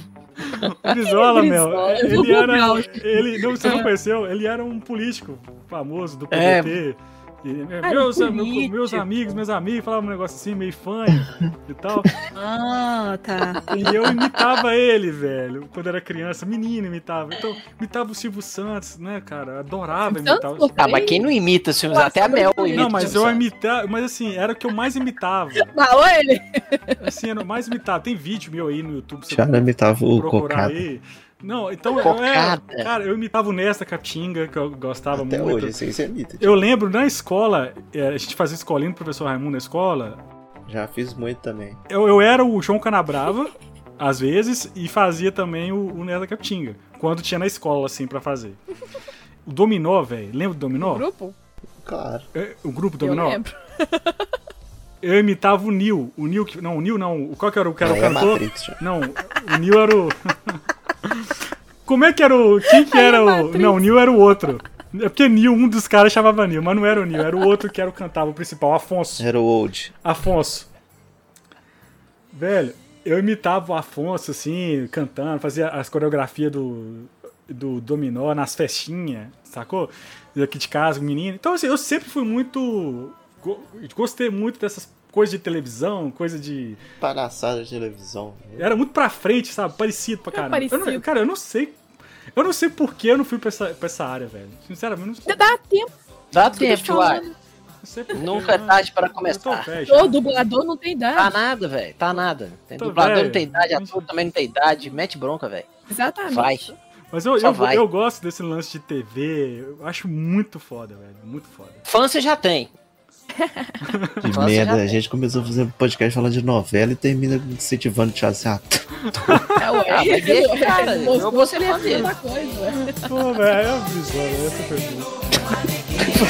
Speaker 1: Brizola, meu.
Speaker 3: Brizola? Eu
Speaker 1: Ele
Speaker 3: vou É.
Speaker 1: era.
Speaker 3: googlar.
Speaker 1: Ele, não, você não conheceu? Ele era um político famoso do
Speaker 4: É.
Speaker 1: PDT. E,
Speaker 3: um
Speaker 1: meus, am-
Speaker 3: político.
Speaker 1: meus amigos, meus amigos falavam um negócio assim, meio fanho e tal.
Speaker 3: Ah, tá.
Speaker 1: E eu imitava ele, velho, quando era criança. Menino imitava. Então, imitava o Silvio Santos, né, cara? Adorava
Speaker 3: Santos,
Speaker 1: imitar o
Speaker 3: pô,
Speaker 4: Ah, mas quem não imita os filmes? Até a Mel imita.
Speaker 1: é. Não,
Speaker 4: o
Speaker 1: mas
Speaker 4: Silvio
Speaker 1: eu
Speaker 4: Santos.
Speaker 1: imitava. Mas assim, era o que eu mais imitava.
Speaker 3: Falou ele.
Speaker 1: Assim, era o mais imitado. Tem vídeo meu aí no YouTube, você
Speaker 2: Tiago imitava né, o
Speaker 1: procurar
Speaker 2: cocado.
Speaker 1: aí. Não, então eu é,
Speaker 4: Cocada.
Speaker 1: cara, eu imitava o Nesta Catinga, que eu gostava
Speaker 2: Até
Speaker 1: muito.
Speaker 2: hoje, assim, você imita.
Speaker 1: Eu lembro na escola, é, a gente fazia escolinha do professor Raimundo na escola.
Speaker 2: tipo, Já fiz muito também.
Speaker 1: Eu, eu era o João Canabrava, às vezes, e fazia também o, o Nesta Catinga, quando tinha na escola, assim, pra fazer. O Dominó, velho, lembra do Dominó?
Speaker 3: Grupo?
Speaker 2: Claro.
Speaker 1: É, O grupo
Speaker 3: Eu
Speaker 1: Dominó? Eu,
Speaker 3: lembro.
Speaker 1: imitava o Nil. O Nil que. Não, o Nil não. o- Qual que era o que era o
Speaker 2: Não é
Speaker 1: cantor?
Speaker 2: Matrix, Thiago.
Speaker 1: Não, o Neil era o. Como é que era o. Quem que era o.
Speaker 3: Matrix.
Speaker 1: Não, o Neil era o outro. É porque Neil, um dos caras chamava Neil, mas não era o Neil, era o outro que era o cantava o principal, Afonso.
Speaker 2: Era o Old.
Speaker 1: Afonso. Velho, eu imitava o Afonso, assim, cantando, fazia as coreografias do, do Dominó nas festinhas, sacou? Aqui de casa, com menino. Então, assim, eu sempre fui muito. go- Gostei muito dessas coisas de televisão, coisa de
Speaker 2: Palhaçada de televisão.
Speaker 1: era muito pra frente, sabe? Parecido pra caramba.
Speaker 3: é parecido.
Speaker 1: Eu não- cara, eu não sei. Eu não sei por que eu não fui pra essa, pra essa área, velho. Sinceramente, eu não sei.
Speaker 3: Ainda dá tempo.
Speaker 4: Dá
Speaker 3: que eu
Speaker 4: tempo,
Speaker 3: tô falando.
Speaker 4: Tiwalha.
Speaker 1: Não sei porquê,
Speaker 4: Nunca é
Speaker 1: eu-
Speaker 4: tarde pra
Speaker 1: eu tô
Speaker 4: começar.
Speaker 1: velho já.
Speaker 3: Ô, dublador não tem
Speaker 4: Tá
Speaker 3: idade.
Speaker 4: nada, velho. Tá nada. Tem
Speaker 1: Tô
Speaker 4: dublador
Speaker 1: velho.
Speaker 4: não tem idade, ator também não tem idade. Mete bronca, velho.
Speaker 3: Exatamente.
Speaker 4: Ah, Vai.
Speaker 1: Mas eu,
Speaker 4: Só
Speaker 1: eu,
Speaker 4: vai.
Speaker 1: eu gosto desse lance de TV. Eu acho muito foda, velho. Muito foda.
Speaker 4: Fã você já tem.
Speaker 2: Que
Speaker 4: Nossa,
Speaker 2: merda,
Speaker 4: já-
Speaker 2: a gente começou a fazer podcast falando de novela e termina incentivando o Thiago assim, ah,
Speaker 1: Tá
Speaker 2: Seato.
Speaker 3: É, ué.
Speaker 4: Ah, mas deixa, cara.
Speaker 3: Mostrou
Speaker 4: Eu vou ser
Speaker 3: que ele é
Speaker 4: fã dele.
Speaker 3: da coisa, ué.
Speaker 1: Pô, velho, é bizarro. Essa foi boa.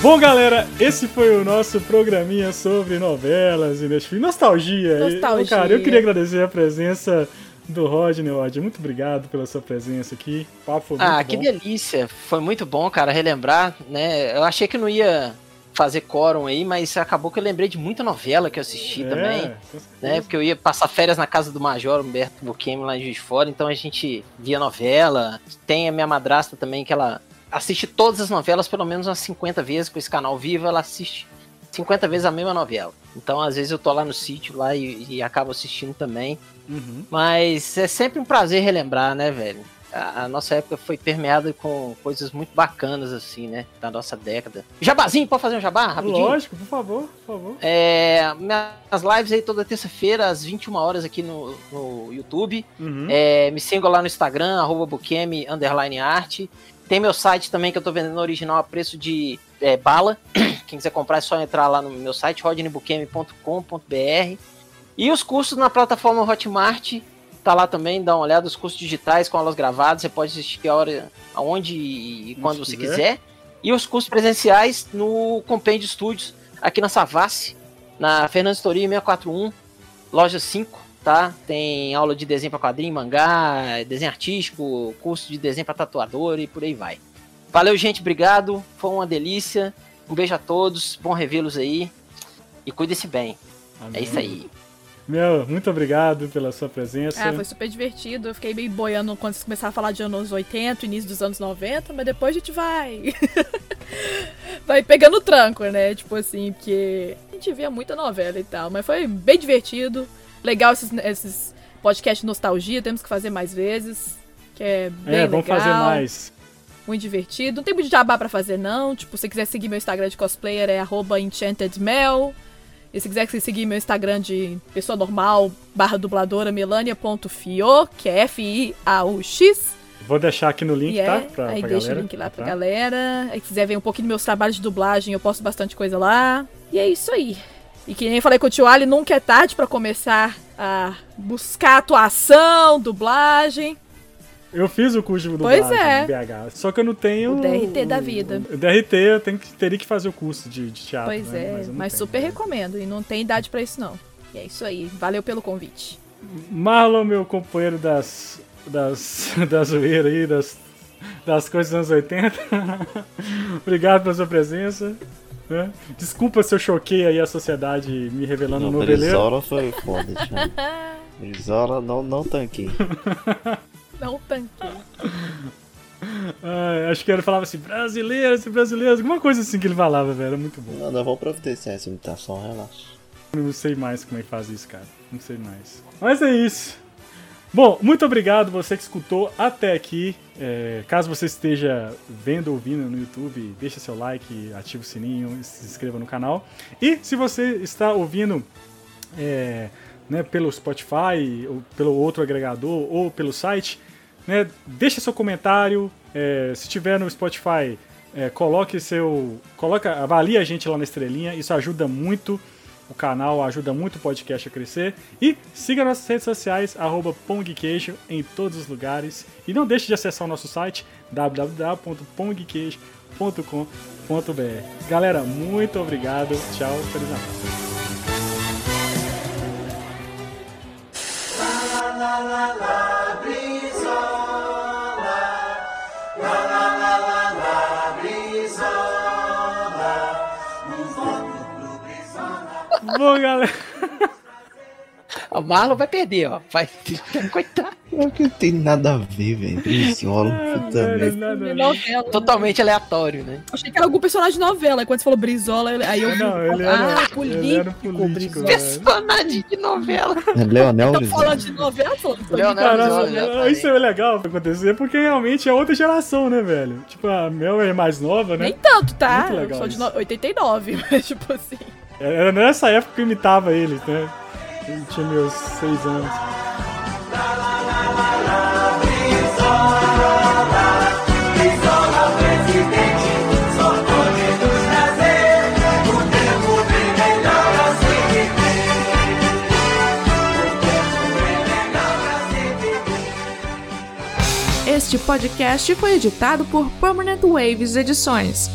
Speaker 1: Bom, galera, esse foi o nosso programinha sobre novelas e Netflix. Nostalgia.
Speaker 3: Nostalgia.
Speaker 1: E, cara, eu queria agradecer a presença do Rodney, Rodney. Muito obrigado pela sua presença aqui. O papo foi muito
Speaker 4: Ah,
Speaker 1: bom.
Speaker 4: que delícia. Foi muito bom, cara, relembrar, né? Eu achei que não ia fazer quórum aí, mas acabou que eu lembrei de muita novela que eu assisti
Speaker 1: É,
Speaker 4: também.
Speaker 1: com
Speaker 4: né?
Speaker 1: certeza.
Speaker 4: Porque eu ia passar férias na casa do Major Humberto Buquemi lá em Juiz de Fora, então a gente via novela. Tem a minha madrasta também, que ela assiste todas as novelas pelo menos umas 50 vezes com esse canal vivo, ela assiste 50 vezes a mesma novela. Então, às vezes eu tô lá no sítio lá e, e acabo assistindo também.
Speaker 1: Uhum.
Speaker 4: Mas é sempre um prazer relembrar, né, velho? A, a nossa época foi permeada com coisas muito bacanas, assim, né? Da nossa década. Jabazinho, pode fazer um jabá rapidinho?
Speaker 1: Lógico, por favor, por favor.
Speaker 4: É, minhas lives aí toda terça-feira, às 21 horas aqui no, no YouTube.
Speaker 1: Uhum.
Speaker 4: É, me sigam lá no Instagram, arroba Bukemi, underline arte. Tem meu site também que eu tô vendendo original a preço de é, bala. Quem quiser comprar é só entrar lá no meu site, rodneybuquemi.com.br. E os cursos na plataforma Hotmart, tá lá também, dá uma olhada, os cursos digitais com aulas gravadas, você pode assistir a hora, aonde e
Speaker 1: Onde
Speaker 4: quando você
Speaker 1: quiser.
Speaker 4: quiser. E os cursos presenciais no Compêndio Studios, aqui na Savassi, na Fernandes Torinho 641, loja 5, tá? Tem aula de desenho pra quadrinho, mangá, desenho artístico, curso de desenho pra tatuador e por aí vai. Valeu, gente, obrigado, foi uma delícia. Um beijo a todos, bom revê-los aí. E cuide-se bem. É
Speaker 1: Amém.
Speaker 4: isso aí.
Speaker 1: Meu, muito obrigado pela sua presença.
Speaker 3: Ah, foi super divertido. Eu fiquei meio boiando quando vocês começaram a falar de anos 80, início dos anos 90, mas depois a gente vai. vai pegando o tranco, né? Tipo assim, porque a gente via muita novela e tal, mas foi bem divertido. Legal esses, esses podcasts de nostalgia, temos que fazer mais vezes. Que é bem
Speaker 1: é, vamos
Speaker 3: legal,
Speaker 1: fazer mais.
Speaker 3: Muito divertido. Não tem muito jabá pra fazer, não. Tipo, se quiser seguir meu Instagram de cosplayer, é arroba enchantedmel. E se quiser que você seguir meu Instagram de pessoa normal, barra dubladora, melania.fio, que é F-I-A-U-X.
Speaker 1: Vou deixar aqui no link,
Speaker 3: E é,
Speaker 1: tá? Pra,
Speaker 3: aí
Speaker 1: pra
Speaker 3: deixa
Speaker 1: galera.
Speaker 3: o link lá pra
Speaker 1: tá?
Speaker 3: galera. Aí quiser ver um pouquinho dos meus trabalhos de dublagem, eu posto bastante coisa lá. E é isso aí. E que nem eu falei com o tio Ali, nunca é tarde pra começar a buscar atuação, dublagem.
Speaker 1: Eu fiz o curso de
Speaker 3: Pois
Speaker 1: dublagem
Speaker 3: é.
Speaker 1: no BH, só que eu não tenho...
Speaker 3: O DRT da vida.
Speaker 1: O DRT, eu tenho que, teria que fazer o curso de, de teatro,
Speaker 3: Pois
Speaker 1: né?
Speaker 3: é, mas,
Speaker 1: eu não tenho.
Speaker 3: super recomendo. E não tem idade pra isso, não. E é isso aí. Valeu pelo convite.
Speaker 1: Marlon, meu companheiro das... das da zoeira aí, das, das coisas dos anos 80. obrigado pela sua presença. né? Desculpa se eu choquei aí a sociedade me revelando
Speaker 2: Não, tá
Speaker 1: um noveleiro.
Speaker 2: Brizola foi foda, Thiago. Brizola não, não tanquei.
Speaker 3: Não tanque.
Speaker 1: Ah, acho que ele falava assim, brasileiros e brasileiros, alguma coisa assim que ele falava, velho. Era muito bom.
Speaker 2: Não, não vou providenciar essa imitação, relaxa.
Speaker 1: Não sei mais como é que faz isso, cara. Não sei mais. Mas é isso. Bom, muito obrigado você que escutou até aqui. É, caso você esteja vendo ou ouvindo no YouTube, deixa seu like, ativa o sininho, e se inscreva no canal. E se você está ouvindo é, né, pelo Spotify, ou pelo outro agregador, ou pelo site, né, deixa seu comentário. é, se tiver no Spotify, é, coloque seu. Coloca, avalie a gente lá na estrelinha, isso ajuda muito o canal, ajuda muito o podcast a crescer. E siga nossas redes sociais, arroba PongQueijo em todos os lugares. E não deixe de acessar o nosso site www.pongqueijo.com.br. Galera, muito obrigado. Tchau, feliz Natal. Bom, galera.
Speaker 4: O Marlon vai perder, ó. Vai... Coitado.
Speaker 2: É que não tem nada a ver, velho. Brizola,
Speaker 1: Ah,
Speaker 2: puta
Speaker 1: Não,
Speaker 2: merda.
Speaker 1: não, é- não, não.
Speaker 3: Novela.
Speaker 4: Totalmente aleatório, né?
Speaker 3: Achei que era algum personagem de novela. Quando você falou Brizola, eu- aí eu.
Speaker 1: Não, ele era-
Speaker 3: ah,
Speaker 1: ele era
Speaker 3: político.
Speaker 1: político, velho.
Speaker 3: Brizola.
Speaker 4: Personagem de novela.
Speaker 2: Leonel
Speaker 3: Estão
Speaker 2: Brizola.
Speaker 3: tá falando de novela? tá falando de
Speaker 4: Leonel
Speaker 1: Caraca,
Speaker 4: Brizola, já
Speaker 1: isso é legal pra acontecer, porque realmente é outra geração, né, velho? Tipo, a Mel é mais nova, né?
Speaker 3: Nem tanto, tá?
Speaker 1: Muito legal
Speaker 3: eu sou de
Speaker 1: isso.
Speaker 3: no- 89, mas tipo assim.
Speaker 1: Era nessa época que eu imitava eles, né? Eu tinha meus seis anos.
Speaker 7: Este podcast foi editado por Permanent Waves Edições.